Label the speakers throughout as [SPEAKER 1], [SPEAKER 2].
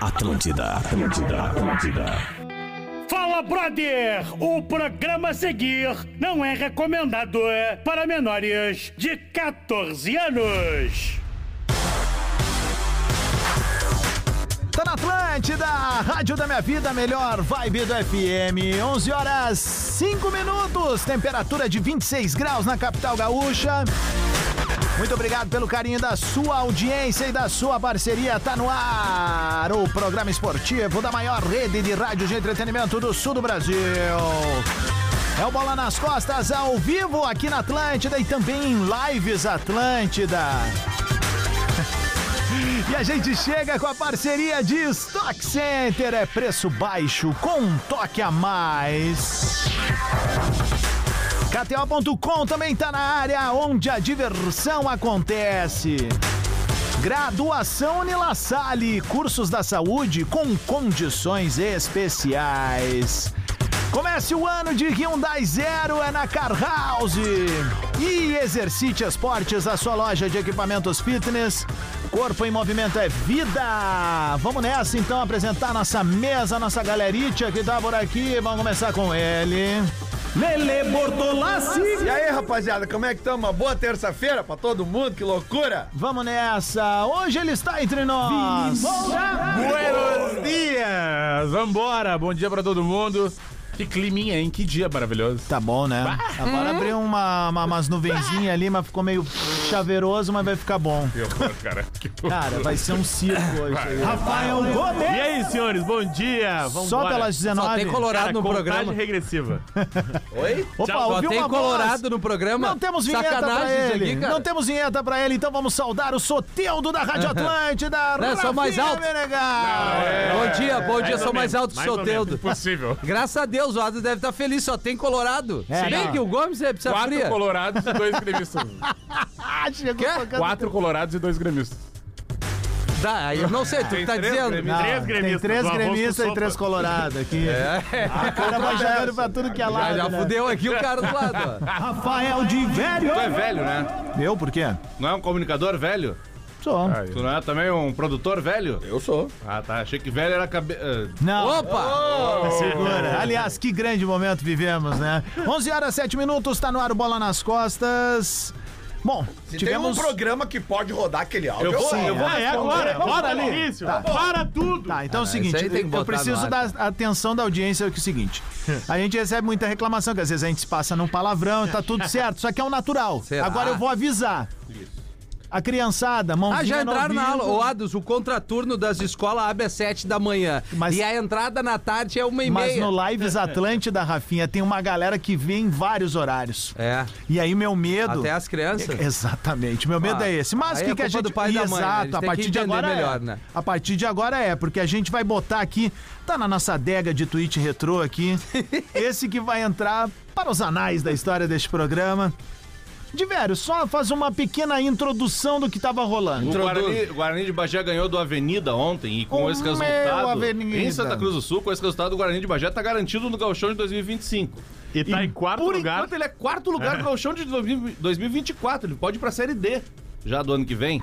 [SPEAKER 1] Atlântida, Atlântida, Atlântida.
[SPEAKER 2] Fala, brother! O programa a seguir não é recomendado para menores de 14 anos.
[SPEAKER 3] Tá na Atlântida, Rádio da Minha Vida, melhor vibe do FM. 11 horas 5 minutos, temperatura de 26 graus na capital gaúcha. Muito obrigado pelo carinho da sua audiência e da sua parceria. Tá no ar o programa esportivo da maior rede de rádio de entretenimento do sul do Brasil. É o Bola nas Costas ao vivo aqui na Atlântida e também em lives Atlântida. E a gente chega com a parceria de Stock Center. É preço baixo com um toque a mais. KTO.com também tá na área onde a diversão acontece. Graduação Nila Sale, cursos da saúde com condições especiais. Comece o ano de Hyundai Zero é na Car House. E Exercite Esportes, a sua loja de equipamentos fitness. Corpo em movimento é vida. Vamos nessa então apresentar nossa mesa, nossa galerite que tá por aqui. Vamos começar com ele.
[SPEAKER 2] Lele Bortolassi!
[SPEAKER 4] E aí, rapaziada, como é que estamos? Uma boa terça-feira pra todo mundo, que loucura!
[SPEAKER 3] Vamos nessa. Hoje ele está entre nós.
[SPEAKER 5] Buenos dias! Vambora! Bom dia pra todo mundo. Que climinha, hein? Que dia maravilhoso.
[SPEAKER 3] Tá bom, né? Agora
[SPEAKER 6] Hum?
[SPEAKER 3] abriu uma, uma- umas nuvenzinhas ali, mas ficou meio chaveiroso, mas vai ficar bom.
[SPEAKER 5] Que horror, cara. Que horror.
[SPEAKER 3] Cara, vai ser um circo hoje. aí.
[SPEAKER 2] Rafael
[SPEAKER 5] E
[SPEAKER 2] Gomes!
[SPEAKER 5] aí, senhores, bom dia! Vamos
[SPEAKER 3] Só pelas 19.
[SPEAKER 6] Só tem colorado no programa.
[SPEAKER 5] regressiva.
[SPEAKER 4] Oi?
[SPEAKER 3] Opa,
[SPEAKER 6] Só
[SPEAKER 3] ouviu
[SPEAKER 6] tem
[SPEAKER 3] uma
[SPEAKER 6] colorado
[SPEAKER 3] voz?
[SPEAKER 6] no programa.
[SPEAKER 3] Não temos vinheta pra
[SPEAKER 6] Sacanagem isso
[SPEAKER 3] ele.
[SPEAKER 6] aqui, cara.
[SPEAKER 3] Não temos vinheta pra ele, então vamos saudar o Soteudo da Rádio Atlântida.
[SPEAKER 6] Não, é só mais
[SPEAKER 3] Rafinha
[SPEAKER 6] alto. é.
[SPEAKER 3] Menegas.
[SPEAKER 6] Bom dia,
[SPEAKER 3] É,
[SPEAKER 6] bom dia,
[SPEAKER 5] Mais
[SPEAKER 6] sou
[SPEAKER 5] ou
[SPEAKER 6] mais
[SPEAKER 5] menos,
[SPEAKER 6] alto que o
[SPEAKER 5] mais ou menos.
[SPEAKER 6] Soteldo.
[SPEAKER 5] Possível.
[SPEAKER 6] Graças a Deus, o Adas deve estar feliz, só tem colorado.
[SPEAKER 3] É,
[SPEAKER 6] Se bem
[SPEAKER 3] não.
[SPEAKER 6] que o Gomes é precisa
[SPEAKER 5] Quatro
[SPEAKER 6] fria.
[SPEAKER 5] colorados e dois gremistas.
[SPEAKER 3] Ah, chegou
[SPEAKER 6] Quê?
[SPEAKER 3] tocando-
[SPEAKER 5] Quatro colorados e dois gremistas.
[SPEAKER 6] Dá, aí eu não sei, tu que tá
[SPEAKER 5] três
[SPEAKER 6] dizendo.
[SPEAKER 5] prêmios.
[SPEAKER 3] Não,
[SPEAKER 5] Três
[SPEAKER 3] Tem
[SPEAKER 5] gremistas,
[SPEAKER 3] três
[SPEAKER 5] do Afonso
[SPEAKER 3] gremistas e
[SPEAKER 5] Sopa.
[SPEAKER 3] três colorados aqui.
[SPEAKER 6] É,
[SPEAKER 3] O cara vai jogando pra tudo que é
[SPEAKER 6] já,
[SPEAKER 3] lado.
[SPEAKER 6] já
[SPEAKER 3] né?
[SPEAKER 6] fudeu Tá aqui o cara do lado. ó.
[SPEAKER 3] Rafael de Velho.
[SPEAKER 4] Tu é velho, né?
[SPEAKER 3] Eu, por quê?
[SPEAKER 4] Não é um comunicador velho?
[SPEAKER 3] Sou.
[SPEAKER 5] Ai.
[SPEAKER 4] Tu não é também um produtor velho? Eu sou. Ah, tá. Achei que velho era cabe... ah,
[SPEAKER 3] Não.
[SPEAKER 6] Opa!
[SPEAKER 3] Segura. Aliás, que grande momento vivemos, né? 11 horas 7 minutos, tá no ar o Bola nas Costas. Bom, tivemos...
[SPEAKER 7] um programa que pode rodar aquele áudio.
[SPEAKER 4] Eu vou,
[SPEAKER 3] Sim,
[SPEAKER 4] eu vou
[SPEAKER 3] é.
[SPEAKER 4] responder.
[SPEAKER 3] Ah, agora, bora ali. Tá.
[SPEAKER 5] Para tudo!
[SPEAKER 3] Tá, então é o
[SPEAKER 6] Ah, não,
[SPEAKER 3] seguinte,
[SPEAKER 6] isso aí tem que
[SPEAKER 3] eu
[SPEAKER 6] botar
[SPEAKER 3] preciso
[SPEAKER 6] no
[SPEAKER 3] da
[SPEAKER 6] ar,
[SPEAKER 3] atenção da audiência que é o seguinte. A gente recebe muita reclamação, que às vezes a gente se passa num palavrão, tá tudo certo, só que é o natural.
[SPEAKER 6] Será?
[SPEAKER 3] Agora eu vou avisar. A criançada, mãozinha
[SPEAKER 6] Ah, já
[SPEAKER 3] no
[SPEAKER 6] entraram na aula.
[SPEAKER 3] ouvido,
[SPEAKER 6] Ô, Ados, o contraturno das escolas abre às sete da manhã.
[SPEAKER 3] Mas-
[SPEAKER 6] e a entrada na tarde é uma e
[SPEAKER 3] Mas
[SPEAKER 6] meia.
[SPEAKER 3] no Lives Atlântida, Rafinha, tem uma galera que vê em vários horários.
[SPEAKER 6] É,
[SPEAKER 3] E aí meu medo...
[SPEAKER 6] até as
[SPEAKER 3] É,
[SPEAKER 6] crianças.
[SPEAKER 3] Exatamente, meu medo
[SPEAKER 6] Ah,
[SPEAKER 3] é esse. Mas o
[SPEAKER 6] aí
[SPEAKER 3] que,
[SPEAKER 6] é
[SPEAKER 3] que a
[SPEAKER 6] culpa
[SPEAKER 3] gente
[SPEAKER 6] do pai e da mãe, né? A
[SPEAKER 3] Exato, a
[SPEAKER 6] gente tem que
[SPEAKER 3] partir de
[SPEAKER 6] entender
[SPEAKER 3] agora é.
[SPEAKER 6] melhor, né?
[SPEAKER 3] A partir de agora é, porque a gente vai botar aqui, tá na nossa adega de tweet retrô aqui, esse que vai entrar para os anais da história deste programa. Diverio, só faz uma pequena introdução do que tava rolando.
[SPEAKER 4] O
[SPEAKER 3] Intro-
[SPEAKER 4] Guarani, o Guarani de Bagé ganhou do Avenida ontem e com
[SPEAKER 3] O
[SPEAKER 4] esse
[SPEAKER 3] meu
[SPEAKER 4] resultado
[SPEAKER 3] Avenida.
[SPEAKER 4] em Santa Cruz do Sul, com esse resultado o Guarani de Bagé tá garantido no Gauchão de 2025.
[SPEAKER 5] E tá em quarto
[SPEAKER 4] Por
[SPEAKER 5] lugar.
[SPEAKER 4] enquanto ele é quarto lugar no Gauchão de 2000 2024, ele pode ir pra Série D já do ano que vem.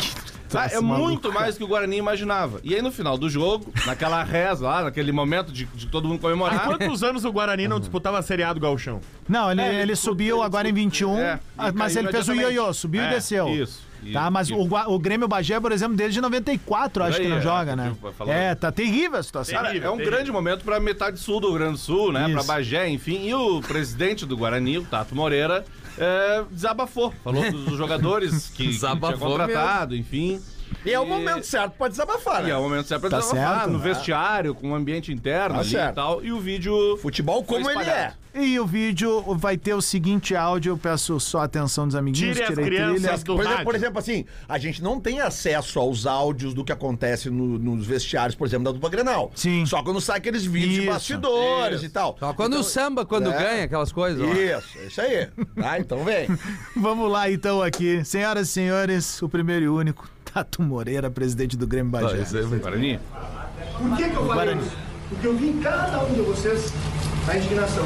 [SPEAKER 4] Tá, é
[SPEAKER 3] troço maluco,
[SPEAKER 4] muito mais que o Guarani imaginava. E aí no final do jogo, naquela reza lá, naquele momento de, de todo mundo
[SPEAKER 5] Há
[SPEAKER 4] comemorar,
[SPEAKER 5] quantos anos o Guarani não disputava a Série A do Galchão?
[SPEAKER 3] Não, ele,
[SPEAKER 4] É,
[SPEAKER 3] ele
[SPEAKER 4] ele-
[SPEAKER 3] subiu
[SPEAKER 4] ele-
[SPEAKER 3] agora em 21,
[SPEAKER 4] é,
[SPEAKER 3] ah,
[SPEAKER 4] e
[SPEAKER 3] mas
[SPEAKER 4] caiu
[SPEAKER 3] ele fez o
[SPEAKER 4] imediatamente.
[SPEAKER 3] ioiô, subiu e
[SPEAKER 4] É,
[SPEAKER 3] desceu.
[SPEAKER 4] isso,
[SPEAKER 3] Tá,
[SPEAKER 4] isso,
[SPEAKER 3] mas
[SPEAKER 4] isso.
[SPEAKER 3] O, Gua- o Grêmio Bagé, por exemplo, desde 94, acho
[SPEAKER 4] Aí,
[SPEAKER 3] que não
[SPEAKER 4] é,
[SPEAKER 3] joga,
[SPEAKER 4] eu
[SPEAKER 3] né?
[SPEAKER 4] digo, vai falar.
[SPEAKER 3] É, tá terrível a situação.
[SPEAKER 4] Cara,
[SPEAKER 5] Terrível,
[SPEAKER 4] é um
[SPEAKER 5] terrível.
[SPEAKER 4] grande momento pra metade sul do Rio Grande do Sul, né? Pra
[SPEAKER 3] Isso.
[SPEAKER 4] Bagé, enfim. E o presidente do Guarani, o Tato Moreira, é, desabafou. Falou dos dos jogadores que, que tinha
[SPEAKER 6] Desabafou
[SPEAKER 4] contratado, enfim.
[SPEAKER 7] E é o momento certo pra desabafar,
[SPEAKER 4] E é
[SPEAKER 7] né?
[SPEAKER 4] o momento certo pra
[SPEAKER 3] Tá
[SPEAKER 4] desabafar
[SPEAKER 3] certo.
[SPEAKER 4] no vestiário, com o ambiente interno
[SPEAKER 7] Tá
[SPEAKER 4] ali
[SPEAKER 7] certo.
[SPEAKER 4] e tal. E o vídeo.
[SPEAKER 7] Futebol como
[SPEAKER 4] Foi
[SPEAKER 7] ele é.
[SPEAKER 4] espalhado.
[SPEAKER 3] E o vídeo vai ter o seguinte áudio, eu peço só a atenção dos amiguinhos.
[SPEAKER 5] Tire as
[SPEAKER 3] tirei
[SPEAKER 5] crianças do
[SPEAKER 7] Por exemplo,
[SPEAKER 5] rádio.
[SPEAKER 7] por exemplo, assim, a gente não tem acesso aos áudios do que acontece no- nos vestiários, por exemplo, da dupla Grenal.
[SPEAKER 3] Sim.
[SPEAKER 7] Só quando sai aqueles vídeos de
[SPEAKER 3] Isso.
[SPEAKER 7] bastidores e tal.
[SPEAKER 6] Só quando
[SPEAKER 3] Então,
[SPEAKER 6] o samba, quando
[SPEAKER 7] é.
[SPEAKER 6] ganha, aquelas coisas. ó.
[SPEAKER 7] Isso, isso aí. Tá, então vem.
[SPEAKER 3] Vamos lá então aqui. Senhoras e senhores, o primeiro e único, Tato Moreira, presidente do Grêmio Bagé.
[SPEAKER 4] Ah, Guarani?
[SPEAKER 8] Por que, que eu falei isso? Porque eu vi em cada um de vocês a indignação.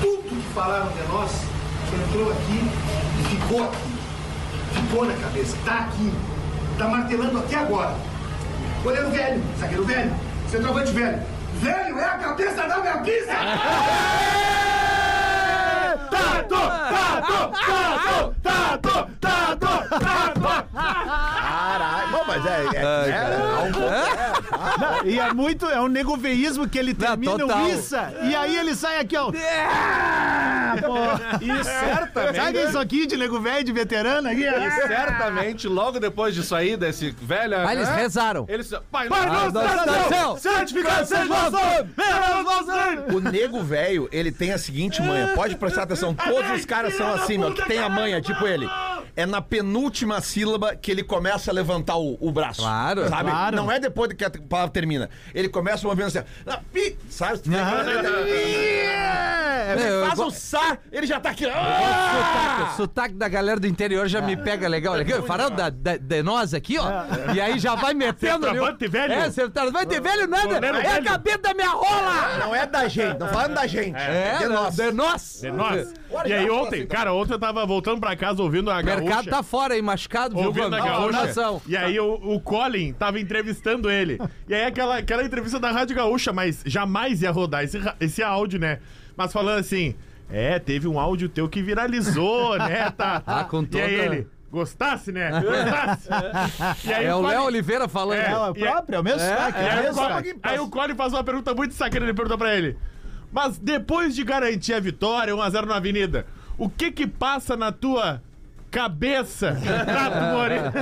[SPEAKER 8] Tudo que falaram de nós entrou aqui e ficou aqui. ficou na cabeça, tá aqui, tá martelando até agora. Goleiro velho, zagueiro velho, centroavante velho. Velho é a cabeça da minha pizza!
[SPEAKER 7] Caralho. Não, mas é. é, é,
[SPEAKER 3] Não, e é muito, é um negoveísmo que ele termina
[SPEAKER 6] total.
[SPEAKER 3] o Issa e aí ele sai aqui, ó.
[SPEAKER 6] É.
[SPEAKER 5] E certamente.
[SPEAKER 3] Sabe isso aqui de nego velho, de veterano aqui?
[SPEAKER 4] E certamente, logo depois disso aí, desse velho.
[SPEAKER 6] Ah, eles
[SPEAKER 3] É.
[SPEAKER 4] né?
[SPEAKER 6] rezaram.
[SPEAKER 4] Eles. Pai,
[SPEAKER 6] Ah,
[SPEAKER 4] nosso,
[SPEAKER 6] nossa, nação,
[SPEAKER 4] santificado seja o vosso nome.
[SPEAKER 3] assim.
[SPEAKER 7] O nego velho, ele tem a seguinte manha. Pode prestar atenção. Todos os caras são assim, meu. Que tem a manha, tipo ele. É na penúltima sílaba que ele começa a levantar o, o braço.
[SPEAKER 6] Claro,
[SPEAKER 7] Sabe?
[SPEAKER 3] claro.
[SPEAKER 7] Não é depois que a palavra termina. Ele começa o movimento assim. ó, na pi- Sabe?
[SPEAKER 6] É, eu
[SPEAKER 7] assim, Ele faz
[SPEAKER 6] go-
[SPEAKER 7] o sar, ele já tá aqui. Ah.
[SPEAKER 6] Sotaque, sotaque da galera do interior já me pega legal. legal. Falando da, da- de nós aqui, ó. E aí já vai metendo ali. o-
[SPEAKER 2] Centroavante velho.
[SPEAKER 6] É, centroavante velho nada.
[SPEAKER 2] Goleiro
[SPEAKER 6] É a
[SPEAKER 2] velho.
[SPEAKER 6] cabeça da minha rola.
[SPEAKER 7] Não é da gente, não falando da gente.
[SPEAKER 6] É,
[SPEAKER 7] de nós.
[SPEAKER 6] de nós.
[SPEAKER 2] É nós.
[SPEAKER 7] Olha,
[SPEAKER 9] E aí
[SPEAKER 7] já falou
[SPEAKER 9] ontem,
[SPEAKER 7] assim,
[SPEAKER 9] cara, ontem eu tava voltando pra casa ouvindo a
[SPEAKER 6] O mercado
[SPEAKER 9] gaúcha.
[SPEAKER 6] tá fora aí, machucado, viu,
[SPEAKER 9] ouvindo né? a
[SPEAKER 6] Gomes?
[SPEAKER 9] gaúcha.
[SPEAKER 6] Nação.
[SPEAKER 9] E aí o, o Colin tava entrevistando ele. E aí aquela, aquela entrevista da Rádio Gaúcha, mas jamais ia rodar esse, ra- esse áudio, né? Mas falando assim, é, teve um áudio teu que viralizou, né, tá?
[SPEAKER 6] Ah, com
[SPEAKER 9] E aí
[SPEAKER 6] toda-
[SPEAKER 9] ele, gostasse, né? Gostasse. E aí
[SPEAKER 6] É o
[SPEAKER 9] Colin-
[SPEAKER 6] Léo Oliveira falando.
[SPEAKER 9] É.
[SPEAKER 3] É o próprio, é o mesmo sotaque, é o
[SPEAKER 9] Aí,
[SPEAKER 3] mesmo
[SPEAKER 9] o Cole-
[SPEAKER 3] sotaque.
[SPEAKER 9] aí o Cole faz uma pergunta muito sacana, ele perguntou pra ele. Mas depois de garantir a vitória, 1x0 na avenida, o que que passa na tua cabeça, Tato Moreira?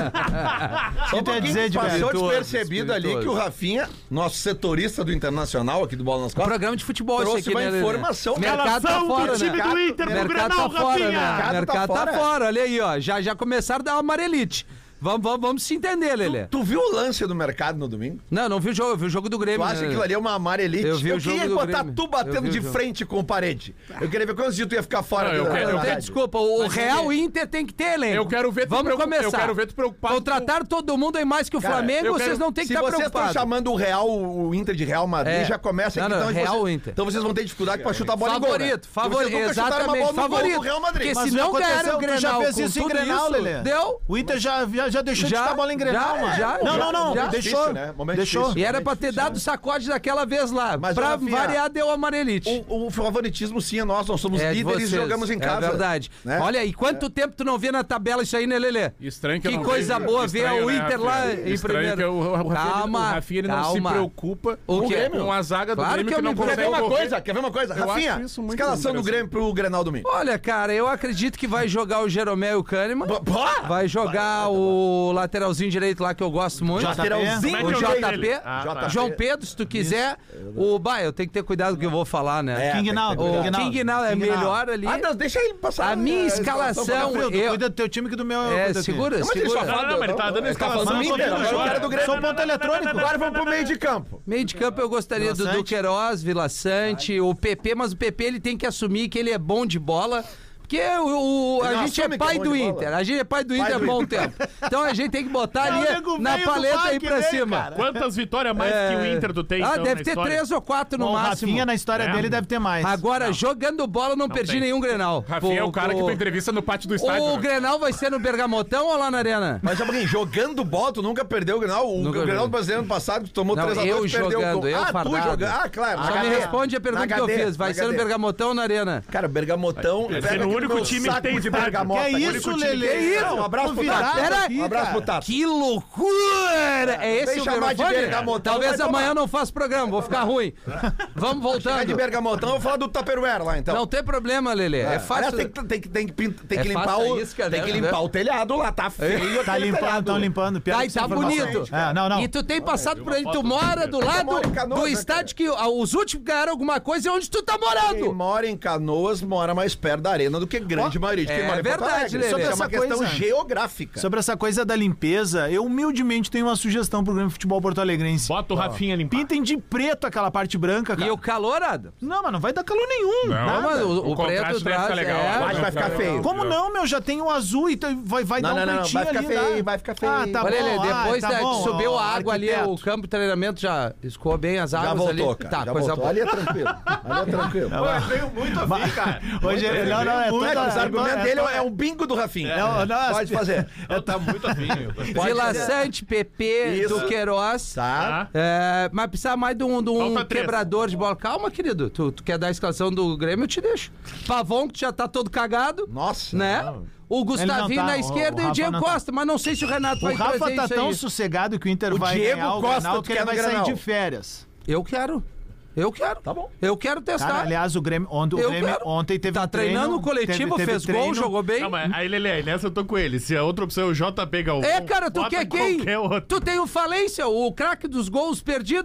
[SPEAKER 3] que
[SPEAKER 7] Só
[SPEAKER 3] tu ia
[SPEAKER 7] pra
[SPEAKER 3] dizer,
[SPEAKER 7] dizer
[SPEAKER 3] Edgar?
[SPEAKER 7] passou
[SPEAKER 6] Espirituoso,
[SPEAKER 7] despercebido ali
[SPEAKER 6] espirituoso.
[SPEAKER 7] que o Rafinha, nosso setorista do Internacional aqui do Bola nas Costas,
[SPEAKER 6] Programa de futebol
[SPEAKER 7] Trouxe
[SPEAKER 6] esse aqui,
[SPEAKER 7] uma
[SPEAKER 6] né? Lelê?
[SPEAKER 7] informação.
[SPEAKER 6] Mercado tá
[SPEAKER 9] Relação
[SPEAKER 6] fora,
[SPEAKER 9] do time
[SPEAKER 6] né?
[SPEAKER 9] do Inter pro
[SPEAKER 6] Mercado
[SPEAKER 9] Grenal,
[SPEAKER 6] tá fora, né?
[SPEAKER 9] Rafinha!
[SPEAKER 6] Mercado, tá,
[SPEAKER 7] fora.
[SPEAKER 6] fora, olha aí, ó. Já, já começaram a dar uma marelite. Vamos, vamos, vamos se entender, Lelê.
[SPEAKER 7] Tu viu o lance do mercado no domingo?
[SPEAKER 6] Não, não vi o jogo, eu vi o jogo do
[SPEAKER 7] Tu
[SPEAKER 6] Grêmio.
[SPEAKER 7] acha que
[SPEAKER 6] né?
[SPEAKER 7] aquilo ali é uma amarelite?
[SPEAKER 6] Eu vi o
[SPEAKER 7] queria
[SPEAKER 6] jogo do
[SPEAKER 7] botar
[SPEAKER 6] Grêmio.
[SPEAKER 7] tu
[SPEAKER 6] Eu vi
[SPEAKER 7] batendo
[SPEAKER 6] o
[SPEAKER 7] de
[SPEAKER 6] jogo.
[SPEAKER 7] frente com parede. Eu queria ver quantos dias tu ia ficar fora.
[SPEAKER 5] Não, é eu
[SPEAKER 7] da-
[SPEAKER 5] quero-
[SPEAKER 7] da
[SPEAKER 5] eu
[SPEAKER 6] Não, tem
[SPEAKER 7] rádio.
[SPEAKER 6] desculpa, o Real Inter tem que ter, elenco.
[SPEAKER 5] Eu quero ver tu
[SPEAKER 6] Vamos
[SPEAKER 5] preocup-
[SPEAKER 6] começar.
[SPEAKER 5] eu quero ver tu preocupado
[SPEAKER 6] Contratar todo mundo aí mais que o
[SPEAKER 7] Cara,
[SPEAKER 6] Flamengo,
[SPEAKER 5] eu
[SPEAKER 6] vocês
[SPEAKER 5] quero-
[SPEAKER 6] não têm que
[SPEAKER 7] Se
[SPEAKER 6] estar
[SPEAKER 7] vocês estão
[SPEAKER 6] preocupados.
[SPEAKER 7] chamando o Real, o Inter de Real Madrid,
[SPEAKER 6] É.
[SPEAKER 7] já começa aqui.
[SPEAKER 6] Não, não,
[SPEAKER 7] então,
[SPEAKER 6] Real
[SPEAKER 7] vocês,
[SPEAKER 6] Inter.
[SPEAKER 7] então vocês vão ter dificuldade pra chutar a bola em gol, né?
[SPEAKER 6] Favorito,
[SPEAKER 7] Porque
[SPEAKER 6] favorito,
[SPEAKER 7] Vocês nunca chutaram uma
[SPEAKER 6] exatamente,
[SPEAKER 7] bola no gol
[SPEAKER 6] favorito.
[SPEAKER 7] do Real Madrid.
[SPEAKER 6] Porque
[SPEAKER 7] Mas
[SPEAKER 6] se
[SPEAKER 3] o que
[SPEAKER 6] não
[SPEAKER 3] aconteceu
[SPEAKER 6] ganharam o
[SPEAKER 3] é que tu
[SPEAKER 6] Grenal,
[SPEAKER 3] já fez
[SPEAKER 6] com
[SPEAKER 3] isso em
[SPEAKER 6] tudo
[SPEAKER 3] Grenal,
[SPEAKER 6] isso,
[SPEAKER 3] Lelê.
[SPEAKER 6] deu.
[SPEAKER 3] O Inter já, já, já deixou
[SPEAKER 6] Já,
[SPEAKER 3] de chutar a bola em Grenal,
[SPEAKER 6] já,
[SPEAKER 3] mano.
[SPEAKER 6] já,
[SPEAKER 3] não,
[SPEAKER 6] já,
[SPEAKER 3] não, não,
[SPEAKER 6] já.
[SPEAKER 3] deixou.
[SPEAKER 7] Difícil, né? Momento
[SPEAKER 3] deixou.
[SPEAKER 7] difícil.
[SPEAKER 6] E era pra ter dado sacode daquela vez lá.
[SPEAKER 7] Mas,
[SPEAKER 6] pra
[SPEAKER 7] Rafinha,
[SPEAKER 6] variar, deu amarelite.
[SPEAKER 7] O, o favoritismo sim é nosso, nós somos
[SPEAKER 6] É de
[SPEAKER 7] líderes
[SPEAKER 6] vocês.
[SPEAKER 7] e jogamos em casa.
[SPEAKER 6] É verdade.
[SPEAKER 7] né?
[SPEAKER 6] Olha, e quanto tempo tu não vê na tabela isso aí, né, Lelê?
[SPEAKER 5] Estranho que eu
[SPEAKER 6] Que
[SPEAKER 5] não
[SPEAKER 6] coisa
[SPEAKER 5] vejo.
[SPEAKER 6] boa ver
[SPEAKER 5] Estranho,
[SPEAKER 6] o
[SPEAKER 5] né,
[SPEAKER 6] Inter lá
[SPEAKER 5] Rafinha?
[SPEAKER 6] em
[SPEAKER 5] Estranho
[SPEAKER 6] primeiro.
[SPEAKER 5] que o, o Rafinha,
[SPEAKER 6] Calma,
[SPEAKER 5] o Rafinha ele não se
[SPEAKER 6] calma.
[SPEAKER 5] preocupa
[SPEAKER 6] O
[SPEAKER 5] com-
[SPEAKER 6] quê?
[SPEAKER 5] com a zaga do
[SPEAKER 6] Claro
[SPEAKER 5] Grêmio
[SPEAKER 6] que
[SPEAKER 5] que,
[SPEAKER 6] eu
[SPEAKER 5] não
[SPEAKER 6] me
[SPEAKER 5] consegue
[SPEAKER 7] Quer ver uma
[SPEAKER 5] correr.
[SPEAKER 7] coisa? Quer ver uma coisa?
[SPEAKER 5] Eu
[SPEAKER 7] Rafinha,
[SPEAKER 5] acho isso muito
[SPEAKER 7] escalação do
[SPEAKER 5] interessante.
[SPEAKER 7] Grêmio pro Grenal domingo.
[SPEAKER 6] Olha, cara, eu acredito que vai jogar o Jeromel e o Kahneman.
[SPEAKER 7] Pô, pô!
[SPEAKER 6] Vai jogar o lateralzinho direito lá que eu gosto muito.
[SPEAKER 7] Lateralzinho
[SPEAKER 6] O
[SPEAKER 9] Como é que é o nome
[SPEAKER 6] JP,
[SPEAKER 9] dele? Ah,
[SPEAKER 7] tá.
[SPEAKER 6] João Pedro, se tu quiser. O bah, eu tenho que ter cuidado com o que eu vou falar, né?
[SPEAKER 7] É,
[SPEAKER 3] King Naldo.
[SPEAKER 6] O King é, Nal é melhor ali.
[SPEAKER 7] Ah, não, deixa ele passar.
[SPEAKER 6] A minha
[SPEAKER 7] eh,
[SPEAKER 6] escalação-
[SPEAKER 7] pra-
[SPEAKER 3] Alfredo,
[SPEAKER 6] Eu-
[SPEAKER 3] cuida do teu time que do meu eu
[SPEAKER 6] É,
[SPEAKER 3] cuido aqui.
[SPEAKER 6] segura,
[SPEAKER 7] Mas ele só
[SPEAKER 6] segura.
[SPEAKER 7] fala,
[SPEAKER 9] Não, não, ele tá dando
[SPEAKER 7] ele
[SPEAKER 9] escalação
[SPEAKER 7] falando
[SPEAKER 3] do
[SPEAKER 7] do Grêmio,
[SPEAKER 3] Grêmio,
[SPEAKER 7] agora é do
[SPEAKER 3] Sou
[SPEAKER 7] Grêmio.
[SPEAKER 3] ponto eletrônico.
[SPEAKER 7] Agora vamos pro meio de campo.
[SPEAKER 6] Meio de campo eu gostaria do
[SPEAKER 3] Sante.
[SPEAKER 6] Duqueiroz, Vila Sante, o PP, mas o PP ele tem que assumir que ele é bom de bola. Porque o, o-
[SPEAKER 7] Ele
[SPEAKER 6] a
[SPEAKER 7] não
[SPEAKER 6] gente é
[SPEAKER 7] assume que é
[SPEAKER 6] pai
[SPEAKER 7] bom
[SPEAKER 6] do
[SPEAKER 7] de bola.
[SPEAKER 6] Inter. A gente é pai do Inter há
[SPEAKER 7] do
[SPEAKER 6] bom
[SPEAKER 7] Inter.
[SPEAKER 6] tempo. Então a gente tem que botar
[SPEAKER 3] É o
[SPEAKER 6] ali
[SPEAKER 3] nego
[SPEAKER 6] na
[SPEAKER 3] velho do
[SPEAKER 6] paleta aí
[SPEAKER 3] parque,
[SPEAKER 6] pra
[SPEAKER 3] né,
[SPEAKER 6] cima.
[SPEAKER 3] cara?
[SPEAKER 9] Quantas vitórias mais que o Inter tu tem,
[SPEAKER 6] Ah,
[SPEAKER 9] então,
[SPEAKER 6] deve
[SPEAKER 9] na
[SPEAKER 6] ter
[SPEAKER 9] história?
[SPEAKER 6] três ou quatro no
[SPEAKER 3] Bom, o
[SPEAKER 6] máximo.
[SPEAKER 3] Rafinha, na história
[SPEAKER 9] É.
[SPEAKER 3] dele, deve ter mais.
[SPEAKER 6] Agora, jogando bola, eu não, perdi
[SPEAKER 9] tem.
[SPEAKER 6] nenhum Grenal.
[SPEAKER 5] Rafinha é
[SPEAKER 6] Pô,
[SPEAKER 5] o cara que
[SPEAKER 6] pô.
[SPEAKER 5] tu entrevista no pátio do estádio.
[SPEAKER 6] O
[SPEAKER 5] né?
[SPEAKER 6] Grenal vai ser no Bergamotão ou lá na Arena?
[SPEAKER 7] Mas, Jabrinho, jogando bola, tu nunca perdeu o Grenal. O
[SPEAKER 6] Nunca
[SPEAKER 7] Grenal
[SPEAKER 6] joguei.
[SPEAKER 7] do Brasileiro ano passado, tu tomou
[SPEAKER 6] Não,
[SPEAKER 7] 3x2
[SPEAKER 6] eu
[SPEAKER 7] perdeu o
[SPEAKER 6] jogando,
[SPEAKER 7] gol.
[SPEAKER 6] eu
[SPEAKER 7] ah, tu
[SPEAKER 6] fardado.
[SPEAKER 7] jogando. Ah, claro.
[SPEAKER 6] Só me
[SPEAKER 7] HD,
[SPEAKER 6] responde a pergunta que eu
[SPEAKER 7] HD,
[SPEAKER 6] fiz. Vai ser no
[SPEAKER 7] HD.
[SPEAKER 6] Bergamotão ou na Arena?
[SPEAKER 7] Cara, Bergamotão. velho,
[SPEAKER 9] ser
[SPEAKER 7] aqui
[SPEAKER 9] o único
[SPEAKER 7] meu
[SPEAKER 9] time que
[SPEAKER 7] saco
[SPEAKER 9] tem
[SPEAKER 7] de
[SPEAKER 9] estádio.
[SPEAKER 7] bergamota.
[SPEAKER 3] Que
[SPEAKER 7] aqui.
[SPEAKER 3] isso, Lelê?
[SPEAKER 7] Que isso? Um abraço pro
[SPEAKER 3] Convidado
[SPEAKER 7] Tato.
[SPEAKER 6] Pera-
[SPEAKER 3] aqui,
[SPEAKER 7] Um abraço pro
[SPEAKER 3] cara.
[SPEAKER 7] Tato.
[SPEAKER 6] Que loucura! É esse
[SPEAKER 7] Vem
[SPEAKER 6] o
[SPEAKER 7] chamar de
[SPEAKER 6] microfone?
[SPEAKER 7] bergamotão,
[SPEAKER 6] Talvez
[SPEAKER 7] vai
[SPEAKER 6] amanhã
[SPEAKER 7] tomar.
[SPEAKER 6] eu não faça programa, vou ficar ruim.
[SPEAKER 7] É
[SPEAKER 6] Vamos
[SPEAKER 7] de
[SPEAKER 6] voltando.
[SPEAKER 7] Bergamotão, eu vou falar do Tupperware lá, então.
[SPEAKER 6] Não tem problema, Lelê. É
[SPEAKER 7] Aliás,
[SPEAKER 6] fácil.
[SPEAKER 7] Ah, tem que, tem que, tem que, pin- tem
[SPEAKER 6] É
[SPEAKER 7] que limpar,
[SPEAKER 6] fácil
[SPEAKER 7] o,
[SPEAKER 6] a isca,
[SPEAKER 7] tem
[SPEAKER 6] né? É.
[SPEAKER 7] que limpar o telhado lá, tá feio.
[SPEAKER 3] Tá
[SPEAKER 7] aquele
[SPEAKER 3] limpando,
[SPEAKER 7] telhado.
[SPEAKER 3] estão limpando. piada
[SPEAKER 6] Tá, e
[SPEAKER 3] sem
[SPEAKER 6] tá
[SPEAKER 3] informação.
[SPEAKER 6] bonito.
[SPEAKER 3] É, não, não.
[SPEAKER 6] E tu tem passado por ele, tu mora do lado
[SPEAKER 7] moro em Canoas,
[SPEAKER 6] do
[SPEAKER 7] né,
[SPEAKER 6] estádio que ah, os últimos que ganharam alguma coisa é onde tu tá
[SPEAKER 7] Quem
[SPEAKER 6] morando.
[SPEAKER 7] mora em Canoas mora mais perto da arena do que a grande maioria de quem
[SPEAKER 6] é
[SPEAKER 7] mora em Porto
[SPEAKER 6] verdade,
[SPEAKER 7] Alegre.
[SPEAKER 6] Lelê.
[SPEAKER 7] Sobre
[SPEAKER 6] É
[SPEAKER 7] essa
[SPEAKER 3] uma
[SPEAKER 7] questão
[SPEAKER 3] coisa-
[SPEAKER 7] geográfica.
[SPEAKER 3] Sobre essa coisa da limpeza, eu humildemente tenho uma sugestão pro Grêmio Futebol Porto Alegrense.
[SPEAKER 9] Bota o Rafinha limpar.
[SPEAKER 3] Pintem de preto aquela parte branca, cara.
[SPEAKER 6] E o calorado.
[SPEAKER 3] Não, mas não vai dar calor nenhum. nada.
[SPEAKER 6] Não, mas o, o,
[SPEAKER 5] O contraste
[SPEAKER 6] preto
[SPEAKER 5] deve
[SPEAKER 6] traz.
[SPEAKER 5] ficar legal.
[SPEAKER 6] é.
[SPEAKER 7] Acho que vai ficar feio.
[SPEAKER 3] Como não, meu? Já tem o azul e tem- vai, vai dar
[SPEAKER 7] Não,
[SPEAKER 3] um
[SPEAKER 7] não, não,
[SPEAKER 3] pretinho
[SPEAKER 7] vai ficar
[SPEAKER 3] ali.
[SPEAKER 7] feio,
[SPEAKER 3] dá.
[SPEAKER 7] vai ficar feio.
[SPEAKER 3] Ah, tá
[SPEAKER 6] Olha, Lelê,
[SPEAKER 3] bom.
[SPEAKER 6] depois
[SPEAKER 3] ah, tá
[SPEAKER 6] da-
[SPEAKER 3] bom,
[SPEAKER 6] que subiu
[SPEAKER 3] ó,
[SPEAKER 6] a água ali, o
[SPEAKER 3] arquiteto.
[SPEAKER 6] campo de treinamento já escoou bem as
[SPEAKER 7] Já
[SPEAKER 6] águas
[SPEAKER 7] voltou,
[SPEAKER 6] ali.
[SPEAKER 7] cara.
[SPEAKER 6] tá,
[SPEAKER 7] já
[SPEAKER 6] coisa
[SPEAKER 7] voltou.
[SPEAKER 6] boa.
[SPEAKER 7] Ali é tranquilo. Ali é tranquilo.
[SPEAKER 9] Veio muito a ver, cara.
[SPEAKER 3] Hoje, não, não, é
[SPEAKER 7] é,
[SPEAKER 3] muito.
[SPEAKER 7] mas o argumento
[SPEAKER 3] é,
[SPEAKER 7] dele é o bingo do Rafinha.
[SPEAKER 3] é, o- não,
[SPEAKER 7] Pode fazer.
[SPEAKER 4] Ela tá muito afim. eu gostei.
[SPEAKER 6] Vila Sante, PP,
[SPEAKER 7] Isso.
[SPEAKER 6] do Queiroz.
[SPEAKER 7] Tá.
[SPEAKER 6] É, mas precisa mais de um, de um
[SPEAKER 9] Falta três.
[SPEAKER 6] quebrador de bola. Calma, querido. Tu, tu quer dar a escalação do Grêmio, eu te deixo. Pavon, que já tá todo cagado,
[SPEAKER 7] Nossa.
[SPEAKER 6] né? O
[SPEAKER 3] Ele
[SPEAKER 6] Gustavinho
[SPEAKER 3] não tá,
[SPEAKER 6] na
[SPEAKER 3] o-
[SPEAKER 6] esquerda
[SPEAKER 3] o
[SPEAKER 6] e o
[SPEAKER 3] Rafa
[SPEAKER 6] Diego
[SPEAKER 3] não tá.
[SPEAKER 6] Costa. Mas não sei se o Renato
[SPEAKER 3] O
[SPEAKER 6] vai
[SPEAKER 3] Rafa
[SPEAKER 6] trazer
[SPEAKER 3] tá
[SPEAKER 6] isso
[SPEAKER 3] tão
[SPEAKER 6] aí.
[SPEAKER 3] sossegado que o Inter
[SPEAKER 7] O
[SPEAKER 3] vai
[SPEAKER 7] Diego
[SPEAKER 3] ganhar o
[SPEAKER 7] Costa
[SPEAKER 3] Grenal
[SPEAKER 7] tu
[SPEAKER 3] que
[SPEAKER 7] quer
[SPEAKER 3] ele
[SPEAKER 7] no
[SPEAKER 3] vai sair
[SPEAKER 7] Grenal.
[SPEAKER 3] de férias.
[SPEAKER 6] Eu quero. Eu quero.
[SPEAKER 7] Tá bom.
[SPEAKER 6] Eu quero testar.
[SPEAKER 3] Cara, aliás, o Grêmio, ontem, o
[SPEAKER 6] Eu
[SPEAKER 3] Grêmio
[SPEAKER 6] quero.
[SPEAKER 3] ontem teve
[SPEAKER 6] tá
[SPEAKER 3] um treino,
[SPEAKER 6] treinando o coletivo,
[SPEAKER 3] teve- teve
[SPEAKER 6] fez gol,
[SPEAKER 3] treino.
[SPEAKER 6] jogou bem.
[SPEAKER 9] Não,
[SPEAKER 5] é,
[SPEAKER 9] mas aí, Lele, nessa eu tô com ele. Se a outra opção é o JP Galvão.
[SPEAKER 6] É, cara, tu
[SPEAKER 9] bota
[SPEAKER 6] quer quem?
[SPEAKER 9] qualquer outro.
[SPEAKER 6] Tu tem o Falência, o craque dos gols perdidos.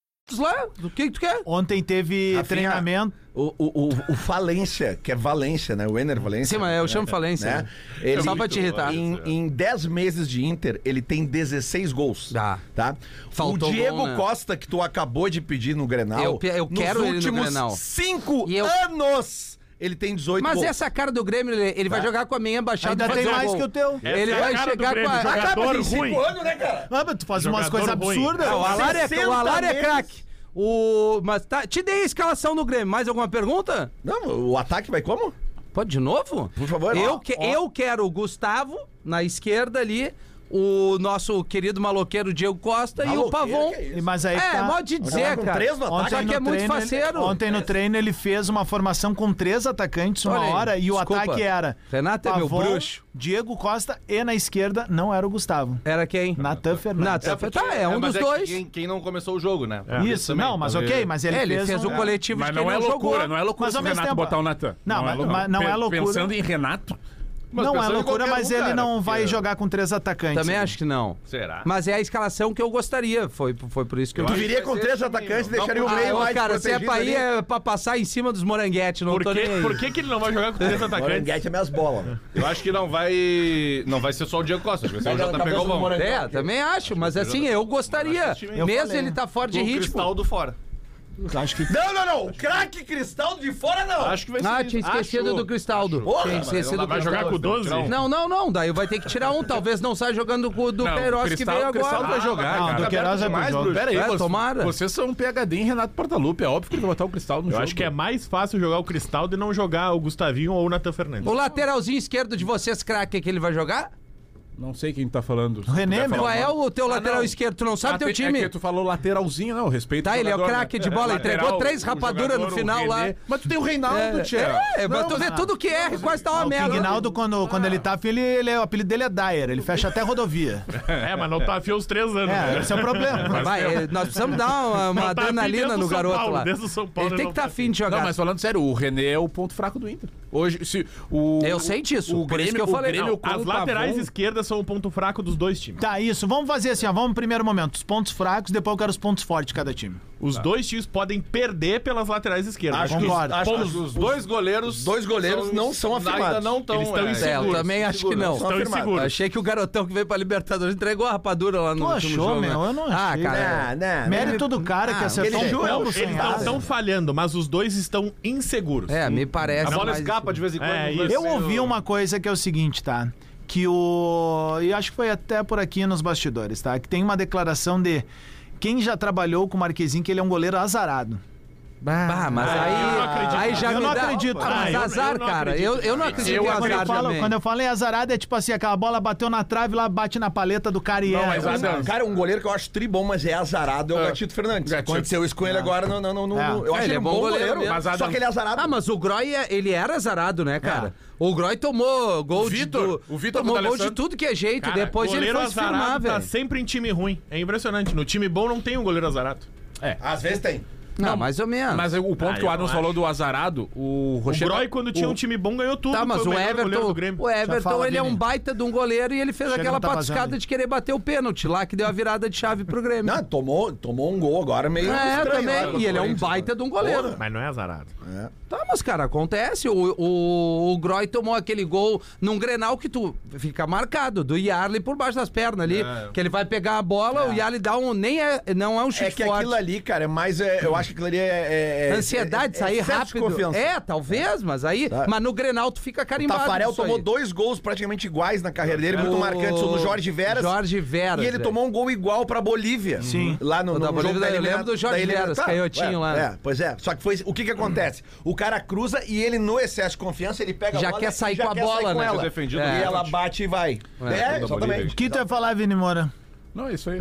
[SPEAKER 6] lá. O que que tu quer?
[SPEAKER 3] Ontem teve
[SPEAKER 7] Rafinha,
[SPEAKER 3] treinamento.
[SPEAKER 7] O, o, o, o Falência, que é Valência, né? O Ener Valência.
[SPEAKER 6] Sim, mas eu chamo Falência.
[SPEAKER 7] né?
[SPEAKER 6] né? Só pra te irritar.
[SPEAKER 7] Em, em 10 meses de Inter, ele tem 16 gols.
[SPEAKER 6] Tá.
[SPEAKER 7] tá?
[SPEAKER 6] Faltou
[SPEAKER 7] o Diego
[SPEAKER 6] gol, né?
[SPEAKER 7] Costa, que tu acabou de pedir no Grenal.
[SPEAKER 6] Eu pe- eu quero
[SPEAKER 7] nos
[SPEAKER 6] ele no
[SPEAKER 7] últimos
[SPEAKER 6] Grenal.
[SPEAKER 7] 5
[SPEAKER 6] E eu-
[SPEAKER 7] anos, ele tem 18
[SPEAKER 6] Mas
[SPEAKER 7] gols.
[SPEAKER 6] essa cara do Grêmio, ele, ele vai jogar com a minha baixada.
[SPEAKER 3] Tá. Ainda
[SPEAKER 6] e fazer
[SPEAKER 3] tem mais
[SPEAKER 6] gol.
[SPEAKER 3] que o teu.
[SPEAKER 9] Essa
[SPEAKER 6] Ele
[SPEAKER 9] é a
[SPEAKER 6] vai
[SPEAKER 9] cara do
[SPEAKER 6] chegar
[SPEAKER 9] Grêmio,
[SPEAKER 6] com a-
[SPEAKER 9] Jogador
[SPEAKER 7] Em cinco
[SPEAKER 9] ruim.
[SPEAKER 7] anos, né, cara?
[SPEAKER 3] Ah, mas tu faz umas
[SPEAKER 9] Jogador
[SPEAKER 3] coisas
[SPEAKER 9] ruim.
[SPEAKER 3] absurdas.
[SPEAKER 6] O Alar é, o Alar é
[SPEAKER 7] 60
[SPEAKER 6] craque. O... Mas tá, te dei a escalação do Grêmio. Mais alguma pergunta?
[SPEAKER 7] Não, o ataque vai como?
[SPEAKER 6] Pode de novo?
[SPEAKER 7] Por favor.
[SPEAKER 6] Eu,
[SPEAKER 7] Ó,
[SPEAKER 6] que-
[SPEAKER 7] ó.
[SPEAKER 6] eu quero o Gustavo na esquerda ali, o nosso querido maloqueiro Diego Costa e o
[SPEAKER 7] Maloqueiro,
[SPEAKER 6] Pavon.
[SPEAKER 7] que é isso?
[SPEAKER 3] E- Mas aí que
[SPEAKER 6] É,
[SPEAKER 3] tá.
[SPEAKER 6] pode dizer,
[SPEAKER 7] Jogar com
[SPEAKER 6] cara.
[SPEAKER 7] três no ataque?
[SPEAKER 6] Só que
[SPEAKER 3] no
[SPEAKER 6] é muito
[SPEAKER 3] treino, ele-
[SPEAKER 6] faceiro. É.
[SPEAKER 3] ontem no treino ele fez uma formação com três atacantes uma
[SPEAKER 6] Olha aí,
[SPEAKER 3] hora e o
[SPEAKER 6] desculpa.
[SPEAKER 3] ataque era
[SPEAKER 6] Renato é meu bruxo.
[SPEAKER 3] Diego Costa e na esquerda não era o Gustavo.
[SPEAKER 6] Era quem?
[SPEAKER 3] Natan Fernandes.
[SPEAKER 6] Natan Fer- Tá, é um
[SPEAKER 4] mas
[SPEAKER 6] dos dois.
[SPEAKER 4] Quem, quem não começou o jogo, né?
[SPEAKER 9] É.
[SPEAKER 3] Isso,
[SPEAKER 4] também,
[SPEAKER 3] não, mas
[SPEAKER 4] talvez.
[SPEAKER 3] ok, mas ele,
[SPEAKER 6] É, ele fez o
[SPEAKER 3] um-
[SPEAKER 6] coletivo
[SPEAKER 5] Mas
[SPEAKER 6] de quem
[SPEAKER 5] não é
[SPEAKER 6] jogou.
[SPEAKER 5] loucura, não é loucura
[SPEAKER 3] Mas
[SPEAKER 5] se
[SPEAKER 3] ao
[SPEAKER 5] o
[SPEAKER 3] mesmo
[SPEAKER 5] Renato
[SPEAKER 3] tempo-
[SPEAKER 5] botar o Natan.
[SPEAKER 3] Não, mas- mas não é
[SPEAKER 5] Pe-
[SPEAKER 3] loucura.
[SPEAKER 5] Pensando em Renato,
[SPEAKER 4] Mas
[SPEAKER 3] não é
[SPEAKER 4] pensando em
[SPEAKER 3] loucura,
[SPEAKER 4] qualquer
[SPEAKER 3] mas
[SPEAKER 4] um,
[SPEAKER 3] ele
[SPEAKER 4] cara,
[SPEAKER 3] não vai
[SPEAKER 4] porque-
[SPEAKER 3] jogar com três atacantes.
[SPEAKER 6] Também acho que não.
[SPEAKER 4] Será?
[SPEAKER 6] Mas é a escalação que eu gostaria. Foi, foi por isso que eu,
[SPEAKER 7] Tu
[SPEAKER 4] acho
[SPEAKER 7] viria
[SPEAKER 4] que vai
[SPEAKER 7] com
[SPEAKER 4] ser
[SPEAKER 7] três
[SPEAKER 4] assim,
[SPEAKER 7] atacantes e
[SPEAKER 4] meu.
[SPEAKER 7] deixaria o
[SPEAKER 6] Ah,
[SPEAKER 7] meio
[SPEAKER 6] ô,
[SPEAKER 7] mais
[SPEAKER 6] cara, se é pra ir,
[SPEAKER 7] protegido ali.
[SPEAKER 6] é pra passar em cima dos moranguetes, não
[SPEAKER 9] Por,
[SPEAKER 6] tô
[SPEAKER 9] que,
[SPEAKER 6] nem aí.
[SPEAKER 9] por que, que ele não vai jogar com três atacantes?
[SPEAKER 7] Moranguete é minhas bolas. né?
[SPEAKER 4] Eu acho que não vai. Não vai ser só o Diego Costa, acho que vai ser
[SPEAKER 7] Vai
[SPEAKER 4] o
[SPEAKER 7] jogar na
[SPEAKER 4] JP
[SPEAKER 7] cabeça do
[SPEAKER 4] Galvão.
[SPEAKER 7] Moranguete.
[SPEAKER 6] É, também acho, mas assim, eu gostaria. Mesmo ele tá fora de
[SPEAKER 4] O
[SPEAKER 6] ritmo.
[SPEAKER 4] Cristaldo fora.
[SPEAKER 3] Acho que
[SPEAKER 7] Não, não, não. O craque cristal de fora, não.
[SPEAKER 4] Acho que vai ser.
[SPEAKER 6] Ah,
[SPEAKER 4] isso.
[SPEAKER 6] tinha esquecido
[SPEAKER 4] é Acho.
[SPEAKER 6] do Cristaldo.
[SPEAKER 7] Porra,
[SPEAKER 6] tinha
[SPEAKER 7] mas
[SPEAKER 6] esquecido do
[SPEAKER 4] Vai
[SPEAKER 6] Cristaldo.
[SPEAKER 4] jogar com 12?
[SPEAKER 6] Não, não, não. Daí vai ter que tirar um. Talvez não saia jogando com o do
[SPEAKER 5] Não,
[SPEAKER 6] Queiroz que
[SPEAKER 5] Cristaldo-
[SPEAKER 6] veio agora.
[SPEAKER 5] Cristaldo vai jogar,
[SPEAKER 3] Não, do
[SPEAKER 5] cara.
[SPEAKER 3] Queiroz vai pro
[SPEAKER 5] Mas,
[SPEAKER 3] jogo.
[SPEAKER 5] Bruno, peraí,
[SPEAKER 6] É,
[SPEAKER 5] vocês-
[SPEAKER 6] tomara.
[SPEAKER 5] Vocês são um PHD em Renato Portaluppi. É óbvio que ele vai botar o Cristaldo no
[SPEAKER 9] Eu
[SPEAKER 5] jogo.
[SPEAKER 9] acho que é mais fácil jogar o Cristaldo e não jogar o Gustavinho ou o Nathan Fernandes.
[SPEAKER 6] O lateralzinho esquerdo de vocês, craque, é que ele vai jogar?
[SPEAKER 5] Não sei quem tá falando.
[SPEAKER 3] René, meu.
[SPEAKER 6] Qual é o teu lateral
[SPEAKER 5] não.
[SPEAKER 6] esquerdo? Tu não sabe teu
[SPEAKER 5] É
[SPEAKER 6] time?
[SPEAKER 5] que tu falou lateralzinho, não, respeito.
[SPEAKER 6] Tá,
[SPEAKER 5] o
[SPEAKER 6] ele é o
[SPEAKER 5] jogador,
[SPEAKER 6] craque
[SPEAKER 5] né?
[SPEAKER 6] de bola, entregou
[SPEAKER 5] lateral,
[SPEAKER 6] três
[SPEAKER 5] o
[SPEAKER 6] rapaduras no
[SPEAKER 5] jogador, o
[SPEAKER 6] final
[SPEAKER 5] René.
[SPEAKER 6] lá.
[SPEAKER 5] Mas tu tem o Reinaldo,
[SPEAKER 6] É,
[SPEAKER 5] Tchê.
[SPEAKER 6] é, mas
[SPEAKER 5] Não,
[SPEAKER 6] tu vê tudo que erra e quase tá uma
[SPEAKER 3] O
[SPEAKER 6] merda.
[SPEAKER 3] Guinaldo, quando, quando ele tá afim, ele, ele- o apelido dele é Dyer. Ele fecha até rodovia.
[SPEAKER 9] É, mas não tá afim os três anos.
[SPEAKER 3] É,
[SPEAKER 9] né?
[SPEAKER 3] esse é o problema.
[SPEAKER 6] Vai, é, nós precisamos dar uma, uma
[SPEAKER 9] Não, tá
[SPEAKER 6] adrenalina
[SPEAKER 9] afim
[SPEAKER 6] no
[SPEAKER 9] desde o São
[SPEAKER 6] garoto
[SPEAKER 9] Paulo,
[SPEAKER 6] lá.
[SPEAKER 9] desde o São Paulo
[SPEAKER 6] ele tem
[SPEAKER 9] não
[SPEAKER 6] que estar
[SPEAKER 9] tá
[SPEAKER 6] tá afim de jogar.
[SPEAKER 5] Não, mas falando sério, o René é o ponto fraco do Inter. Hoje, se o.
[SPEAKER 6] Eu sei disso,
[SPEAKER 5] O
[SPEAKER 6] por
[SPEAKER 5] Grêmio,
[SPEAKER 6] isso que eu falei.
[SPEAKER 5] O Grêmio,
[SPEAKER 6] Não, tá
[SPEAKER 5] com
[SPEAKER 9] As
[SPEAKER 5] o
[SPEAKER 9] laterais
[SPEAKER 5] Pavon-
[SPEAKER 9] esquerdas são o ponto fraco dos dois times.
[SPEAKER 3] Tá, isso. Vamos fazer assim, ó. Vamos no primeiro momento. Os pontos fracos, depois eu quero os pontos fortes de cada time.
[SPEAKER 9] Os dois times podem perder pelas laterais esquerdas.
[SPEAKER 7] Acho
[SPEAKER 9] Acho que os-
[SPEAKER 3] Concordo.
[SPEAKER 4] Acho que os dois goleiros.
[SPEAKER 7] os dois goleiros não são
[SPEAKER 4] Ainda
[SPEAKER 7] afirmados.
[SPEAKER 4] não estão.
[SPEAKER 9] Eles estão
[SPEAKER 6] É, eu
[SPEAKER 9] seguros,
[SPEAKER 6] também acho que não.
[SPEAKER 9] estão
[SPEAKER 7] afirmados.
[SPEAKER 9] inseguros.
[SPEAKER 6] Achei que o garotão que veio pra Libertadores entregou a rapadura lá no
[SPEAKER 3] Tu
[SPEAKER 6] último
[SPEAKER 3] achou,
[SPEAKER 6] jogo,
[SPEAKER 3] meu?
[SPEAKER 6] né?
[SPEAKER 3] Eu não
[SPEAKER 6] Ah,
[SPEAKER 3] achei.
[SPEAKER 6] cara.
[SPEAKER 7] Ah, né?
[SPEAKER 3] Mérito do cara que
[SPEAKER 6] Ah,
[SPEAKER 3] acertou
[SPEAKER 7] ele
[SPEAKER 3] um
[SPEAKER 7] jogou,
[SPEAKER 3] combo sem
[SPEAKER 9] Eles não
[SPEAKER 3] nada.
[SPEAKER 9] estão falhando, mas os dois estão inseguros.
[SPEAKER 6] É, me parece.
[SPEAKER 4] A bola
[SPEAKER 6] mais-
[SPEAKER 4] escapa de vez em quando.
[SPEAKER 9] É,
[SPEAKER 4] um
[SPEAKER 9] isso.
[SPEAKER 4] lance
[SPEAKER 3] Eu
[SPEAKER 4] meio-
[SPEAKER 3] ouvi uma coisa que é o seguinte, tá? Que o. E acho que foi até por aqui nos bastidores, tá? Que tem uma declaração de. Quem já trabalhou com o Marquezinho, que ele é um goleiro azarado.
[SPEAKER 6] Bah, mas
[SPEAKER 9] Ah,
[SPEAKER 6] aí.
[SPEAKER 9] eu não acredito.
[SPEAKER 6] Aí já
[SPEAKER 3] Eu
[SPEAKER 6] me
[SPEAKER 3] não
[SPEAKER 6] dá-
[SPEAKER 3] acredito.
[SPEAKER 6] Ah,
[SPEAKER 9] Ah,
[SPEAKER 6] mas
[SPEAKER 9] eu- eu
[SPEAKER 6] azar,
[SPEAKER 9] não
[SPEAKER 6] cara.
[SPEAKER 9] acredito.
[SPEAKER 6] Eu, eu não acredito
[SPEAKER 9] Eu
[SPEAKER 6] em
[SPEAKER 3] Quando eu,
[SPEAKER 6] azar
[SPEAKER 3] falo,
[SPEAKER 6] também.
[SPEAKER 3] quando eu falo em azarado, é tipo assim, aquela bola bateu na trave, lá bate na paleta do cara e
[SPEAKER 5] Não,
[SPEAKER 3] é.
[SPEAKER 5] mas
[SPEAKER 3] Um-
[SPEAKER 5] Adams,
[SPEAKER 7] Cara, um goleiro que eu acho tribom, mas é azarado é o
[SPEAKER 5] É.
[SPEAKER 7] Gatito Fernandes.
[SPEAKER 5] Gatito.
[SPEAKER 7] Aconteceu isso com ele agora. Não, não, não, não,
[SPEAKER 3] É.
[SPEAKER 7] não. Eu
[SPEAKER 6] Ah, É,
[SPEAKER 7] acho
[SPEAKER 6] ele
[SPEAKER 7] ele
[SPEAKER 6] é
[SPEAKER 7] um
[SPEAKER 6] bom
[SPEAKER 7] bom
[SPEAKER 6] goleiro,
[SPEAKER 7] goleiro.
[SPEAKER 6] mas
[SPEAKER 7] Só
[SPEAKER 5] Adams-
[SPEAKER 7] que ele é azarado.
[SPEAKER 6] Ah, mas o Groy, é- ele era azarado, né, cara? O Groy tomou gol
[SPEAKER 5] Vitor,
[SPEAKER 6] de...
[SPEAKER 5] o Vitor
[SPEAKER 6] tomou gol de
[SPEAKER 5] D'Alessandro.
[SPEAKER 6] tudo que é jeito.
[SPEAKER 9] Cara,
[SPEAKER 6] Depois ele
[SPEAKER 9] goleiro
[SPEAKER 6] foi se firmar,
[SPEAKER 9] azarado
[SPEAKER 6] velho.
[SPEAKER 9] tá sempre em time ruim. É impressionante. No time bom não tem um goleiro azarado.
[SPEAKER 6] Ah,
[SPEAKER 7] Às vezes tem.
[SPEAKER 6] Não, mais ou menos.
[SPEAKER 5] Mas o ponto
[SPEAKER 9] Ah,
[SPEAKER 5] que o
[SPEAKER 9] eu
[SPEAKER 5] Adams
[SPEAKER 9] não
[SPEAKER 5] falou do azarado, o
[SPEAKER 9] O
[SPEAKER 5] Rocher.
[SPEAKER 9] Groy, quando tinha um time bom, ganhou tudo.
[SPEAKER 6] Tá, mas
[SPEAKER 9] foi
[SPEAKER 6] o
[SPEAKER 9] melhor goleiro
[SPEAKER 6] Everton,
[SPEAKER 9] do Grêmio.
[SPEAKER 6] o Everton,
[SPEAKER 3] fala,
[SPEAKER 6] ele é
[SPEAKER 3] Vini.
[SPEAKER 6] um baita de um goleiro e ele fez
[SPEAKER 3] Chega,
[SPEAKER 6] aquela
[SPEAKER 3] não tá vazando
[SPEAKER 6] patuscada
[SPEAKER 3] aí.
[SPEAKER 6] de querer bater o pênalti lá, que deu a virada de chave pro Grêmio.
[SPEAKER 7] Não, tomou, tomou um gol agora meio
[SPEAKER 6] é,
[SPEAKER 7] estranho. né? lá
[SPEAKER 6] também.
[SPEAKER 7] contra
[SPEAKER 6] E
[SPEAKER 7] o
[SPEAKER 6] ele é um
[SPEAKER 7] Corinthians,
[SPEAKER 6] baita de um goleiro.
[SPEAKER 9] Mas não é azarado.
[SPEAKER 7] né?
[SPEAKER 6] Tá, mas, cara, acontece. O, o, o Groy tomou aquele gol num Grenal que tu fica marcado, do Yarley por baixo das pernas ali. Que ele vai pegar a bola, o Yarley dá um. Nem é, não é um chute
[SPEAKER 7] É que
[SPEAKER 6] forte.
[SPEAKER 7] aquilo ali, cara, é mais. é- eu acho que aquilo ali é. é- é-
[SPEAKER 6] Ansiedade,
[SPEAKER 7] é- é
[SPEAKER 6] sair
[SPEAKER 7] excesso de
[SPEAKER 6] rápido.
[SPEAKER 7] confiança.
[SPEAKER 6] É, talvez, mas aí. Mas no Grenal tu fica
[SPEAKER 7] O
[SPEAKER 6] carimbado.
[SPEAKER 7] Tafarel
[SPEAKER 6] nisso
[SPEAKER 7] tomou
[SPEAKER 6] aí.
[SPEAKER 7] dois gols praticamente iguais na carreira dele, muito
[SPEAKER 6] O-
[SPEAKER 7] marcantes. Um no Jorge Veras.
[SPEAKER 6] Jorge Veras,
[SPEAKER 7] E ele
[SPEAKER 6] é.
[SPEAKER 7] tomou um gol igual pra Bolívia. Sim. Lá no,
[SPEAKER 6] O
[SPEAKER 7] no,
[SPEAKER 6] da
[SPEAKER 7] no
[SPEAKER 6] Bolívia,
[SPEAKER 7] jogo da
[SPEAKER 6] eu
[SPEAKER 7] elimina-
[SPEAKER 6] lembro do Jorge
[SPEAKER 7] da elimina-
[SPEAKER 6] Veras, canhotinho
[SPEAKER 7] é,
[SPEAKER 6] lá, Hum. né?
[SPEAKER 7] É, pois é. Só que foi o que que acontece? O cara cruza e ele no excesso de confiança, ele pega
[SPEAKER 6] Já
[SPEAKER 7] a bola
[SPEAKER 6] quer sair
[SPEAKER 7] e já
[SPEAKER 6] com a
[SPEAKER 7] quer sair
[SPEAKER 6] bola,
[SPEAKER 7] com
[SPEAKER 6] né?
[SPEAKER 7] ela.
[SPEAKER 4] Defendido
[SPEAKER 7] E
[SPEAKER 4] do
[SPEAKER 7] É, ela
[SPEAKER 4] Bolt.
[SPEAKER 7] bate e vai. É,
[SPEAKER 4] da
[SPEAKER 7] exatamente.
[SPEAKER 4] Bolívia.
[SPEAKER 3] O que tu ia falar, Vini Moura?
[SPEAKER 5] Não, é isso aí.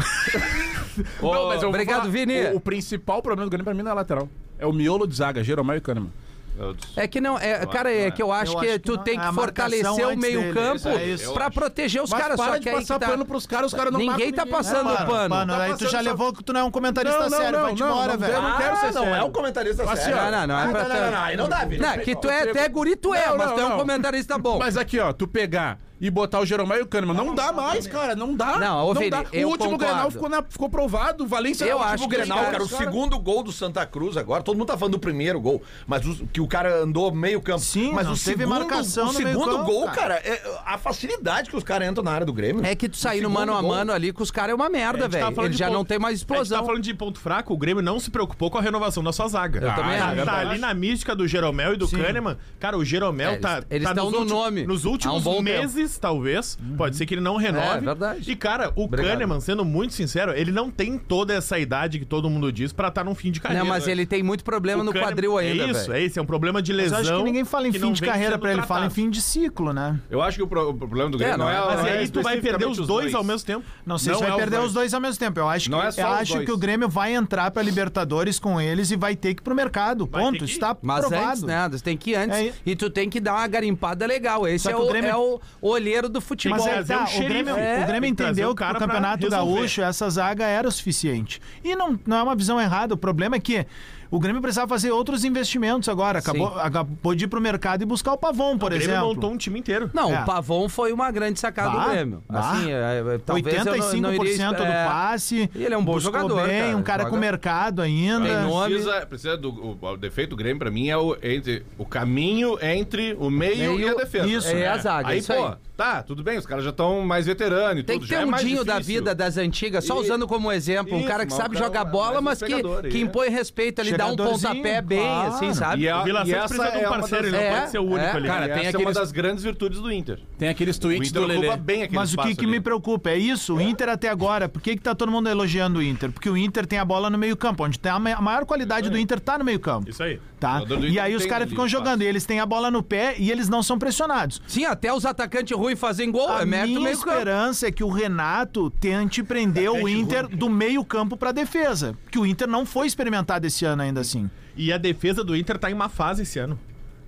[SPEAKER 4] Ô,
[SPEAKER 5] mas eu vou
[SPEAKER 6] obrigado, Vini.
[SPEAKER 5] O, o principal problema do Grêmio pra mim não é a lateral. É o miolo de zaga, Jeromel e Kahneman.
[SPEAKER 4] eu disse,
[SPEAKER 6] É que não, é, cara, é que eu acho
[SPEAKER 3] Eu
[SPEAKER 6] que
[SPEAKER 3] acho que
[SPEAKER 6] tu
[SPEAKER 3] não-
[SPEAKER 6] tem
[SPEAKER 3] a
[SPEAKER 6] que
[SPEAKER 3] marcação
[SPEAKER 6] fortalecer o
[SPEAKER 3] antes dele,
[SPEAKER 6] meio-campo
[SPEAKER 3] é isso.
[SPEAKER 6] pra
[SPEAKER 4] Eu acho.
[SPEAKER 6] proteger os
[SPEAKER 5] Mas
[SPEAKER 6] caras.
[SPEAKER 5] para
[SPEAKER 6] Só
[SPEAKER 5] de
[SPEAKER 6] que aí
[SPEAKER 5] passar
[SPEAKER 6] que tá...
[SPEAKER 5] pano pros caras, os caras não
[SPEAKER 6] Ninguém
[SPEAKER 5] marcam
[SPEAKER 6] tá
[SPEAKER 5] ninguém.
[SPEAKER 6] passando
[SPEAKER 5] Não,
[SPEAKER 3] É, Mano,
[SPEAKER 6] pano.
[SPEAKER 3] mano, aí tu
[SPEAKER 5] passando
[SPEAKER 3] já
[SPEAKER 5] só-
[SPEAKER 3] levou que tu Tá não é um comentarista
[SPEAKER 5] Não, não,
[SPEAKER 3] sério,
[SPEAKER 5] não,
[SPEAKER 3] vai-te
[SPEAKER 5] não,
[SPEAKER 3] embora,
[SPEAKER 5] não,
[SPEAKER 3] velho.
[SPEAKER 5] não quero ser
[SPEAKER 7] Ah, não,
[SPEAKER 5] sério.
[SPEAKER 7] é um comentarista
[SPEAKER 5] Mas,
[SPEAKER 7] sério.
[SPEAKER 5] ó,
[SPEAKER 6] Não, não, não, é
[SPEAKER 7] Ah,
[SPEAKER 6] pra
[SPEAKER 7] não, não, não, aí não dá, Vini.
[SPEAKER 6] Não, que tu é até guri, tu é,
[SPEAKER 5] Não,
[SPEAKER 6] mas
[SPEAKER 5] não,
[SPEAKER 6] tu é um
[SPEAKER 5] não.
[SPEAKER 6] comentarista bom.
[SPEAKER 5] Mas aqui, ó, tu pegar e botar o Jeromel e o Kahneman, não, dá mais, cara, não dá.
[SPEAKER 6] Não, ô, Vini,
[SPEAKER 5] dá.
[SPEAKER 6] eu
[SPEAKER 5] O último
[SPEAKER 6] concordo.
[SPEAKER 5] Grenal ficou, na- ficou provado, o Valência
[SPEAKER 6] Eu
[SPEAKER 5] o último
[SPEAKER 6] acho que os
[SPEAKER 7] Grenal, cara, o
[SPEAKER 5] os caras-
[SPEAKER 7] segundo gol do Santa Cruz agora, todo mundo tá falando do primeiro gol, mas os- que o cara andou meio campo.
[SPEAKER 3] Sim,
[SPEAKER 7] mas
[SPEAKER 3] não
[SPEAKER 7] o
[SPEAKER 3] teve
[SPEAKER 7] segundo,
[SPEAKER 3] marcação
[SPEAKER 7] o
[SPEAKER 3] no meio
[SPEAKER 7] segundo
[SPEAKER 3] campo,
[SPEAKER 7] gol,
[SPEAKER 3] cara.
[SPEAKER 7] cara, é a facilidade que os caras entram na área do Grêmio.
[SPEAKER 6] É que tu sair
[SPEAKER 7] O
[SPEAKER 6] no
[SPEAKER 7] segundo
[SPEAKER 6] mano a
[SPEAKER 7] gol.
[SPEAKER 6] mano ali com os caras é uma merda,
[SPEAKER 9] gente tava
[SPEAKER 6] velho.
[SPEAKER 9] falando
[SPEAKER 6] Ele
[SPEAKER 9] de
[SPEAKER 6] já
[SPEAKER 9] ponto-
[SPEAKER 6] não tem mais
[SPEAKER 9] A gente tá
[SPEAKER 6] explosão.
[SPEAKER 9] falando de ponto fraco, o Grêmio não se preocupou com a renovação da sua zaga.
[SPEAKER 6] Eu também
[SPEAKER 9] tá,
[SPEAKER 6] acho.
[SPEAKER 9] tá ali na mística do Jeromel e do Kahneman. Cara, o Jeromel
[SPEAKER 6] É, eles-
[SPEAKER 9] tá.
[SPEAKER 6] eles
[SPEAKER 9] tá
[SPEAKER 6] estão
[SPEAKER 9] nos
[SPEAKER 6] no
[SPEAKER 9] ulti-
[SPEAKER 6] nome
[SPEAKER 9] Nos
[SPEAKER 6] há um
[SPEAKER 9] últimos
[SPEAKER 6] bom Uhum.
[SPEAKER 9] meses, talvez. Pode ser que ele não renove.
[SPEAKER 6] É, verdade.
[SPEAKER 9] E, cara, o
[SPEAKER 6] Obrigado.
[SPEAKER 9] Kahneman, sendo muito sincero, ele não tem toda essa idade que todo mundo diz pra estar num fim de carreira.
[SPEAKER 6] Não, Né, mas ele tem muito problema
[SPEAKER 9] O
[SPEAKER 6] no
[SPEAKER 9] Kahneman-
[SPEAKER 6] quadril ainda,
[SPEAKER 9] É
[SPEAKER 6] velho.
[SPEAKER 9] isso, é isso. É um problema de lesão.
[SPEAKER 3] Mas acho que ninguém fala em
[SPEAKER 9] que
[SPEAKER 3] fim
[SPEAKER 9] não
[SPEAKER 3] de
[SPEAKER 9] vem
[SPEAKER 3] carreira
[SPEAKER 9] sendo
[SPEAKER 3] pra ele, fala em
[SPEAKER 9] tratado.
[SPEAKER 3] fim de ciclo, né?
[SPEAKER 4] Eu acho que o, pro- o problema do Grêmio
[SPEAKER 6] É,
[SPEAKER 4] não,
[SPEAKER 6] não,
[SPEAKER 4] é... a-
[SPEAKER 9] Mas
[SPEAKER 4] não é
[SPEAKER 9] aí tu vai perder os
[SPEAKER 4] especificamente
[SPEAKER 9] dois, ao mesmo tempo.
[SPEAKER 3] Não sei se
[SPEAKER 4] Não
[SPEAKER 3] vai
[SPEAKER 4] é o
[SPEAKER 3] perder
[SPEAKER 4] Grêmio.
[SPEAKER 3] os dois ao mesmo tempo. Eu acho,
[SPEAKER 4] Não
[SPEAKER 3] que,
[SPEAKER 4] é só
[SPEAKER 3] eu
[SPEAKER 4] os
[SPEAKER 3] acho
[SPEAKER 4] dois.
[SPEAKER 3] que o Grêmio vai entrar pra Libertadores com eles e vai ter que ir pro mercado.
[SPEAKER 9] Vai
[SPEAKER 3] ponto.
[SPEAKER 9] ter que ir.
[SPEAKER 3] Está
[SPEAKER 6] Mas
[SPEAKER 3] é provado.
[SPEAKER 6] antes, né? Tu tem que ir antes.
[SPEAKER 3] É.
[SPEAKER 6] E tu tem que dar uma garimpada legal. Esse
[SPEAKER 3] Só
[SPEAKER 6] é
[SPEAKER 3] que o
[SPEAKER 6] o,
[SPEAKER 3] Grêmio-
[SPEAKER 6] é o olheiro do futebol.
[SPEAKER 3] Mas
[SPEAKER 9] Tem que
[SPEAKER 3] é que
[SPEAKER 9] trazer
[SPEAKER 3] tá,
[SPEAKER 9] um
[SPEAKER 3] o
[SPEAKER 9] xerife.
[SPEAKER 3] Grêmio,
[SPEAKER 9] É,
[SPEAKER 3] o Grêmio
[SPEAKER 9] tem que trazer
[SPEAKER 3] entendeu
[SPEAKER 9] o
[SPEAKER 3] que
[SPEAKER 9] cara
[SPEAKER 3] o
[SPEAKER 9] pra
[SPEAKER 3] Campeonato
[SPEAKER 9] resolver.
[SPEAKER 3] Gaúcho, essa zaga era o suficiente. E não, não é uma visão errada, o problema é que o Grêmio precisava fazer outros investimentos agora. Acabou, acabou de ir pro mercado e buscar o Pavon, por
[SPEAKER 9] O Grêmio
[SPEAKER 3] exemplo.
[SPEAKER 9] montou um time inteiro.
[SPEAKER 6] Não,
[SPEAKER 3] É.
[SPEAKER 6] o Pavon foi uma grande sacada
[SPEAKER 3] Bah,
[SPEAKER 6] do Grêmio.
[SPEAKER 3] bah.
[SPEAKER 6] Assim, é, é, talvez eu não-
[SPEAKER 3] 85%
[SPEAKER 6] não iria-
[SPEAKER 3] do
[SPEAKER 6] é,
[SPEAKER 3] passe.
[SPEAKER 6] E ele é um bom
[SPEAKER 3] buscou
[SPEAKER 6] jogador,
[SPEAKER 3] Bem,
[SPEAKER 6] cara,
[SPEAKER 3] um cara com
[SPEAKER 6] joga-
[SPEAKER 3] mercado ainda.
[SPEAKER 6] Tem um nome.
[SPEAKER 4] Precisa, precisa do o, o defeito do Grêmio, pra mim, é o, entre, o caminho entre o meio, e a
[SPEAKER 6] Meio-
[SPEAKER 4] defesa.
[SPEAKER 3] isso,
[SPEAKER 6] é a zaga,
[SPEAKER 4] Aí,
[SPEAKER 6] isso
[SPEAKER 4] pô,
[SPEAKER 6] aí.
[SPEAKER 4] tá, tudo bem, os caras já estão mais veteranos e
[SPEAKER 6] Tem
[SPEAKER 4] tudo.
[SPEAKER 6] que
[SPEAKER 4] já
[SPEAKER 6] ter
[SPEAKER 4] é
[SPEAKER 6] um
[SPEAKER 4] mais
[SPEAKER 6] Dinho da
[SPEAKER 4] difícil.
[SPEAKER 6] vida das antigas, só
[SPEAKER 4] E-
[SPEAKER 6] usando como exemplo. um
[SPEAKER 4] Isso,
[SPEAKER 6] cara que
[SPEAKER 4] mas
[SPEAKER 6] sabe
[SPEAKER 4] o cara
[SPEAKER 6] jogar
[SPEAKER 4] é
[SPEAKER 6] bola, mas
[SPEAKER 4] mais
[SPEAKER 6] que,
[SPEAKER 4] pegador,
[SPEAKER 6] que
[SPEAKER 4] é.
[SPEAKER 6] impõe respeito ali, dá um
[SPEAKER 3] Chegadorzinho,
[SPEAKER 6] pontapé bem,
[SPEAKER 3] claro.
[SPEAKER 6] assim, sabe?
[SPEAKER 4] E, a,
[SPEAKER 9] O Vila
[SPEAKER 4] e
[SPEAKER 9] Santos
[SPEAKER 4] essa
[SPEAKER 9] precisa de
[SPEAKER 4] é
[SPEAKER 9] um
[SPEAKER 4] uma
[SPEAKER 9] parceiro,
[SPEAKER 4] das,
[SPEAKER 9] ele não
[SPEAKER 6] É,
[SPEAKER 9] pode ser o único
[SPEAKER 6] é,
[SPEAKER 9] ali.
[SPEAKER 5] cara,
[SPEAKER 4] essa
[SPEAKER 5] tem
[SPEAKER 4] é uma
[SPEAKER 5] aqueles-
[SPEAKER 4] das grandes virtudes do Inter.
[SPEAKER 5] Tem aqueles
[SPEAKER 4] O
[SPEAKER 5] tweets
[SPEAKER 4] Inter
[SPEAKER 5] do Lelê.
[SPEAKER 4] ocupa bem aquele
[SPEAKER 3] Mas o que,
[SPEAKER 4] espaço
[SPEAKER 3] que me
[SPEAKER 4] ali.
[SPEAKER 3] preocupa é isso, o Inter até agora, por que, que tá todo mundo elogiando o Inter? Porque o Inter tem a bola no meio campo, onde tem a ma- a maior qualidade do Inter tá no meio campo.
[SPEAKER 9] Isso aí.
[SPEAKER 3] Tá?
[SPEAKER 4] O jogador do
[SPEAKER 3] E
[SPEAKER 4] Inter
[SPEAKER 3] aí os
[SPEAKER 4] tem
[SPEAKER 3] caras
[SPEAKER 4] ali
[SPEAKER 3] ficam
[SPEAKER 4] espaço.
[SPEAKER 3] jogando, e eles têm a bola no pé e eles não são pressionados.
[SPEAKER 6] Sim, até os atacantes ruins fazem gol,
[SPEAKER 3] A
[SPEAKER 6] é mérito
[SPEAKER 3] minha
[SPEAKER 6] meio campo.
[SPEAKER 3] esperança é que o Renato tente prender o Inter do meio campo pra defesa, que o Inter não foi experimentado esse ano ainda assim.
[SPEAKER 9] E a defesa do Inter tá em uma fase esse ano.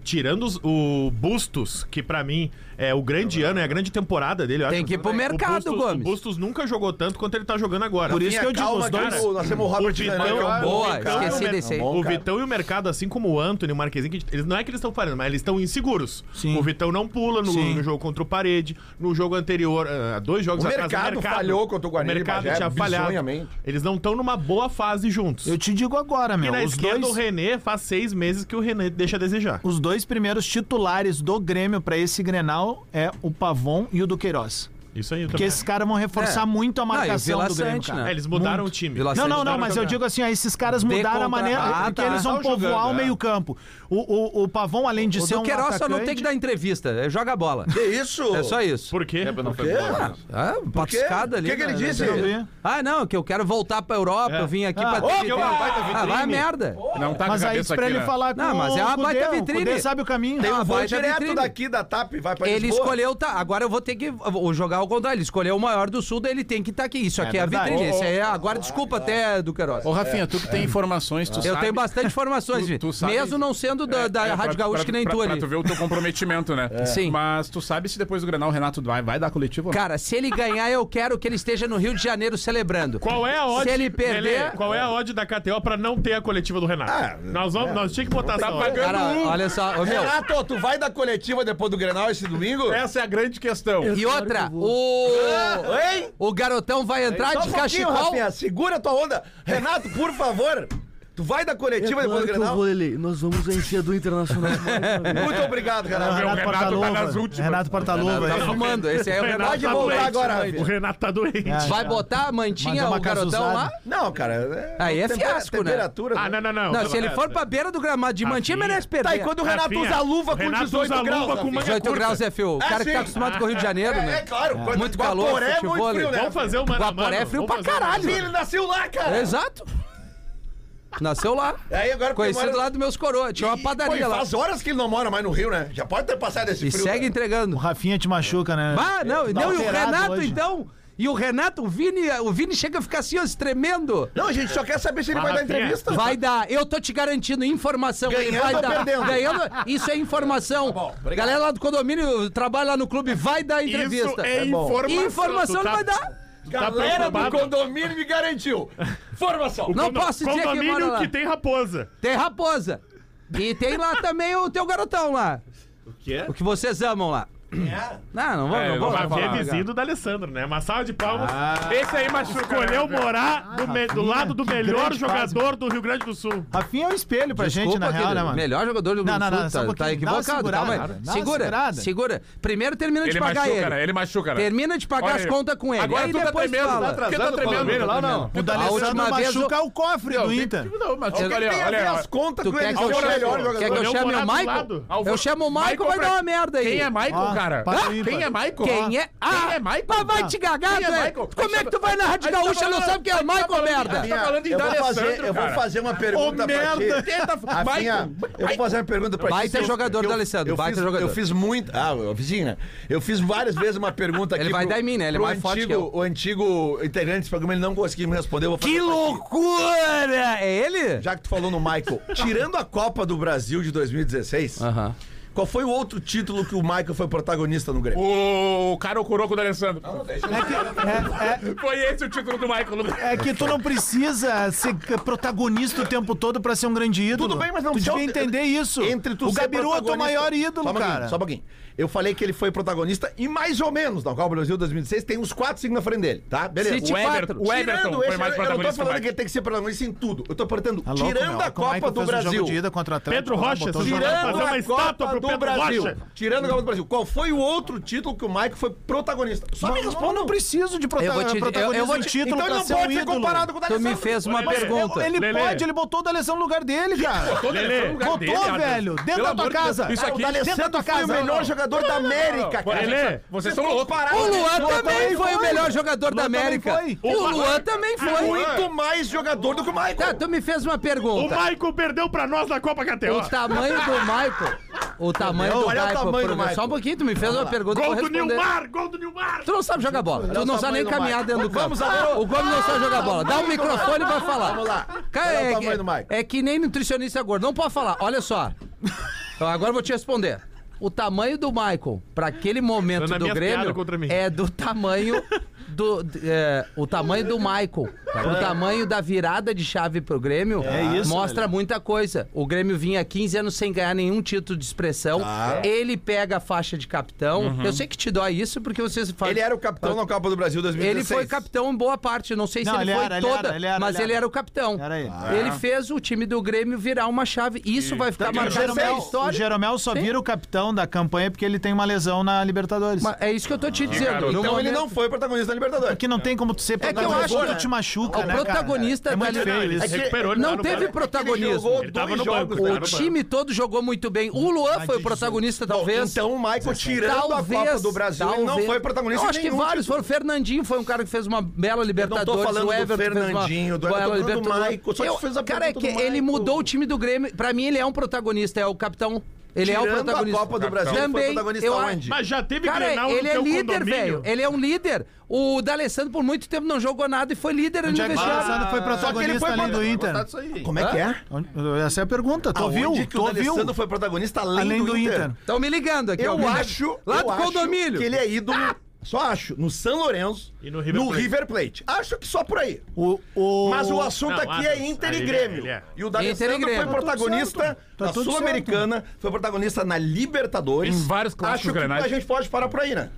[SPEAKER 9] Tirando os- o Bustos, que pra mim é o grande ano, é a grande temporada dele. eu
[SPEAKER 6] Tem
[SPEAKER 9] acho.
[SPEAKER 6] que ir pro
[SPEAKER 9] O
[SPEAKER 6] mercado,
[SPEAKER 9] Bustos-
[SPEAKER 6] Gomes.
[SPEAKER 9] O Bustos nunca jogou tanto quanto ele tá jogando agora.
[SPEAKER 3] Por isso é que eu digo, os
[SPEAKER 7] Calma,
[SPEAKER 3] dois...
[SPEAKER 7] cara, o- nós temos o Robert
[SPEAKER 9] Vitão
[SPEAKER 7] Renan, que é um bom
[SPEAKER 6] Boa,
[SPEAKER 7] cara.
[SPEAKER 6] esqueci
[SPEAKER 9] É um
[SPEAKER 6] desse aí.
[SPEAKER 7] bom
[SPEAKER 9] o
[SPEAKER 7] cara.
[SPEAKER 9] Vitão e o mercado, assim como o Anthony, o Marquezinho, que eles, não é que eles estão falhando, mas eles estão inseguros.
[SPEAKER 3] Sim.
[SPEAKER 9] O Vitão não pula no,
[SPEAKER 3] Sim.
[SPEAKER 9] no jogo contra o Parede, no jogo anterior, ah, dois jogos
[SPEAKER 7] O
[SPEAKER 9] atrás.
[SPEAKER 7] mercado falhou contra o Guarani
[SPEAKER 9] O mercado
[SPEAKER 7] de Bagé,
[SPEAKER 9] tinha falhado.
[SPEAKER 7] bizonhamente.
[SPEAKER 9] Eles não estão numa boa fase juntos.
[SPEAKER 3] Eu te digo agora,
[SPEAKER 9] e
[SPEAKER 3] meu,
[SPEAKER 9] na
[SPEAKER 3] os
[SPEAKER 9] esquerda,
[SPEAKER 3] dois...
[SPEAKER 9] o René faz seis meses que o René deixa a desejar.
[SPEAKER 3] Os dois primeiros titulares do Grêmio pra esse Grenal é o Pavon e o Duqueiroz.
[SPEAKER 9] Isso aí eu
[SPEAKER 3] Porque
[SPEAKER 9] também.
[SPEAKER 3] esses caras vão reforçar
[SPEAKER 6] É.
[SPEAKER 3] muito a
[SPEAKER 6] Não, e o
[SPEAKER 3] marcação
[SPEAKER 6] Vila
[SPEAKER 3] do Grêmio,
[SPEAKER 6] Sante,
[SPEAKER 3] cara.
[SPEAKER 6] né?
[SPEAKER 9] É, eles mudaram
[SPEAKER 6] Muito.
[SPEAKER 9] o time.
[SPEAKER 6] Vila
[SPEAKER 3] Não,
[SPEAKER 6] Sante
[SPEAKER 3] não, não,
[SPEAKER 9] mudaram
[SPEAKER 3] mas
[SPEAKER 9] o
[SPEAKER 3] eu
[SPEAKER 9] campeonato.
[SPEAKER 3] digo assim, ó, esses caras
[SPEAKER 6] De
[SPEAKER 3] mudaram a
[SPEAKER 6] contra-
[SPEAKER 3] maneira
[SPEAKER 6] Ah,
[SPEAKER 3] porque
[SPEAKER 6] tá.
[SPEAKER 3] eles vão
[SPEAKER 4] Estavam
[SPEAKER 3] povoar o
[SPEAKER 4] jogando, é.
[SPEAKER 3] meio campo. O, o, o Pavon, além de
[SPEAKER 6] O
[SPEAKER 3] ser um
[SPEAKER 6] Duqueiroz
[SPEAKER 3] atacante...
[SPEAKER 6] só não tem que dar entrevista, é, joga bola.
[SPEAKER 7] Que isso?
[SPEAKER 6] É só isso.
[SPEAKER 9] Por quê?
[SPEAKER 4] Tempo não foi bom, né?
[SPEAKER 6] Ah, patuscada ali.
[SPEAKER 7] O que que ele
[SPEAKER 6] né?
[SPEAKER 7] disse?
[SPEAKER 3] Eu vi.
[SPEAKER 6] Ah, não, que eu quero voltar pra Europa, eu vim aqui
[SPEAKER 3] Ah,
[SPEAKER 6] pra...
[SPEAKER 3] ô,
[SPEAKER 6] te-
[SPEAKER 4] que é uma baita
[SPEAKER 6] ah, vai a
[SPEAKER 4] vitrine.
[SPEAKER 6] merda.
[SPEAKER 5] Não tá com a
[SPEAKER 3] Mas aí
[SPEAKER 5] cabeça
[SPEAKER 3] isso pra
[SPEAKER 5] aqui,
[SPEAKER 3] ele
[SPEAKER 5] né?
[SPEAKER 3] falar com
[SPEAKER 6] Não, mas é uma
[SPEAKER 3] o Cudê,
[SPEAKER 6] baita
[SPEAKER 3] O Cudê
[SPEAKER 6] vitrine.
[SPEAKER 3] sabe o caminho.
[SPEAKER 7] Tem um
[SPEAKER 6] Ah,
[SPEAKER 7] voo
[SPEAKER 6] vai, tá
[SPEAKER 7] direto
[SPEAKER 6] vitrine.
[SPEAKER 7] daqui da TAP, vai pra
[SPEAKER 6] Ele
[SPEAKER 7] Lisboa.
[SPEAKER 6] escolheu, tá, agora eu vou ter que vou jogar ao contrário, ele escolheu o maior do sul, daí ele tem que estar aqui. Isso aqui é, a
[SPEAKER 3] verdade.
[SPEAKER 6] vitrine, isso aí é, agora desculpa até, Duqueiroz.
[SPEAKER 5] Ô, Rafinha, tu que tem informações, tu
[SPEAKER 6] Eu
[SPEAKER 5] sabe...
[SPEAKER 6] tenho bastante informações,
[SPEAKER 5] Tu- tu
[SPEAKER 6] Vini.
[SPEAKER 5] sabe-
[SPEAKER 6] mesmo não sendo da, da
[SPEAKER 5] É,
[SPEAKER 6] Rádio
[SPEAKER 5] pra-
[SPEAKER 6] Gaúcho
[SPEAKER 5] pra-
[SPEAKER 6] que nem
[SPEAKER 5] pra-
[SPEAKER 6] tu
[SPEAKER 5] Pra
[SPEAKER 6] ali.
[SPEAKER 5] tu ver o teu comprometimento, né?
[SPEAKER 6] Sim.
[SPEAKER 5] Mas tu sabe se depois do Grenal o Renato vai, vai dar coletivo ou não?
[SPEAKER 6] Cara, se ele ganhar, eu quero que ele esteja no Rio de Janeiro celebrando.
[SPEAKER 9] Qual é a odd?
[SPEAKER 6] Se ele perder-
[SPEAKER 9] Lelê, qual é a odd da KTO pra não ter a coletiva do Renato?
[SPEAKER 7] Ah,
[SPEAKER 9] nós vamos, nós tinha que botar essa odd.
[SPEAKER 6] Cara,
[SPEAKER 5] um.
[SPEAKER 6] olha só, ô, meu.
[SPEAKER 7] Renato, tu vai da coletiva depois do Grenal esse domingo?
[SPEAKER 5] Essa é a grande questão.
[SPEAKER 6] E outra, o.
[SPEAKER 7] Hein?
[SPEAKER 6] O garotão vai entrar
[SPEAKER 7] Ah! Só um
[SPEAKER 6] de
[SPEAKER 7] pouquinho,
[SPEAKER 6] cachecol.
[SPEAKER 7] Rafinha, segura tua onda. Renato, por favor, Tu vai da coletiva
[SPEAKER 10] É
[SPEAKER 7] depois
[SPEAKER 10] claro
[SPEAKER 7] do
[SPEAKER 10] que eu
[SPEAKER 7] Grenal?
[SPEAKER 10] vou, Lele. Nós vamos vencer do Internacional.
[SPEAKER 7] Muito obrigado, Renato.
[SPEAKER 10] Meu, o Renato tá nas últimas.
[SPEAKER 3] Renato Portalova.
[SPEAKER 6] Tá fumando, esse aí é o Renato.
[SPEAKER 7] Pode voltar
[SPEAKER 6] doente,
[SPEAKER 7] agora,
[SPEAKER 6] doente.
[SPEAKER 7] Rafinha.
[SPEAKER 9] Renato tá doente.
[SPEAKER 5] É.
[SPEAKER 6] Vai botar a mantinha,
[SPEAKER 7] é
[SPEAKER 3] Mandar uma
[SPEAKER 6] o garotão
[SPEAKER 3] casuzada.
[SPEAKER 6] lá?
[SPEAKER 7] Não, cara. é-
[SPEAKER 6] Aí é
[SPEAKER 7] tempera-
[SPEAKER 6] fiasco, né?
[SPEAKER 7] temperatura,
[SPEAKER 9] Ah, não, não, não.
[SPEAKER 6] Não, se ele for pra beira do gramado de mantinha,
[SPEAKER 9] Rafinha.
[SPEAKER 6] merece perder.
[SPEAKER 7] Tá, e quando o Renato
[SPEAKER 9] Rafinha,
[SPEAKER 7] usa luva
[SPEAKER 9] o Renato
[SPEAKER 7] com 18
[SPEAKER 9] usa
[SPEAKER 7] graus.
[SPEAKER 9] luva com
[SPEAKER 7] Rafinha.
[SPEAKER 9] manga
[SPEAKER 6] 18
[SPEAKER 9] curta.
[SPEAKER 6] graus é feio. O
[SPEAKER 7] Ah,
[SPEAKER 6] cara que
[SPEAKER 7] sim.
[SPEAKER 6] tá acostumado com o Rio de Janeiro,
[SPEAKER 7] É,
[SPEAKER 6] né?
[SPEAKER 7] é claro. quando
[SPEAKER 6] Muito
[SPEAKER 7] Guaporé
[SPEAKER 6] calor,
[SPEAKER 7] é
[SPEAKER 6] futebol,
[SPEAKER 7] muito frio, né?
[SPEAKER 9] Vamos fazer o mano a
[SPEAKER 6] Guaporé é
[SPEAKER 9] mano,
[SPEAKER 6] frio
[SPEAKER 9] vamos
[SPEAKER 6] pra
[SPEAKER 9] fazer um o mano a
[SPEAKER 6] caralho.
[SPEAKER 7] Sim, ele nasceu lá, cara.
[SPEAKER 6] Exato. Nasceu lá.
[SPEAKER 7] Aí agora porque
[SPEAKER 6] Conhecido
[SPEAKER 7] mora-
[SPEAKER 6] lá dos meus coroas. Tinha uma
[SPEAKER 7] E,
[SPEAKER 6] padaria
[SPEAKER 7] pô, e
[SPEAKER 6] lá.
[SPEAKER 7] Faz horas que ele não mora mais no Rio, né? Já pode ter passado esse
[SPEAKER 6] E
[SPEAKER 7] frio. né? cara.
[SPEAKER 6] segue
[SPEAKER 3] O
[SPEAKER 6] entregando.
[SPEAKER 3] Rafinha te machuca, né?
[SPEAKER 6] Ah,
[SPEAKER 3] Tá
[SPEAKER 6] não, não e o
[SPEAKER 3] alterado
[SPEAKER 6] Renato,
[SPEAKER 3] hoje.
[SPEAKER 6] então. E o Renato, o Vini, o Vini chega a ficar assim, ó, se tremendo.
[SPEAKER 7] Não, a gente só quer saber se ele
[SPEAKER 9] Ah,
[SPEAKER 7] vai dar
[SPEAKER 9] Rafinha.
[SPEAKER 7] entrevista.
[SPEAKER 6] Vai dar, eu tô te garantindo, informação. ele
[SPEAKER 7] Ganhando
[SPEAKER 6] vai
[SPEAKER 7] ou
[SPEAKER 6] dar.
[SPEAKER 7] perdendo?
[SPEAKER 6] Ganhando, isso é informação.
[SPEAKER 7] bom, obrigado.
[SPEAKER 6] Galera lá do condomínio, trabalha lá no clube, vai dar
[SPEAKER 9] Isso
[SPEAKER 6] entrevista.
[SPEAKER 9] é
[SPEAKER 7] bom.
[SPEAKER 9] informação.
[SPEAKER 6] Informação não
[SPEAKER 9] Tu tá-
[SPEAKER 6] vai dar.
[SPEAKER 9] tu tá
[SPEAKER 7] Galera do
[SPEAKER 9] preocupado?
[SPEAKER 7] condomínio me garantiu. Formação.
[SPEAKER 6] Não
[SPEAKER 9] Condo-
[SPEAKER 6] posso dizer que mora
[SPEAKER 9] Condomínio
[SPEAKER 6] lá.
[SPEAKER 9] que tem raposa.
[SPEAKER 6] Tem raposa. E tem lá também o teu garotão lá.
[SPEAKER 4] O que é?
[SPEAKER 6] O que vocês amam lá. Não, não vamos,
[SPEAKER 5] É,
[SPEAKER 6] não vamos.
[SPEAKER 9] Vai
[SPEAKER 6] não
[SPEAKER 9] ver
[SPEAKER 6] vamos.
[SPEAKER 9] vizinho do Alessandro, né? Uma salva de palmas.
[SPEAKER 5] Ah, Esse aí machuca. né,
[SPEAKER 9] Escolheu morar do, me- do lado do melhor jogador do Rio Grande do Sul.
[SPEAKER 3] Rafinha é um espelho pra gente, na real,
[SPEAKER 6] querido.
[SPEAKER 3] né, mano?
[SPEAKER 6] Melhor jogador do
[SPEAKER 3] Não,
[SPEAKER 6] Sul,
[SPEAKER 3] não, não, só um
[SPEAKER 6] tá, tá
[SPEAKER 3] pouquinho. Dá uma
[SPEAKER 6] equivocado,
[SPEAKER 3] segurada,
[SPEAKER 6] calma aí.
[SPEAKER 3] cara. Dá uma
[SPEAKER 6] Segura,
[SPEAKER 3] segurada.
[SPEAKER 6] segura. Primeiro termina de
[SPEAKER 5] Ele
[SPEAKER 6] pagar
[SPEAKER 5] machuca,
[SPEAKER 6] ele.
[SPEAKER 5] né? Ele machuca, né?
[SPEAKER 6] Termina de pagar
[SPEAKER 5] Olha
[SPEAKER 6] as
[SPEAKER 5] aí.
[SPEAKER 6] contas com ele.
[SPEAKER 5] Agora
[SPEAKER 6] aí
[SPEAKER 5] tu tá
[SPEAKER 6] depois
[SPEAKER 5] tremendo,
[SPEAKER 6] fala.
[SPEAKER 5] tá atrasado. Por que tá tremendo?
[SPEAKER 4] lá não?
[SPEAKER 3] O
[SPEAKER 6] A
[SPEAKER 3] D'Alessandro
[SPEAKER 6] última vez
[SPEAKER 3] machuca o cofre do
[SPEAKER 5] tem-
[SPEAKER 3] Inter.
[SPEAKER 5] Não, machuca
[SPEAKER 7] Tem
[SPEAKER 5] ali,
[SPEAKER 7] a
[SPEAKER 5] ó.
[SPEAKER 7] ver
[SPEAKER 5] Olha,
[SPEAKER 7] as
[SPEAKER 5] olha.
[SPEAKER 7] contas
[SPEAKER 6] Tu
[SPEAKER 7] com
[SPEAKER 6] quer
[SPEAKER 7] ele
[SPEAKER 5] é
[SPEAKER 6] que eu
[SPEAKER 7] ser o
[SPEAKER 6] chame-
[SPEAKER 7] melhor
[SPEAKER 6] quer
[SPEAKER 7] jogador.
[SPEAKER 6] que eu
[SPEAKER 9] Olhou
[SPEAKER 6] chame o
[SPEAKER 9] morar do
[SPEAKER 6] Michael?
[SPEAKER 9] lado.
[SPEAKER 5] Ah, o
[SPEAKER 6] Eu
[SPEAKER 5] Fra-
[SPEAKER 6] chamo o Michael, vai
[SPEAKER 5] pra-
[SPEAKER 6] dar uma merda aí.
[SPEAKER 5] Quem é Michael,
[SPEAKER 3] Ó,
[SPEAKER 5] cara?
[SPEAKER 3] passa
[SPEAKER 5] Ah,
[SPEAKER 3] aí,
[SPEAKER 5] Quem
[SPEAKER 3] pai.
[SPEAKER 5] é Michael?
[SPEAKER 6] Quem é?
[SPEAKER 5] Ah, quem é Michael?
[SPEAKER 6] Mas vai te gagar,
[SPEAKER 5] Quem é
[SPEAKER 6] velho.
[SPEAKER 5] Michael?
[SPEAKER 6] Como é que tu vai na Rádio
[SPEAKER 5] Aí tá
[SPEAKER 6] Gaúcha e não
[SPEAKER 5] falando-
[SPEAKER 6] sabe quem
[SPEAKER 5] aí
[SPEAKER 6] é
[SPEAKER 5] tá
[SPEAKER 6] Michael,
[SPEAKER 5] falando-
[SPEAKER 6] merda?
[SPEAKER 5] aí tá falando em
[SPEAKER 7] Eu vou, fazer,
[SPEAKER 5] D'Alessandro,
[SPEAKER 7] eu vou
[SPEAKER 5] cara.
[SPEAKER 7] fazer uma
[SPEAKER 5] Ô,
[SPEAKER 7] pergunta pra ti.
[SPEAKER 5] merda! Quem tá-
[SPEAKER 7] Rafinha,
[SPEAKER 5] Michael,
[SPEAKER 7] eu vou fazer uma pergunta pra
[SPEAKER 6] Baita
[SPEAKER 7] Eu-
[SPEAKER 6] jogador
[SPEAKER 7] eu-
[SPEAKER 6] do Alessandro,
[SPEAKER 7] eu
[SPEAKER 6] baita
[SPEAKER 7] fiz,
[SPEAKER 6] jogador.
[SPEAKER 7] Eu fiz muito. Ah, eu vizinho, né? Eu fiz várias vezes uma pergunta aqui.
[SPEAKER 6] Ele vai
[SPEAKER 7] pro-
[SPEAKER 6] dar em mim, né? Ele é
[SPEAKER 7] pro
[SPEAKER 6] mais forte
[SPEAKER 7] antigo-
[SPEAKER 6] que eu.
[SPEAKER 7] O antigo integrante desse programa, ele não conseguiu me responder. eu vou fazer
[SPEAKER 6] Que
[SPEAKER 7] pra ti.
[SPEAKER 6] loucura! É ele?
[SPEAKER 7] Já que tu falou no Michael, tirando a Copa do Brasil de 2016,
[SPEAKER 6] Aham.
[SPEAKER 7] qual foi o outro título que o Michael foi protagonista no Grêmio?
[SPEAKER 5] O cara o coroco do Alessandro.
[SPEAKER 3] É, é-
[SPEAKER 5] Foi esse o título do Michael. Lucas.
[SPEAKER 3] é que tu não precisa ser protagonista o tempo todo pra ser um grande ídolo.
[SPEAKER 7] Tudo bem, mas não
[SPEAKER 3] Tu
[SPEAKER 7] precisa-
[SPEAKER 3] devia entender isso.
[SPEAKER 7] Entre tu
[SPEAKER 3] o
[SPEAKER 7] ser
[SPEAKER 3] Gabiru é o teu
[SPEAKER 7] protagonista-
[SPEAKER 3] maior ídolo,
[SPEAKER 7] só um pouquinho,
[SPEAKER 3] cara.
[SPEAKER 7] Só um pouquinho. Eu falei que ele foi protagonista e mais ou menos na Copa do Brasil 2016 tem uns 4, 5 na frente dele, tá? Beleza.
[SPEAKER 6] City
[SPEAKER 5] O Everton,
[SPEAKER 6] 4.
[SPEAKER 5] o Everton
[SPEAKER 7] Tirando
[SPEAKER 5] foi
[SPEAKER 7] esse,
[SPEAKER 5] mais
[SPEAKER 7] eu não tô
[SPEAKER 5] protagonista.
[SPEAKER 7] falando que
[SPEAKER 5] Mike.
[SPEAKER 7] ele tem que ser protagonista em tudo. Eu tô perguntando,
[SPEAKER 3] Tá louco,
[SPEAKER 7] tirando
[SPEAKER 3] meu?
[SPEAKER 7] a
[SPEAKER 3] Como é que
[SPEAKER 7] Copa
[SPEAKER 3] tu
[SPEAKER 7] do
[SPEAKER 3] fez o jogo
[SPEAKER 7] Brasil.
[SPEAKER 3] de ida contra o Atlético, um
[SPEAKER 9] Pedro
[SPEAKER 3] lá,
[SPEAKER 9] Rocha,
[SPEAKER 3] botou o
[SPEAKER 9] tirando-
[SPEAKER 3] jogador-
[SPEAKER 7] Tirando
[SPEAKER 9] Fazer uma
[SPEAKER 7] a
[SPEAKER 9] estátua
[SPEAKER 7] Copa
[SPEAKER 9] pro
[SPEAKER 7] do
[SPEAKER 9] Pedro
[SPEAKER 7] Brasil.
[SPEAKER 9] Rocha.
[SPEAKER 7] Tirando a Copa do Brasil. Qual foi o outro título que o Michael foi protagonista? Só me
[SPEAKER 3] Não,
[SPEAKER 7] responda.
[SPEAKER 3] não, não preciso de prota
[SPEAKER 6] Eu vou te- eu- eu
[SPEAKER 3] protagonismo
[SPEAKER 6] vou te-
[SPEAKER 3] de título
[SPEAKER 7] Então
[SPEAKER 3] pra
[SPEAKER 7] ele não
[SPEAKER 3] ser um
[SPEAKER 7] pode ser
[SPEAKER 3] ídolo.
[SPEAKER 7] comparado com o
[SPEAKER 6] Tu
[SPEAKER 7] D'Alessandro.
[SPEAKER 6] me fez
[SPEAKER 9] Ô,
[SPEAKER 6] uma
[SPEAKER 9] Lelê,
[SPEAKER 6] pergunta.
[SPEAKER 3] Ele
[SPEAKER 9] Lelê.
[SPEAKER 3] pode, ele botou o D'Alessandro no lugar dele, cara.
[SPEAKER 5] Todo
[SPEAKER 9] Lelê,
[SPEAKER 5] Alessandro no lugar
[SPEAKER 3] Botou,
[SPEAKER 5] dele, cara.
[SPEAKER 3] velho. Dentro
[SPEAKER 5] Pelo
[SPEAKER 3] da tua
[SPEAKER 5] amor de
[SPEAKER 3] casa.
[SPEAKER 5] Deus, Isso
[SPEAKER 7] O
[SPEAKER 5] aqui.
[SPEAKER 7] D'Alessandro foi o melhor jogador da América, cara.
[SPEAKER 9] Lelê,
[SPEAKER 5] Vocês são loucos.
[SPEAKER 6] O Luan
[SPEAKER 3] Luan
[SPEAKER 6] também
[SPEAKER 3] também
[SPEAKER 6] foi o
[SPEAKER 3] foi.
[SPEAKER 6] melhor jogador da
[SPEAKER 3] Luan também
[SPEAKER 6] América.
[SPEAKER 3] foi.
[SPEAKER 6] O Luan também foi.
[SPEAKER 7] Muito mais jogador do que o Michael.
[SPEAKER 6] Tá, tu me fez uma
[SPEAKER 9] O
[SPEAKER 6] pergunta.
[SPEAKER 9] Michael perdeu pra nós na Copa KTO.
[SPEAKER 6] O tamanho do Michael. O tamanho do
[SPEAKER 7] Olha o
[SPEAKER 6] Michael.
[SPEAKER 7] tamanho do
[SPEAKER 6] professor. Só um
[SPEAKER 7] Michael.
[SPEAKER 6] pouquinho, tu me fez uma pergunta pra eu
[SPEAKER 9] Gol do
[SPEAKER 6] responder.
[SPEAKER 9] Nilmar, gol do Nilmar.
[SPEAKER 6] Tu não sabe jogar bola. Tu não
[SPEAKER 7] o
[SPEAKER 6] sabe
[SPEAKER 7] tamanho
[SPEAKER 6] nem
[SPEAKER 7] do
[SPEAKER 6] caminhar
[SPEAKER 7] Michael.
[SPEAKER 6] dentro do campo.
[SPEAKER 7] Vamos agora.
[SPEAKER 6] O Gomes não sabe jogar bola. Dá o microfone e vai falar.
[SPEAKER 7] Vamos lá.
[SPEAKER 6] Cara,
[SPEAKER 7] Olha o
[SPEAKER 6] é,
[SPEAKER 7] tamanho do Michael.
[SPEAKER 6] é, é que nem nutricionista gordo. Não pode falar. Olha só. Então, agora eu vou te responder. O tamanho do Michael para aquele momento
[SPEAKER 9] Usando a
[SPEAKER 6] do
[SPEAKER 9] minha
[SPEAKER 6] Grêmio
[SPEAKER 9] piada contra mim.
[SPEAKER 6] é do tamanho do d- é, o tamanho do Michael, o tamanho da virada de chave pro Grêmio
[SPEAKER 3] É. isso,
[SPEAKER 6] mostra muita coisa. O Grêmio vinha 15 anos sem ganhar nenhum título de expressão.
[SPEAKER 3] Tá.
[SPEAKER 6] Ele pega a faixa de capitão.
[SPEAKER 3] Uhum.
[SPEAKER 6] Eu sei que te dói isso porque vocês falam
[SPEAKER 7] Ele era o capitão na Copa do Brasil 2016.
[SPEAKER 6] Então, ele foi capitão em boa parte, não sei se
[SPEAKER 3] Não,
[SPEAKER 6] ele,
[SPEAKER 3] ele
[SPEAKER 6] foi
[SPEAKER 3] era, ele
[SPEAKER 6] toda,
[SPEAKER 3] era, ele era,
[SPEAKER 6] mas
[SPEAKER 3] ele
[SPEAKER 6] ele
[SPEAKER 3] era.
[SPEAKER 6] era o capitão.
[SPEAKER 3] Era ele.
[SPEAKER 6] Ele fez o time do Grêmio virar uma chave. Isso vai
[SPEAKER 5] tá
[SPEAKER 6] ficar
[SPEAKER 3] O
[SPEAKER 7] é
[SPEAKER 6] marcado na
[SPEAKER 3] Jeromel, o
[SPEAKER 6] história.
[SPEAKER 3] Jeromel só vira um o capitão da campanha porque ele tem uma lesão na Libertadores.
[SPEAKER 6] Mas é isso que eu tô
[SPEAKER 3] Ah.
[SPEAKER 6] te dizendo.
[SPEAKER 5] garoto.
[SPEAKER 6] No
[SPEAKER 7] Então ele
[SPEAKER 6] momento-
[SPEAKER 7] não foi protagonista da Libertadores.
[SPEAKER 5] É.
[SPEAKER 3] Porque não tem como tu ser
[SPEAKER 6] É que eu
[SPEAKER 3] protagonista.
[SPEAKER 6] acho
[SPEAKER 3] quando
[SPEAKER 6] que-
[SPEAKER 3] te machuca,
[SPEAKER 6] o
[SPEAKER 3] né, cara?
[SPEAKER 6] protagonista
[SPEAKER 3] É muito
[SPEAKER 6] da-
[SPEAKER 3] feio
[SPEAKER 9] Ele
[SPEAKER 3] isso.
[SPEAKER 9] se recuperou, ele
[SPEAKER 6] não
[SPEAKER 9] tá no
[SPEAKER 6] teve
[SPEAKER 9] banco.
[SPEAKER 7] Ele
[SPEAKER 6] protagonismo.
[SPEAKER 7] jogou
[SPEAKER 9] Ele tava
[SPEAKER 7] dois
[SPEAKER 9] no
[SPEAKER 7] jogos.
[SPEAKER 9] banco.
[SPEAKER 7] né?
[SPEAKER 6] O time todo jogou muito bem. O Luan foi o protagonista,
[SPEAKER 7] Bom,
[SPEAKER 6] talvez.
[SPEAKER 7] Então o Michael, tirando a Copa do Brasil, ele não
[SPEAKER 6] talvez.
[SPEAKER 7] foi protagonista
[SPEAKER 6] Eu acho
[SPEAKER 7] em
[SPEAKER 6] que
[SPEAKER 7] nenhum tipo-
[SPEAKER 6] vários foram. Fernandinho foi um cara que fez uma bela Libertadores.
[SPEAKER 7] falando
[SPEAKER 6] o
[SPEAKER 7] do
[SPEAKER 6] Everton fez uma
[SPEAKER 7] Fernandinho, do- eu tô
[SPEAKER 6] bela
[SPEAKER 7] falando do
[SPEAKER 6] Libertadores.
[SPEAKER 7] Michael, só te
[SPEAKER 6] Eu-
[SPEAKER 7] fiz a
[SPEAKER 6] Cara, é
[SPEAKER 7] pergunta
[SPEAKER 6] que
[SPEAKER 7] do
[SPEAKER 6] ele
[SPEAKER 7] Michael.
[SPEAKER 6] mudou o time do Grêmio. Pra mim, ele é um protagonista, é o capitão. Ele é o
[SPEAKER 7] Tirando a
[SPEAKER 6] protagonista.
[SPEAKER 7] Copa do Brasil, ele foi
[SPEAKER 6] Também,
[SPEAKER 7] protagonista
[SPEAKER 6] eu
[SPEAKER 7] onde?
[SPEAKER 9] Mas já teve
[SPEAKER 6] Cara,
[SPEAKER 9] Grenal no
[SPEAKER 6] ele é
[SPEAKER 9] teu
[SPEAKER 6] líder,
[SPEAKER 9] condomínio?
[SPEAKER 6] velho. Ele é um líder. O D'Alessandro, por muito tempo, não jogou nada e foi líder ali
[SPEAKER 3] Onde
[SPEAKER 6] no
[SPEAKER 3] é que o
[SPEAKER 7] tá?
[SPEAKER 6] vestiário.
[SPEAKER 3] Alessandro foi protagonista além do Inter?
[SPEAKER 7] Como é que é?
[SPEAKER 3] Onde- Essa é a pergunta. Tu
[SPEAKER 7] Aonde
[SPEAKER 3] viu?
[SPEAKER 7] que o
[SPEAKER 3] Tu viu?
[SPEAKER 7] Alessandro foi protagonista além,
[SPEAKER 3] Além do Inter.
[SPEAKER 6] Estão me ligando aqui.
[SPEAKER 7] Eu
[SPEAKER 6] alguém.
[SPEAKER 7] acho,
[SPEAKER 6] Lá
[SPEAKER 7] eu
[SPEAKER 6] do
[SPEAKER 7] acho
[SPEAKER 6] condomínio.
[SPEAKER 7] que ele é ídolo, só acho, no São Lourenço,
[SPEAKER 9] E
[SPEAKER 7] no,
[SPEAKER 9] no
[SPEAKER 7] River,
[SPEAKER 9] River
[SPEAKER 7] Plate.
[SPEAKER 9] Plate.
[SPEAKER 7] Acho que só por aí.
[SPEAKER 3] O, o...
[SPEAKER 7] Mas o assunto
[SPEAKER 9] Não,
[SPEAKER 7] aqui
[SPEAKER 9] ah,
[SPEAKER 7] é Inter
[SPEAKER 9] ele
[SPEAKER 7] e
[SPEAKER 9] é,
[SPEAKER 7] Grêmio.
[SPEAKER 9] ele é.
[SPEAKER 7] E o
[SPEAKER 6] Inter e
[SPEAKER 7] D'Alessandro
[SPEAKER 6] Grêmio.
[SPEAKER 7] foi
[SPEAKER 6] Tá tudo
[SPEAKER 7] protagonista
[SPEAKER 3] Tá
[SPEAKER 7] na
[SPEAKER 3] tudo certo.
[SPEAKER 7] Sul-Americana, foi protagonista na Libertadores.
[SPEAKER 5] Em vários clássicos
[SPEAKER 7] Acho que
[SPEAKER 5] grenais.
[SPEAKER 7] a gente pode parar por aí, né?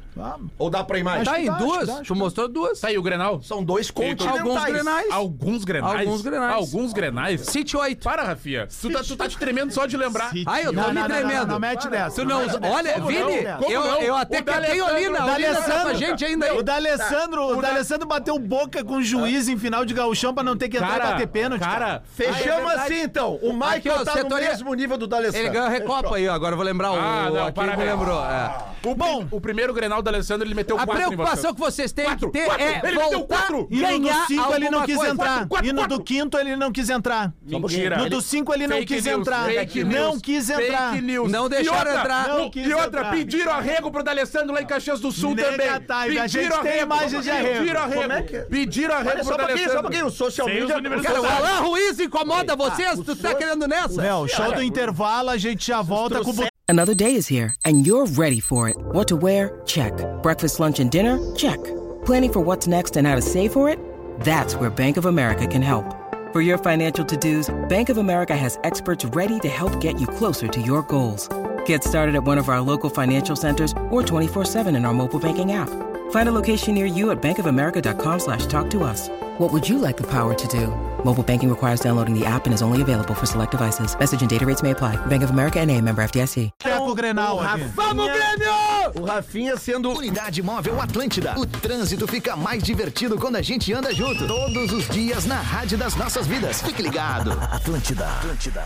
[SPEAKER 7] Ou dá pra imagem?
[SPEAKER 6] Tá aí,
[SPEAKER 7] Acho que dá, acho
[SPEAKER 6] duas.
[SPEAKER 7] que dá, acho
[SPEAKER 6] tu mostrou duas. Tá
[SPEAKER 5] aí o Grenal.
[SPEAKER 7] São dois continentais.
[SPEAKER 6] Alguns Grenais.
[SPEAKER 5] Alguns Grenais.
[SPEAKER 6] Alguns Grenais.
[SPEAKER 5] Alguns Grenais.
[SPEAKER 6] City 8.
[SPEAKER 5] Para, Rafinha. Tu tá, tu tá te tremendo só de lembrar.
[SPEAKER 6] Ah, eu tô
[SPEAKER 3] Não,
[SPEAKER 6] me
[SPEAKER 3] não, não,
[SPEAKER 6] tremendo.
[SPEAKER 3] não, não, mete dessa,
[SPEAKER 6] Tu não,
[SPEAKER 3] não mete dessa.
[SPEAKER 6] olha,
[SPEAKER 3] Como
[SPEAKER 6] Vini,
[SPEAKER 3] não? Como
[SPEAKER 6] eu,
[SPEAKER 3] não?
[SPEAKER 6] eu até
[SPEAKER 3] O
[SPEAKER 6] catei o Olina. O Olina tá com a gente ainda aí. Tá.
[SPEAKER 3] O D'Alessandro, o D'Alessandro bateu boca com o juiz em final de gauchão pra não ter que entrar
[SPEAKER 5] Cara,
[SPEAKER 3] e bater pênalti.
[SPEAKER 5] cara,
[SPEAKER 7] Fechamos
[SPEAKER 6] Ah, é
[SPEAKER 7] assim, então. O Michael
[SPEAKER 6] Aqui, ó,
[SPEAKER 7] tá
[SPEAKER 6] setoria-
[SPEAKER 7] no mesmo nível do D'Alessandro.
[SPEAKER 6] Ele ganhou a Recopa aí, ó, agora eu vou lembrar
[SPEAKER 5] Ah,
[SPEAKER 6] o
[SPEAKER 5] não,
[SPEAKER 6] aqui
[SPEAKER 5] parabéns.
[SPEAKER 6] me lembrou. é.
[SPEAKER 5] O, Bom, o primeiro Grenal do Alessandro, ele meteu
[SPEAKER 6] A
[SPEAKER 5] quatro em
[SPEAKER 6] preocupação
[SPEAKER 5] vocês.
[SPEAKER 6] que vocês têm
[SPEAKER 5] Quatro,
[SPEAKER 6] que ter
[SPEAKER 5] quatro.
[SPEAKER 6] é
[SPEAKER 5] Ele meteu
[SPEAKER 6] voltar
[SPEAKER 5] quatro.
[SPEAKER 3] E no do
[SPEAKER 6] ganhar
[SPEAKER 3] 5 ele não
[SPEAKER 6] alguma
[SPEAKER 3] quis
[SPEAKER 6] coisa.
[SPEAKER 3] entrar.
[SPEAKER 5] quatro,
[SPEAKER 3] E no
[SPEAKER 5] quatro.
[SPEAKER 3] do quinto ele não quis entrar.
[SPEAKER 5] Mentira.
[SPEAKER 3] No do 5 ele não
[SPEAKER 5] Fake
[SPEAKER 3] quis
[SPEAKER 5] news,
[SPEAKER 3] entrar.
[SPEAKER 5] fake
[SPEAKER 3] Não
[SPEAKER 5] news,
[SPEAKER 3] quis
[SPEAKER 5] fake
[SPEAKER 3] entrar.
[SPEAKER 5] news.
[SPEAKER 6] Não deixaram
[SPEAKER 5] E outra,
[SPEAKER 6] entrar.
[SPEAKER 5] não
[SPEAKER 3] Não quis
[SPEAKER 5] e outra,
[SPEAKER 3] entrar.
[SPEAKER 5] pediram arrego pro D'Alessandro lá em Caxias do Sul
[SPEAKER 3] Nega
[SPEAKER 5] também.
[SPEAKER 7] tá,
[SPEAKER 3] time, a gente tem imagem de arrego.
[SPEAKER 5] Pediram arrego.
[SPEAKER 7] Como é que é?
[SPEAKER 5] Pediram arrego
[SPEAKER 7] Olha
[SPEAKER 5] pro
[SPEAKER 7] só pra quem, só pra
[SPEAKER 5] D'Alessandro.
[SPEAKER 7] quem. O social
[SPEAKER 9] Sem os
[SPEAKER 7] media...
[SPEAKER 9] universitários.
[SPEAKER 6] Cara, o Alain Ruiz incomoda vocês? Tu tá querendo nessa?
[SPEAKER 3] Léo, show do intervalo, a gente já volta com o botão.
[SPEAKER 11] Another day is here, and you're ready for it. What to wear? Check. Breakfast, lunch, and dinner? Check. Planning for what's next and how to save for it? That's where Bank of America can help. For your financial to dos, Bank of America has experts ready to help get you closer to your goals. Get started at one of our local financial centers or 24-7 in our mobile banking app. Find a location near you at bankofamerica.com slash talk to us. What would you like the power to do? Mobile banking requires downloading the app and is only available for select devices. Message and data rates may apply. Bank of America and a member FDIC.
[SPEAKER 3] Teco Grenal aqui.
[SPEAKER 7] Vamos, Grêmio! O Rafinha sendo...
[SPEAKER 10] Unidade Móvel Atlântida. O trânsito fica mais divertido quando a gente anda junto. Todos os dias na rádio das nossas vidas. Fique ligado. Atlântida. Atlântida.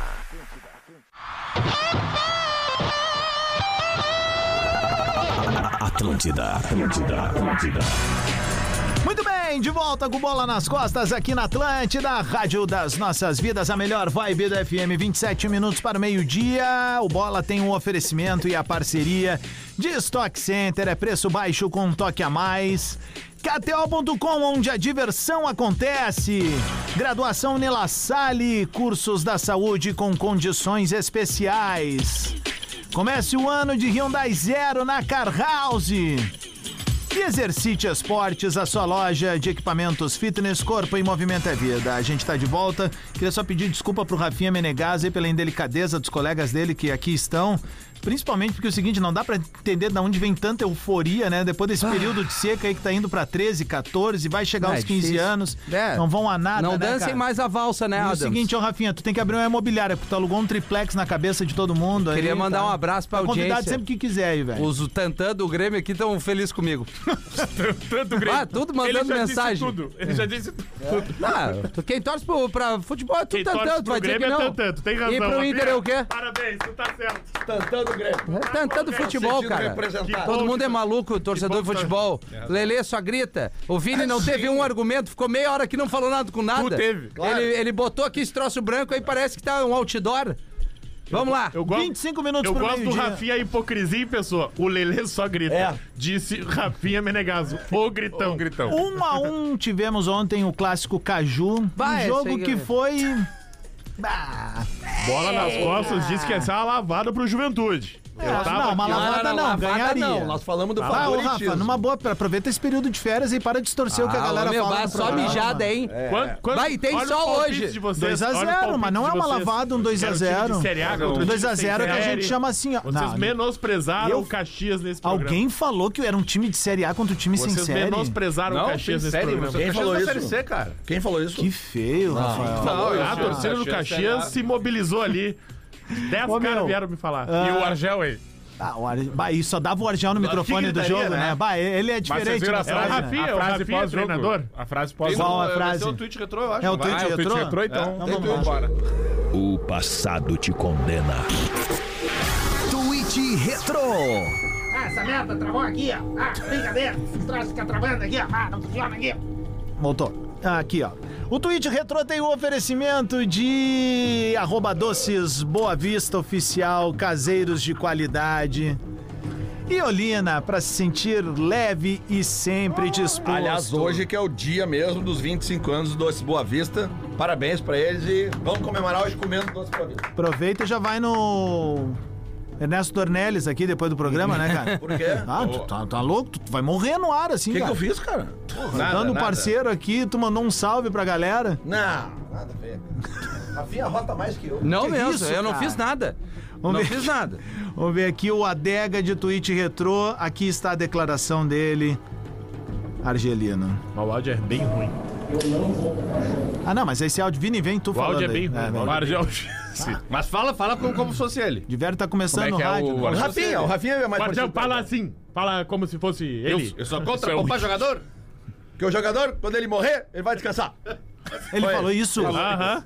[SPEAKER 1] Atlântida, Atlântida, Atlântida.
[SPEAKER 3] Muito bem, de volta com bola nas costas aqui na Atlântida, Rádio das Nossas Vidas, a melhor vibe do FM, 27 minutos para o meio-dia. O Bola tem um oferecimento e a parceria de Stock Center, é preço baixo com um toque a mais. KTO.com, onde a diversão acontece. Graduação Nela Sale, cursos da saúde com condições especiais. Comece o ano de Hyundai Zero na Car House. E Exercite Esportes, a sua loja de equipamentos fitness, corpo e movimento é vida. A gente tá de volta. Queria só pedir desculpa pro Rafinha Menegas aí pela indelicadeza dos colegas dele que aqui estão. Principalmente porque é o seguinte, não dá pra entender de onde vem tanta euforia, né? Depois desse período de seca aí que tá indo pra 13, 14, vai chegar
[SPEAKER 6] Ah. É,
[SPEAKER 3] aos 15
[SPEAKER 6] difícil.
[SPEAKER 3] anos.
[SPEAKER 6] É.
[SPEAKER 3] Não vão a nada,
[SPEAKER 6] Não
[SPEAKER 3] né,
[SPEAKER 6] dancem
[SPEAKER 3] cara?
[SPEAKER 6] mais a valsa, né,
[SPEAKER 3] E o
[SPEAKER 6] Adams?
[SPEAKER 3] seguinte, ô Rafinha, tu tem que abrir uma imobiliária, porque tu alugou um triplex na cabeça de todo mundo.
[SPEAKER 6] Queria
[SPEAKER 3] aí,
[SPEAKER 6] mandar
[SPEAKER 3] tá?
[SPEAKER 6] um abraço pra
[SPEAKER 3] Tá Convidado
[SPEAKER 6] audiência.
[SPEAKER 3] sempre que quiser aí, velho.
[SPEAKER 6] Os Tantã do Grêmio aqui estão felizes comigo.
[SPEAKER 5] Tanto o Grêmio.
[SPEAKER 6] Ah, tudo mandando
[SPEAKER 5] Ele já disse
[SPEAKER 6] mensagem.
[SPEAKER 5] tudo. Ele já disse tudo.
[SPEAKER 6] Ah, tu- quem torce pro, pra futebol é tu
[SPEAKER 9] Quem torce
[SPEAKER 6] Tantã, tu
[SPEAKER 9] pro
[SPEAKER 6] vai dizer que
[SPEAKER 9] Grêmio
[SPEAKER 6] não.
[SPEAKER 9] é Tantã, tu tem razão.
[SPEAKER 6] E pro
[SPEAKER 9] Rafinha.
[SPEAKER 6] Inter é o quê?
[SPEAKER 9] Parabéns, tu tá certo.
[SPEAKER 7] Tantando o Grêmio.
[SPEAKER 6] É Tantã do futebol,
[SPEAKER 7] sentindo
[SPEAKER 6] cara.
[SPEAKER 7] representado.
[SPEAKER 6] Todo mundo é maluco,
[SPEAKER 9] que
[SPEAKER 6] torcedor de
[SPEAKER 9] bom que tá- É. Assim?
[SPEAKER 6] futebol. Lele só grita. O Vini não teve um argumento, ficou meia hora aqui não falou nada com nada.
[SPEAKER 5] Tu teve,
[SPEAKER 7] claro.
[SPEAKER 6] Ele, ele botou aqui esse troço branco aí, parece que tá um outdoor. Vamos lá.
[SPEAKER 9] Eu gosto,
[SPEAKER 3] 25 minutos
[SPEAKER 9] eu
[SPEAKER 3] pro
[SPEAKER 9] gosto do
[SPEAKER 3] meio-dia.
[SPEAKER 9] Rafinha a hipocrisia em pessoa. O Lelê só grita.
[SPEAKER 7] É.
[SPEAKER 9] Disse Rafinha Menegaso. O gritão.
[SPEAKER 5] Um gritão.
[SPEAKER 3] Um a um tivemos ontem o clássico Caju.
[SPEAKER 6] Vai,
[SPEAKER 3] um
[SPEAKER 6] esse
[SPEAKER 3] jogo
[SPEAKER 6] aí,
[SPEAKER 3] que
[SPEAKER 6] velho.
[SPEAKER 3] foi. Ah,
[SPEAKER 9] Bola nas costas disse que essa é uma lavada pro Juventude. Eu tava
[SPEAKER 3] é, não, uma
[SPEAKER 9] aqui,
[SPEAKER 3] lavada não, ganharia.
[SPEAKER 7] Não, nós falamos do
[SPEAKER 3] Tá, ô
[SPEAKER 7] favoritismo.
[SPEAKER 3] Rafa, numa boa, pra- aproveita esse período de férias e para de distorcer o que a
[SPEAKER 6] Ah,
[SPEAKER 3] galera
[SPEAKER 6] meu,
[SPEAKER 3] fala.
[SPEAKER 6] vai
[SPEAKER 3] no
[SPEAKER 6] só
[SPEAKER 3] programa.
[SPEAKER 6] mijada, hein?
[SPEAKER 9] Quan- quan-
[SPEAKER 6] Vai, tem
[SPEAKER 9] olha os
[SPEAKER 6] sol
[SPEAKER 9] palpites
[SPEAKER 6] hoje.
[SPEAKER 9] de vocês,
[SPEAKER 3] 2 a
[SPEAKER 9] olha os
[SPEAKER 3] 0 mas
[SPEAKER 9] palpites
[SPEAKER 3] não é
[SPEAKER 9] de
[SPEAKER 3] uma
[SPEAKER 9] vocês.
[SPEAKER 3] lavada um 2 a
[SPEAKER 9] Era um time de
[SPEAKER 3] 0
[SPEAKER 9] Série A contra um time
[SPEAKER 3] 2 a
[SPEAKER 9] de
[SPEAKER 3] 0 que a
[SPEAKER 9] Série
[SPEAKER 3] gente
[SPEAKER 9] A.
[SPEAKER 3] chama assim, ó.
[SPEAKER 9] Vocês
[SPEAKER 3] Não,
[SPEAKER 9] menosprezaram
[SPEAKER 3] eu-
[SPEAKER 9] o Caxias nesse programa.
[SPEAKER 3] Alguém falou que era um time de Série A contra um time sem
[SPEAKER 9] Vocês
[SPEAKER 3] série?
[SPEAKER 9] menosprezaram
[SPEAKER 5] Não,
[SPEAKER 9] o
[SPEAKER 5] tem
[SPEAKER 9] Caxias nesse
[SPEAKER 5] série,
[SPEAKER 9] programa.
[SPEAKER 5] você-
[SPEAKER 4] tá
[SPEAKER 7] Quem falou
[SPEAKER 5] Caxias
[SPEAKER 7] isso?
[SPEAKER 5] da
[SPEAKER 4] é
[SPEAKER 5] Série C, cara.
[SPEAKER 7] Quem falou isso?
[SPEAKER 3] Que feio, Rafael.
[SPEAKER 7] é.
[SPEAKER 9] A torcida do Caxias se mobilizou ali. Dez
[SPEAKER 3] Ô, meu.
[SPEAKER 9] caras vieram me falar.
[SPEAKER 5] E o Argel aí.
[SPEAKER 3] Ah, o Ar... bah, e só dava o Argel no microfone do
[SPEAKER 4] gritaria,
[SPEAKER 3] jogo, né?
[SPEAKER 4] né?
[SPEAKER 3] Bah, ele é
[SPEAKER 5] Mas vocês
[SPEAKER 3] diferente.
[SPEAKER 5] viram a
[SPEAKER 3] né?
[SPEAKER 5] frase,
[SPEAKER 9] o Rafinha,
[SPEAKER 5] né?
[SPEAKER 9] o
[SPEAKER 5] a frase
[SPEAKER 9] Rafinha é
[SPEAKER 5] pós-jogo.
[SPEAKER 9] treinador.
[SPEAKER 5] A frase
[SPEAKER 3] Qual
[SPEAKER 5] pós-jogo.
[SPEAKER 3] a frase?
[SPEAKER 4] É o tweet retrô, eu acho.
[SPEAKER 3] É o
[SPEAKER 4] não vai?
[SPEAKER 3] tweet
[SPEAKER 5] Ah, o tweet
[SPEAKER 3] retrô?
[SPEAKER 5] retrô, então.
[SPEAKER 3] Então
[SPEAKER 5] Então
[SPEAKER 3] vamos lá.
[SPEAKER 5] bora.
[SPEAKER 1] O passado te condena.
[SPEAKER 10] Tweet Retro.
[SPEAKER 8] Ah, essa merda travou aqui, ó. Ah, brincadeira. Esse troço fica travando aqui, ó. Ah, não funciona aqui.
[SPEAKER 5] é,
[SPEAKER 3] Voltou. Ah, Aqui, ó. O tweet retrô tem o oferecimento de arroba doces Boa Vista Oficial, caseiros de qualidade. E Olina, pra se sentir leve e sempre disposto.
[SPEAKER 7] Ah, Aliás, hoje que é o dia mesmo dos 25 anos do Doce Boa Vista. Parabéns pra eles e vamos comemorar hoje comendo Doce Boa Vista.
[SPEAKER 3] Aproveita e já vai no Ernesto Dornelles aqui depois do programa, né, cara?
[SPEAKER 7] Por quê?
[SPEAKER 3] Ah, tu tá, tá louco? Tu vai morrer no ar assim,
[SPEAKER 7] O que, que
[SPEAKER 3] cara.
[SPEAKER 7] eu fiz, cara?
[SPEAKER 4] Nada,
[SPEAKER 3] Dando um
[SPEAKER 4] nada.
[SPEAKER 3] parceiro aqui, tu mandou um salve pra galera.
[SPEAKER 7] Não, nada a ver. Rafinha rota mais que eu.
[SPEAKER 6] Não
[SPEAKER 3] Que
[SPEAKER 6] mesmo,
[SPEAKER 3] isso,
[SPEAKER 6] eu não
[SPEAKER 3] cara?
[SPEAKER 6] fiz nada. Não fiz nada.
[SPEAKER 3] Vamos ver aqui o Adega de Twitch Retrô. Aqui está a declaração dele. Argelino.
[SPEAKER 9] O áudio é bem ruim.
[SPEAKER 3] Ah, não, mas esse áudio Vini vem tu
[SPEAKER 9] O
[SPEAKER 3] falando.
[SPEAKER 9] áudio é
[SPEAKER 3] aí.
[SPEAKER 9] bem ruim. O áudio é horrível.
[SPEAKER 4] Mas fala, fala como, como se fosse ele.
[SPEAKER 3] Diverto tá começando
[SPEAKER 9] Como é que
[SPEAKER 3] no
[SPEAKER 9] é
[SPEAKER 3] rádio.
[SPEAKER 9] o-
[SPEAKER 3] né?
[SPEAKER 9] o Rafinha, o
[SPEAKER 7] Rafinha é mais parecido
[SPEAKER 9] Marcelo,
[SPEAKER 7] com
[SPEAKER 9] fala assim. Fala como se fosse ele.
[SPEAKER 7] eu sou
[SPEAKER 4] contra poupar jogador?
[SPEAKER 7] Porque o jogador, quando ele morrer, ele vai descansar.
[SPEAKER 3] Ele falou isso?
[SPEAKER 9] Aham.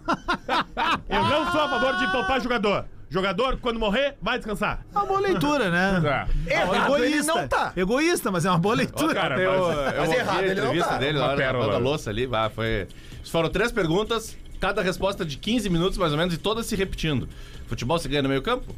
[SPEAKER 9] Eu não sou a favor de poupar jogador. Jogador, quando morrer, vai descansar.
[SPEAKER 3] É uma boa leitura, né?
[SPEAKER 4] É.
[SPEAKER 9] Errado,
[SPEAKER 3] Egoísta.
[SPEAKER 9] ele não tá.
[SPEAKER 3] Egoísta, mas é uma boa leitura.
[SPEAKER 4] Cara, eu, eu ouvi a entrevista
[SPEAKER 3] tá,
[SPEAKER 4] dele lá na
[SPEAKER 9] pérola.
[SPEAKER 4] Banda Louça ali, vai, foi... Foram três perguntas, cada resposta de 15 minutos mais ou menos, e todas se repetindo. Futebol se ganha no meio campo?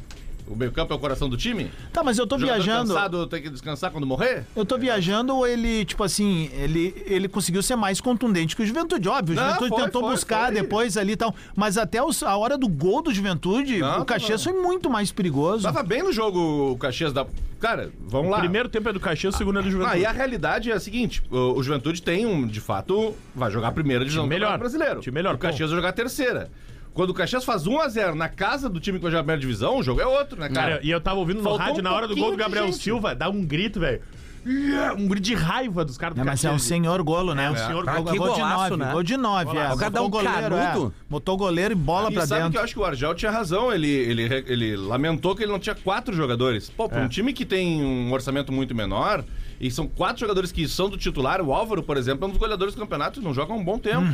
[SPEAKER 4] O meio campo é o coração do time?
[SPEAKER 3] Tá, mas eu tô
[SPEAKER 4] Jogador
[SPEAKER 3] viajando.
[SPEAKER 4] cansado tem que descansar quando morrer?
[SPEAKER 3] Eu tô viajando ou ele, tipo assim, ele, ele conseguiu ser mais contundente que o Juventude, óbvio. O
[SPEAKER 4] Não,
[SPEAKER 3] Juventude
[SPEAKER 4] foi,
[SPEAKER 3] tentou
[SPEAKER 4] foi,
[SPEAKER 3] buscar
[SPEAKER 4] foi.
[SPEAKER 3] depois ali e tal. Mas até os- a hora do gol do Juventude,
[SPEAKER 4] Não,
[SPEAKER 9] tá
[SPEAKER 3] o Caxias foi muito mais perigoso.
[SPEAKER 4] Tava bem no jogo o Caxias da. Cara, vamos lá.
[SPEAKER 9] Primeiro tempo é do Caxias, o segundo é do Juventude.
[SPEAKER 4] Ah, e a realidade é a seguinte: o, o Juventude tem um, de fato, vai jogar a primeira divisão
[SPEAKER 9] Time
[SPEAKER 4] do
[SPEAKER 9] melhor.
[SPEAKER 4] Campeonato brasileiro.
[SPEAKER 9] Time melhor,
[SPEAKER 4] o Caxias vai jogar a terceira. Quando o Caxias faz 1x0 na casa do time que vai jogar a primeira divisão, o jogo é outro, né, cara?
[SPEAKER 9] Cara, e eu tava ouvindo no
[SPEAKER 4] Faltou
[SPEAKER 9] rádio
[SPEAKER 4] um
[SPEAKER 9] na hora do gol
[SPEAKER 4] pouquinho
[SPEAKER 9] do
[SPEAKER 4] de
[SPEAKER 9] Gabriel
[SPEAKER 4] gente.
[SPEAKER 9] Silva, dá um grito, velho. Um grito de raiva dos caras do
[SPEAKER 3] Não, mas é um
[SPEAKER 9] Caxias.
[SPEAKER 3] senhor golo, né?
[SPEAKER 9] É, um senhor
[SPEAKER 3] Ah,
[SPEAKER 9] golo.
[SPEAKER 3] que
[SPEAKER 9] Gol
[SPEAKER 3] de
[SPEAKER 9] golaço,
[SPEAKER 3] nove,
[SPEAKER 9] né?
[SPEAKER 3] Gol de nove, é.
[SPEAKER 9] Golaço. O cara dá
[SPEAKER 3] Botou
[SPEAKER 9] um
[SPEAKER 3] é.
[SPEAKER 9] canudo?
[SPEAKER 3] Botou o goleiro e bola
[SPEAKER 4] E
[SPEAKER 3] pra
[SPEAKER 4] sabe
[SPEAKER 3] dentro.
[SPEAKER 4] que eu acho que o Argel tinha razão. Ele, ele, re- ele lamentou que ele não tinha quatro jogadores. Pô, pra
[SPEAKER 9] É.
[SPEAKER 4] um time que tem um orçamento muito menor, e são quatro jogadores que são do titular, o Álvaro, por exemplo, é um dos goleadores do campeonato e não joga há um bom tempo.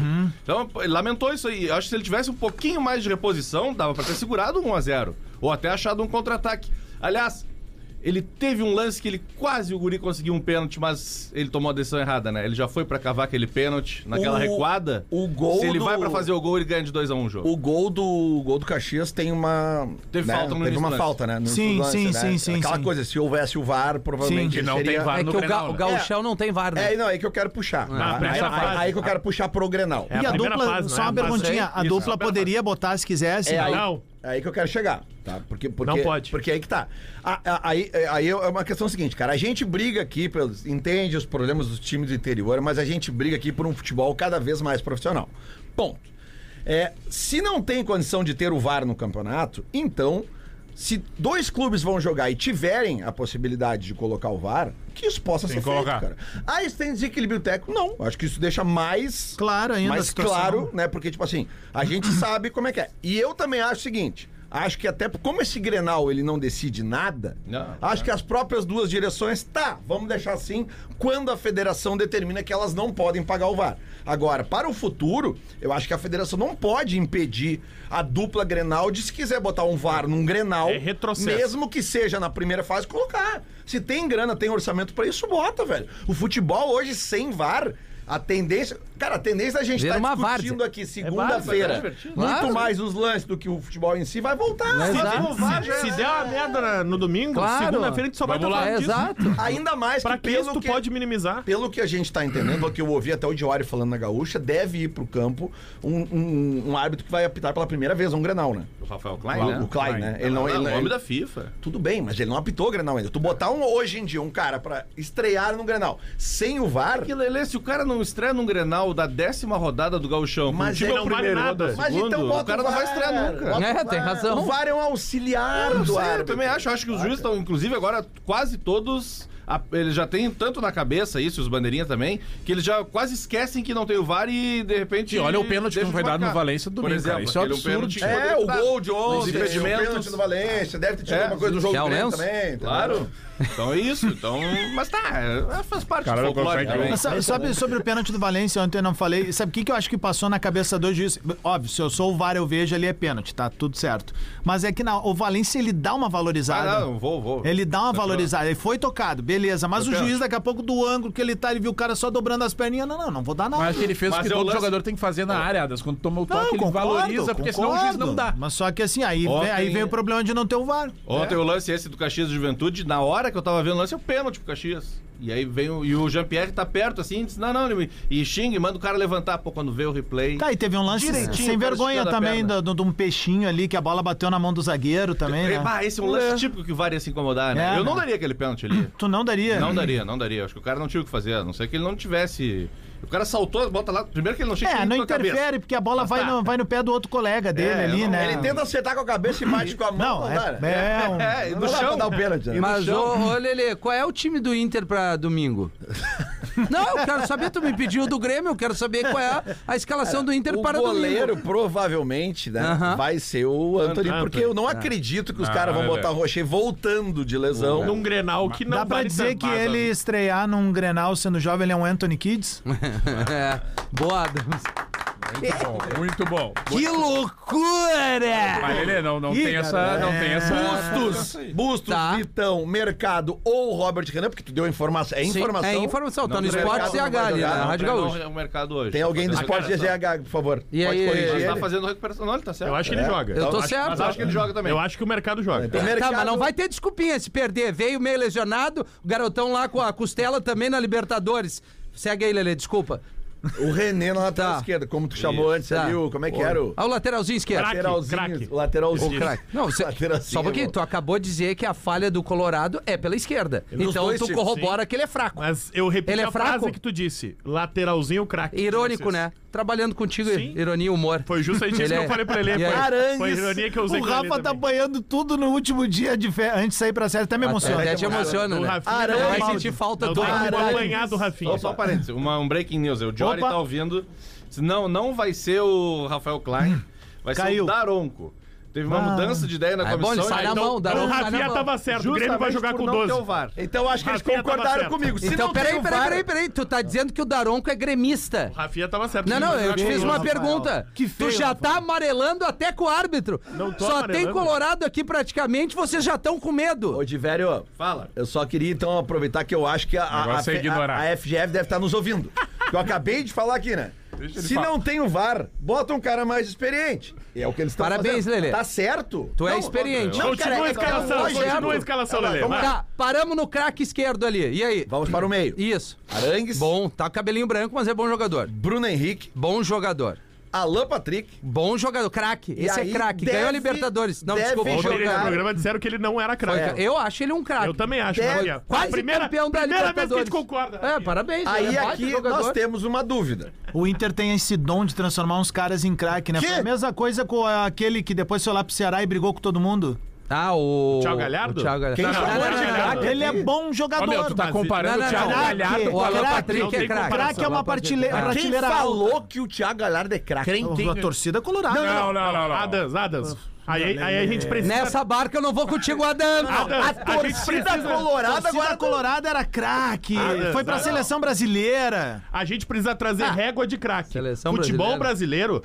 [SPEAKER 4] Então, pô, ele lamentou isso aí. Eu acho que se ele tivesse um pouquinho mais de reposição, dava pra ter segurado um 1x0. Ou até achado um contra-ataque. Aliás. Ele teve um lance que ele quase o Guri conseguiu um pênalti, mas ele tomou a decisão errada, né? Ele já foi pra cavar aquele pênalti naquela
[SPEAKER 7] O-
[SPEAKER 4] recuada.
[SPEAKER 7] o gol
[SPEAKER 4] Se ele
[SPEAKER 7] do-
[SPEAKER 4] vai pra fazer o gol, ele ganha de 2x1 o jogo.
[SPEAKER 7] O gol do o gol do Caxias tem uma.
[SPEAKER 4] Teve
[SPEAKER 7] né,
[SPEAKER 4] falta no
[SPEAKER 7] Teve
[SPEAKER 4] início do
[SPEAKER 7] uma
[SPEAKER 4] lance.
[SPEAKER 7] falta, né? no
[SPEAKER 3] Sim,
[SPEAKER 7] início do
[SPEAKER 3] sim, sim, sim,
[SPEAKER 7] Aquela
[SPEAKER 3] sim.
[SPEAKER 7] coisa, se houvesse o VAR, provavelmente.
[SPEAKER 3] Sim.
[SPEAKER 7] ele
[SPEAKER 3] não
[SPEAKER 7] seria...
[SPEAKER 9] tem VAR
[SPEAKER 6] É
[SPEAKER 9] no
[SPEAKER 6] que o,
[SPEAKER 9] Grenal,
[SPEAKER 6] ga, o
[SPEAKER 9] né?
[SPEAKER 6] gauchão não tem VAR, né?
[SPEAKER 7] É, não, é que eu quero puxar.
[SPEAKER 9] Ah, pra
[SPEAKER 7] aí,
[SPEAKER 9] essa
[SPEAKER 7] aí-
[SPEAKER 9] fase.
[SPEAKER 7] aí que eu quero puxar pro Grenal.
[SPEAKER 9] É,
[SPEAKER 3] E a
[SPEAKER 9] primeira
[SPEAKER 3] dupla,
[SPEAKER 9] fase, não
[SPEAKER 3] só
[SPEAKER 9] é?
[SPEAKER 3] uma
[SPEAKER 9] Mas
[SPEAKER 3] perguntinha,
[SPEAKER 9] aí-
[SPEAKER 3] a
[SPEAKER 9] isso,
[SPEAKER 3] dupla
[SPEAKER 9] primeira
[SPEAKER 3] poderia botar se quisesse?
[SPEAKER 7] É aí,
[SPEAKER 9] Não.
[SPEAKER 7] é aí que eu quero chegar, tá? Porque, porque,
[SPEAKER 9] Não pode.
[SPEAKER 7] Porque aí que tá. A- a- Aí, aí é uma questão seguinte, cara. A gente briga aqui, pelos, entende os problemas dos times do interior, mas a gente briga aqui por um futebol cada vez mais profissional. Ponto. É, se não tem condição de ter o VAR no campeonato, então, se dois clubes vão jogar e tiverem a possibilidade de colocar o VAR, que isso possa
[SPEAKER 9] Tem
[SPEAKER 7] ser
[SPEAKER 9] que colocar.
[SPEAKER 7] feito, cara. Ah, isso tem desequilíbrio técnico? Não. Acho que isso deixa mais
[SPEAKER 3] Claro ainda a
[SPEAKER 7] mas
[SPEAKER 3] situação.
[SPEAKER 7] claro, né? Porque, tipo assim, a gente sabe como é que é. E eu também acho o seguinte. Acho que até como esse Grenal ele não decide nada,
[SPEAKER 4] Não,
[SPEAKER 7] acho que as próprias duas direções, tá, vamos deixar assim, quando a federação determina que elas não podem pagar o VAR. Agora, para o futuro, eu acho que a federação não pode impedir a dupla Grenal de se quiser botar um VAR num Grenal,
[SPEAKER 9] É retrocesso.
[SPEAKER 7] mesmo que seja na primeira fase, colocar. Se tem grana, tem orçamento pra isso, bota, velho. O futebol hoje sem VAR, a tendência, cara, a tendência da gente gente
[SPEAKER 6] Vira
[SPEAKER 7] tá
[SPEAKER 6] uma
[SPEAKER 7] discutindo
[SPEAKER 6] várzea.
[SPEAKER 7] aqui
[SPEAKER 4] várzea,
[SPEAKER 7] segunda-feira.
[SPEAKER 4] tá divertido.
[SPEAKER 7] muito
[SPEAKER 6] Claro.
[SPEAKER 7] mais os lances do que o futebol em si vai voltar.
[SPEAKER 6] Não é
[SPEAKER 7] Sim,
[SPEAKER 6] exato.
[SPEAKER 7] tem um VAR,
[SPEAKER 9] Se,
[SPEAKER 7] né?
[SPEAKER 9] se der uma merda na- no domingo,
[SPEAKER 6] Claro.
[SPEAKER 9] então, segunda-feira a gente só vai
[SPEAKER 6] Vamos
[SPEAKER 9] estar
[SPEAKER 6] lá.
[SPEAKER 9] falando
[SPEAKER 6] É,
[SPEAKER 9] disso.
[SPEAKER 6] exato.
[SPEAKER 7] Ainda mais
[SPEAKER 9] Pra que isso
[SPEAKER 7] pelo
[SPEAKER 9] tu pode minimizar?
[SPEAKER 7] Pelo que a gente tá entendendo, pelo que eu ouvi até o Diário falando na Gaúcha, deve ir pro campo um, um- um árbitro que vai apitar pela primeira vez, um Grenal, né?
[SPEAKER 4] O Rafael Klein,
[SPEAKER 7] O-
[SPEAKER 4] né?
[SPEAKER 7] o Klein, né? Ele não,
[SPEAKER 4] é
[SPEAKER 7] ele,
[SPEAKER 4] o
[SPEAKER 7] não-
[SPEAKER 4] nome
[SPEAKER 7] ele-
[SPEAKER 4] da FIFA.
[SPEAKER 7] Tudo bem, mas ele não apitou o Grenal ainda. Tu botar um hoje em dia, um cara pra estrear no Grenal sem o VAR,
[SPEAKER 4] Que Lelê, se o cara não estreia num Grenal da décima rodada do Gauchão,
[SPEAKER 7] Mas
[SPEAKER 4] o time
[SPEAKER 7] ele
[SPEAKER 4] é o
[SPEAKER 7] não vale
[SPEAKER 4] primeiro, e o
[SPEAKER 9] nada.
[SPEAKER 4] outro é o
[SPEAKER 7] Mas
[SPEAKER 4] segundo,
[SPEAKER 7] então bota
[SPEAKER 4] o cara
[SPEAKER 7] o
[SPEAKER 4] não vai
[SPEAKER 7] VAR,
[SPEAKER 4] estrear nunca.
[SPEAKER 7] bota
[SPEAKER 6] É, tem
[SPEAKER 7] o
[SPEAKER 6] razão.
[SPEAKER 7] VAR é um auxiliar
[SPEAKER 4] Eu
[SPEAKER 7] do
[SPEAKER 4] sei, eu
[SPEAKER 7] árbitro.
[SPEAKER 4] também acho. Eu acho que os juízes estão, inclusive, agora quase todos. a- Eles já têm tanto na cabeça isso, os bandeirinhas também, que eles já quase esquecem que não tem o VAR e de repente.
[SPEAKER 5] E olha o pênalti que
[SPEAKER 4] deixa
[SPEAKER 5] não foi
[SPEAKER 4] de
[SPEAKER 5] dado
[SPEAKER 4] marcar.
[SPEAKER 5] no Valência do domingo,
[SPEAKER 4] Por exemplo,
[SPEAKER 5] cara. Isso é um
[SPEAKER 4] aquele
[SPEAKER 5] absurdo.
[SPEAKER 4] pênalti que
[SPEAKER 5] É,
[SPEAKER 4] poderia
[SPEAKER 7] É, o
[SPEAKER 4] dar.
[SPEAKER 7] gol de ontem,
[SPEAKER 4] Os
[SPEAKER 7] o
[SPEAKER 4] impedimentos.
[SPEAKER 7] pênalti do Valência, deve ter tido
[SPEAKER 4] É.
[SPEAKER 7] alguma coisa do jogo
[SPEAKER 6] Quer
[SPEAKER 7] do
[SPEAKER 6] o
[SPEAKER 7] Grêmio
[SPEAKER 6] lenço?
[SPEAKER 7] também. tá
[SPEAKER 4] Claro.
[SPEAKER 7] ligado?
[SPEAKER 4] Então é isso. Então, mas tá, é, faz parte
[SPEAKER 9] Cara,
[SPEAKER 4] do
[SPEAKER 9] não
[SPEAKER 4] folclore né?
[SPEAKER 9] consegue,
[SPEAKER 4] também.
[SPEAKER 9] não.
[SPEAKER 3] Mas sabe, sabe sobre o pênalti do Valência, ontem eu não falei. Sabe o que, que eu acho que passou na cabeça do juiz? Óbvio, se eu sou o VAR, eu vejo ali é pênalti, tá tudo certo. Mas é que na, o Valência ele dá uma valorizada.
[SPEAKER 4] Ah, não, vou, vou.
[SPEAKER 3] Ele dá
[SPEAKER 9] Tá
[SPEAKER 3] uma valorizada, ele foi tocado, beleza. Mas o
[SPEAKER 4] pênalti.
[SPEAKER 3] juiz, daqui a pouco, do ângulo que ele tá, ele viu o cara só dobrando as perninhas. Não, não, não vou dar nada.
[SPEAKER 5] Mas que ele fez o
[SPEAKER 4] Mas
[SPEAKER 5] que
[SPEAKER 4] é o
[SPEAKER 5] todo
[SPEAKER 4] lance-
[SPEAKER 5] jogador tem que fazer na área, Adas. Quando toma o toque, ele
[SPEAKER 3] concordo,
[SPEAKER 5] valoriza, porque senão o juiz não
[SPEAKER 3] concordo.
[SPEAKER 5] dá.
[SPEAKER 3] Mas só que assim, aí,
[SPEAKER 4] Ontem-
[SPEAKER 3] vem, aí vem o problema de não ter o VAR.
[SPEAKER 4] Ontem o lance esse do Caxias do Juventude, na hora que eu tava vendo o lance, é o pênalti pro Caxias. E aí vem o, e o Jean-Pierre tá perto assim, diz: não, não, ele me- e xinga e manda o cara levantar. Pô, quando vê o replay.
[SPEAKER 3] Tá, e teve um lance
[SPEAKER 4] Direitinho,
[SPEAKER 3] sem
[SPEAKER 4] o cara
[SPEAKER 3] vergonha
[SPEAKER 4] esticando a
[SPEAKER 3] também
[SPEAKER 4] perna.
[SPEAKER 3] do- do- de um peixinho ali, que a bola bateu na mão do zagueiro também,
[SPEAKER 4] É,
[SPEAKER 3] né?
[SPEAKER 4] bah, esse é um lance típico que o VAR ia se incomodar, né?
[SPEAKER 3] É,
[SPEAKER 4] Eu não
[SPEAKER 3] né? É.
[SPEAKER 4] daria aquele pênalti ali.
[SPEAKER 3] Tu não daria?
[SPEAKER 4] Não daria, não daria. Acho que o cara não tinha o que fazer, a não ser que ele não tivesse. O cara saltou, bota lá. Primeiro que ele não tinha que
[SPEAKER 3] É,
[SPEAKER 4] ir
[SPEAKER 3] não
[SPEAKER 4] com a
[SPEAKER 3] interfere,
[SPEAKER 4] cabeça.
[SPEAKER 3] porque a bola vai no, vai no pé do outro colega dele
[SPEAKER 4] É,
[SPEAKER 3] ali,
[SPEAKER 4] não-
[SPEAKER 3] né?
[SPEAKER 4] ele
[SPEAKER 7] Tenta acertar com a cabeça e bate com a mão.
[SPEAKER 3] Não,
[SPEAKER 7] não
[SPEAKER 3] é-
[SPEAKER 7] dá, né?
[SPEAKER 3] é um-
[SPEAKER 7] É, e no chão. dar o pênalti. né?
[SPEAKER 6] Mas, ô, ô Lelê, qual é o time do Inter pra domingo? Não, eu quero saber, tu me pediu do Grêmio, eu quero saber qual é a escalação do Inter
[SPEAKER 7] o
[SPEAKER 6] para
[SPEAKER 7] goleiro
[SPEAKER 6] domingo.
[SPEAKER 7] provavelmente né,
[SPEAKER 6] Aham.
[SPEAKER 7] vai ser o Anthony,
[SPEAKER 9] Anthony.
[SPEAKER 7] porque eu não
[SPEAKER 9] Ah.
[SPEAKER 7] acredito que os
[SPEAKER 9] Ah,
[SPEAKER 7] caras vão
[SPEAKER 9] é
[SPEAKER 7] botar o
[SPEAKER 9] verdade.
[SPEAKER 7] Rocher voltando de lesão.
[SPEAKER 9] Num Grenal que não
[SPEAKER 3] Dá pra
[SPEAKER 9] vale
[SPEAKER 3] dizer
[SPEAKER 9] tanto.
[SPEAKER 3] que
[SPEAKER 9] Mas,
[SPEAKER 3] ele estrear num Grenal sendo jovem, ele é um Anthony Kids?
[SPEAKER 6] é, boa, Adams.
[SPEAKER 5] Muito bom.
[SPEAKER 6] Que loucura!
[SPEAKER 5] Mas ele não, não
[SPEAKER 7] Ih,
[SPEAKER 5] tem essa. Não tem essa.
[SPEAKER 7] Bustos, Bustos,
[SPEAKER 6] Tá.
[SPEAKER 7] Vitão, Mercado ou Robert Renan, porque tu deu informação. É
[SPEAKER 6] Sim,
[SPEAKER 7] informação.
[SPEAKER 6] é informação, tá
[SPEAKER 7] Não,
[SPEAKER 6] no
[SPEAKER 7] o
[SPEAKER 6] Esporte
[SPEAKER 7] Mercado não
[SPEAKER 6] ZH
[SPEAKER 7] vai
[SPEAKER 6] ali,
[SPEAKER 7] jogar,
[SPEAKER 6] né?
[SPEAKER 7] não.
[SPEAKER 6] Rádio
[SPEAKER 4] Treinou
[SPEAKER 6] Gaúcho.
[SPEAKER 4] o mercado hoje.
[SPEAKER 7] Tem alguém do
[SPEAKER 4] Mas,
[SPEAKER 7] Esporte
[SPEAKER 4] cara, tá-
[SPEAKER 7] GZH, por favor.
[SPEAKER 6] E aí,
[SPEAKER 4] Mas
[SPEAKER 7] corrigir
[SPEAKER 4] tá
[SPEAKER 7] ele.
[SPEAKER 4] fazendo recuperação. Não, ele tá certo.
[SPEAKER 9] Eu acho que ele joga.
[SPEAKER 6] Eu tô
[SPEAKER 9] acho-
[SPEAKER 6] certo.
[SPEAKER 4] Mas acho que ele joga também.
[SPEAKER 9] Eu acho que o mercado joga.
[SPEAKER 7] Tem
[SPEAKER 6] Tá,
[SPEAKER 7] mercado-
[SPEAKER 6] mas não vai ter desculpinha se perder. Veio meio lesionado, o garotão lá com a costela também na Libertadores. Segue aí, Lelê, desculpa.
[SPEAKER 7] O René na lateral
[SPEAKER 6] Tá.
[SPEAKER 7] esquerda, como tu chamou antes
[SPEAKER 6] Tá.
[SPEAKER 7] ali, o- como é que era o...
[SPEAKER 6] Ah, o lateralzinho esquerdo.
[SPEAKER 9] Craque,
[SPEAKER 7] Lateralzinho,
[SPEAKER 9] craque.
[SPEAKER 7] lateralzinho.
[SPEAKER 6] O craque. Não, você,
[SPEAKER 7] Lateralzinho,
[SPEAKER 6] só um pouquinho, tu acabou de dizer que a falha do Colorado é pela esquerda.
[SPEAKER 7] Nos
[SPEAKER 6] Então
[SPEAKER 7] dois
[SPEAKER 6] tu
[SPEAKER 7] times,
[SPEAKER 6] corrobora que ele é fraco.
[SPEAKER 9] Mas eu repito
[SPEAKER 6] Ele é
[SPEAKER 9] a
[SPEAKER 6] fraco?
[SPEAKER 9] frase que tu disse. Lateralzinho, craque.
[SPEAKER 6] Irônico,
[SPEAKER 9] Vocês.
[SPEAKER 6] né? Trabalhando contigo,
[SPEAKER 9] Sim.
[SPEAKER 6] ironia e humor.
[SPEAKER 9] Foi justamente
[SPEAKER 6] Ele
[SPEAKER 9] isso que
[SPEAKER 6] é-
[SPEAKER 9] eu falei pra ele.
[SPEAKER 6] E
[SPEAKER 9] Foi,
[SPEAKER 6] aí?
[SPEAKER 9] foi a ironia que eu usei
[SPEAKER 3] o
[SPEAKER 9] com ele
[SPEAKER 3] Rafa tá
[SPEAKER 9] também.
[SPEAKER 3] apanhando tudo no último dia de fé, antes de sair pra série, até me emociona.
[SPEAKER 6] Até te emociona,
[SPEAKER 9] O
[SPEAKER 6] né?
[SPEAKER 9] Rafinha
[SPEAKER 6] Tu
[SPEAKER 9] não
[SPEAKER 6] vai
[SPEAKER 9] vai-
[SPEAKER 6] sentir falta
[SPEAKER 9] Não,
[SPEAKER 6] do É
[SPEAKER 9] tem como
[SPEAKER 7] Arangues.
[SPEAKER 9] apanhar do Rafinha.
[SPEAKER 4] Só, só um parênteses, uma, um breaking news. O Jory
[SPEAKER 3] Opa.
[SPEAKER 4] tá ouvindo. Diz, Não, não vai ser o Rafael Klein, vai ser
[SPEAKER 3] Caiu.
[SPEAKER 4] o Daronco. Teve uma
[SPEAKER 3] Ah.
[SPEAKER 4] mudança de ideia na
[SPEAKER 6] É bom, ele
[SPEAKER 4] comissão.
[SPEAKER 6] sai na
[SPEAKER 4] então-
[SPEAKER 6] mão, dá
[SPEAKER 9] Então o
[SPEAKER 6] tá na
[SPEAKER 9] Rafinha
[SPEAKER 6] mão.
[SPEAKER 9] tava certo. O Grêmio vai
[SPEAKER 4] justamente
[SPEAKER 9] jogar
[SPEAKER 4] por
[SPEAKER 9] com
[SPEAKER 4] não ter o
[SPEAKER 9] 12.
[SPEAKER 4] VAR.
[SPEAKER 7] Então acho que eles
[SPEAKER 9] Rafinha tava
[SPEAKER 7] concordaram
[SPEAKER 9] certo.
[SPEAKER 7] comigo. Se
[SPEAKER 6] Então,
[SPEAKER 7] não tem
[SPEAKER 6] peraí,
[SPEAKER 7] o
[SPEAKER 6] peraí,
[SPEAKER 7] VAR-
[SPEAKER 6] peraí, peraí. Tu tá dizendo que o Daronco é gremista.
[SPEAKER 9] O Rafinha tava certo.
[SPEAKER 6] Não, não, eu te fiz uma
[SPEAKER 3] Rafael.
[SPEAKER 6] pergunta.
[SPEAKER 3] Que feio,
[SPEAKER 6] tu já tá
[SPEAKER 3] Rafael.
[SPEAKER 6] amarelando até com o árbitro.
[SPEAKER 9] Não tô
[SPEAKER 6] Só tem
[SPEAKER 9] amarelando.
[SPEAKER 6] Colorado aqui praticamente, vocês já estão com medo.
[SPEAKER 7] Ô, Diverio,
[SPEAKER 4] Fala.
[SPEAKER 7] eu só queria então aproveitar que eu acho que a, a, a,
[SPEAKER 5] Negócio é
[SPEAKER 7] Fe-
[SPEAKER 5] ignorar.
[SPEAKER 7] a- a FGF deve estar nos ouvindo. Que eu acabei de falar aqui, né?
[SPEAKER 5] Deixa ele
[SPEAKER 7] Se
[SPEAKER 5] falar.
[SPEAKER 7] não tem o VAR, bota um cara mais experiente. É o que eles estão fazendo.
[SPEAKER 6] Parabéns, Lelê.
[SPEAKER 7] Tá certo?
[SPEAKER 6] Tu é
[SPEAKER 7] Não,
[SPEAKER 6] experiente.
[SPEAKER 7] não, cara,
[SPEAKER 9] Continua
[SPEAKER 7] é-
[SPEAKER 9] a
[SPEAKER 7] é
[SPEAKER 9] escalação,
[SPEAKER 7] lógico.
[SPEAKER 9] continua a escalação,
[SPEAKER 7] Tá,
[SPEAKER 9] Lelê.
[SPEAKER 7] vamos
[SPEAKER 9] vai.
[SPEAKER 6] Tá, paramos no craque esquerdo ali. E aí?
[SPEAKER 7] Vamos para o meio.
[SPEAKER 6] Isso.
[SPEAKER 7] Arangues,
[SPEAKER 6] Bom, tá com cabelinho branco, mas é bom jogador.
[SPEAKER 7] Bruno Henrique,
[SPEAKER 6] Bom jogador.
[SPEAKER 7] Alan Patrick.
[SPEAKER 6] Bom jogador. Craque.
[SPEAKER 7] E
[SPEAKER 6] Esse
[SPEAKER 7] aí
[SPEAKER 6] é craque. Ganhou a
[SPEAKER 7] deve-
[SPEAKER 6] Libertadores. Não,
[SPEAKER 7] deve
[SPEAKER 6] desculpa.
[SPEAKER 7] jogar.
[SPEAKER 9] Ontem no
[SPEAKER 7] jogar.
[SPEAKER 9] programa disseram que ele não era
[SPEAKER 6] Foi-
[SPEAKER 9] craque.
[SPEAKER 6] Eu acho ele um craque.
[SPEAKER 9] É. Eu também acho,
[SPEAKER 7] Deve-
[SPEAKER 9] Maria.
[SPEAKER 6] Quase
[SPEAKER 9] primeira,
[SPEAKER 6] campeão da
[SPEAKER 9] primeira vez que a
[SPEAKER 6] Libertadores.
[SPEAKER 9] gente concorda.
[SPEAKER 6] É, parabéns. ele
[SPEAKER 7] Aí
[SPEAKER 6] é baita
[SPEAKER 7] aqui
[SPEAKER 6] jogador.
[SPEAKER 7] nós temos uma dúvida.
[SPEAKER 3] O Inter tem esse dom de transformar uns caras em craque, né?
[SPEAKER 7] Que?
[SPEAKER 3] Foi a mesma coisa com aquele que depois foi lá pro Ceará e brigou com todo mundo.
[SPEAKER 6] Ah, o...
[SPEAKER 9] Thiago Galhardo?
[SPEAKER 6] O Thiago Galhardo.
[SPEAKER 7] Quem
[SPEAKER 6] Não, não,
[SPEAKER 7] jogou
[SPEAKER 6] não,
[SPEAKER 7] é
[SPEAKER 6] não, não,
[SPEAKER 7] Galhardo.
[SPEAKER 6] não.
[SPEAKER 3] Ele é bom
[SPEAKER 5] Ó,
[SPEAKER 3] jogador.
[SPEAKER 5] meu, tu tá
[SPEAKER 3] mas-
[SPEAKER 5] comparando
[SPEAKER 6] Não, não,
[SPEAKER 5] o Thiago
[SPEAKER 6] não.
[SPEAKER 5] Galhardo
[SPEAKER 3] Craque.
[SPEAKER 5] com
[SPEAKER 6] O
[SPEAKER 5] a
[SPEAKER 6] Alan
[SPEAKER 3] Craque.
[SPEAKER 6] Patrick é
[SPEAKER 9] Não tem
[SPEAKER 6] craque.
[SPEAKER 3] Craque é uma
[SPEAKER 6] Alan Patrick
[SPEAKER 3] partilha-
[SPEAKER 6] craque.
[SPEAKER 7] Quem
[SPEAKER 3] prateleira
[SPEAKER 7] falou que o Thiago Galhardo é craque?
[SPEAKER 3] A torcida é colorada.
[SPEAKER 5] Não, não, não, não.
[SPEAKER 9] Adams, Adams. Aí, aí a gente precisa.
[SPEAKER 6] Nessa barca eu não vou contigo, Adam.
[SPEAKER 9] Adams, a gente
[SPEAKER 7] Torcida
[SPEAKER 9] precisa,
[SPEAKER 7] colorada
[SPEAKER 3] torcida
[SPEAKER 7] agora...
[SPEAKER 3] colorada era craque.
[SPEAKER 9] Ah,
[SPEAKER 3] foi pra
[SPEAKER 9] não.
[SPEAKER 3] seleção brasileira.
[SPEAKER 9] a gente precisa trazer régua de craque.
[SPEAKER 6] Ah. Seleção
[SPEAKER 9] Futebol brasileiro.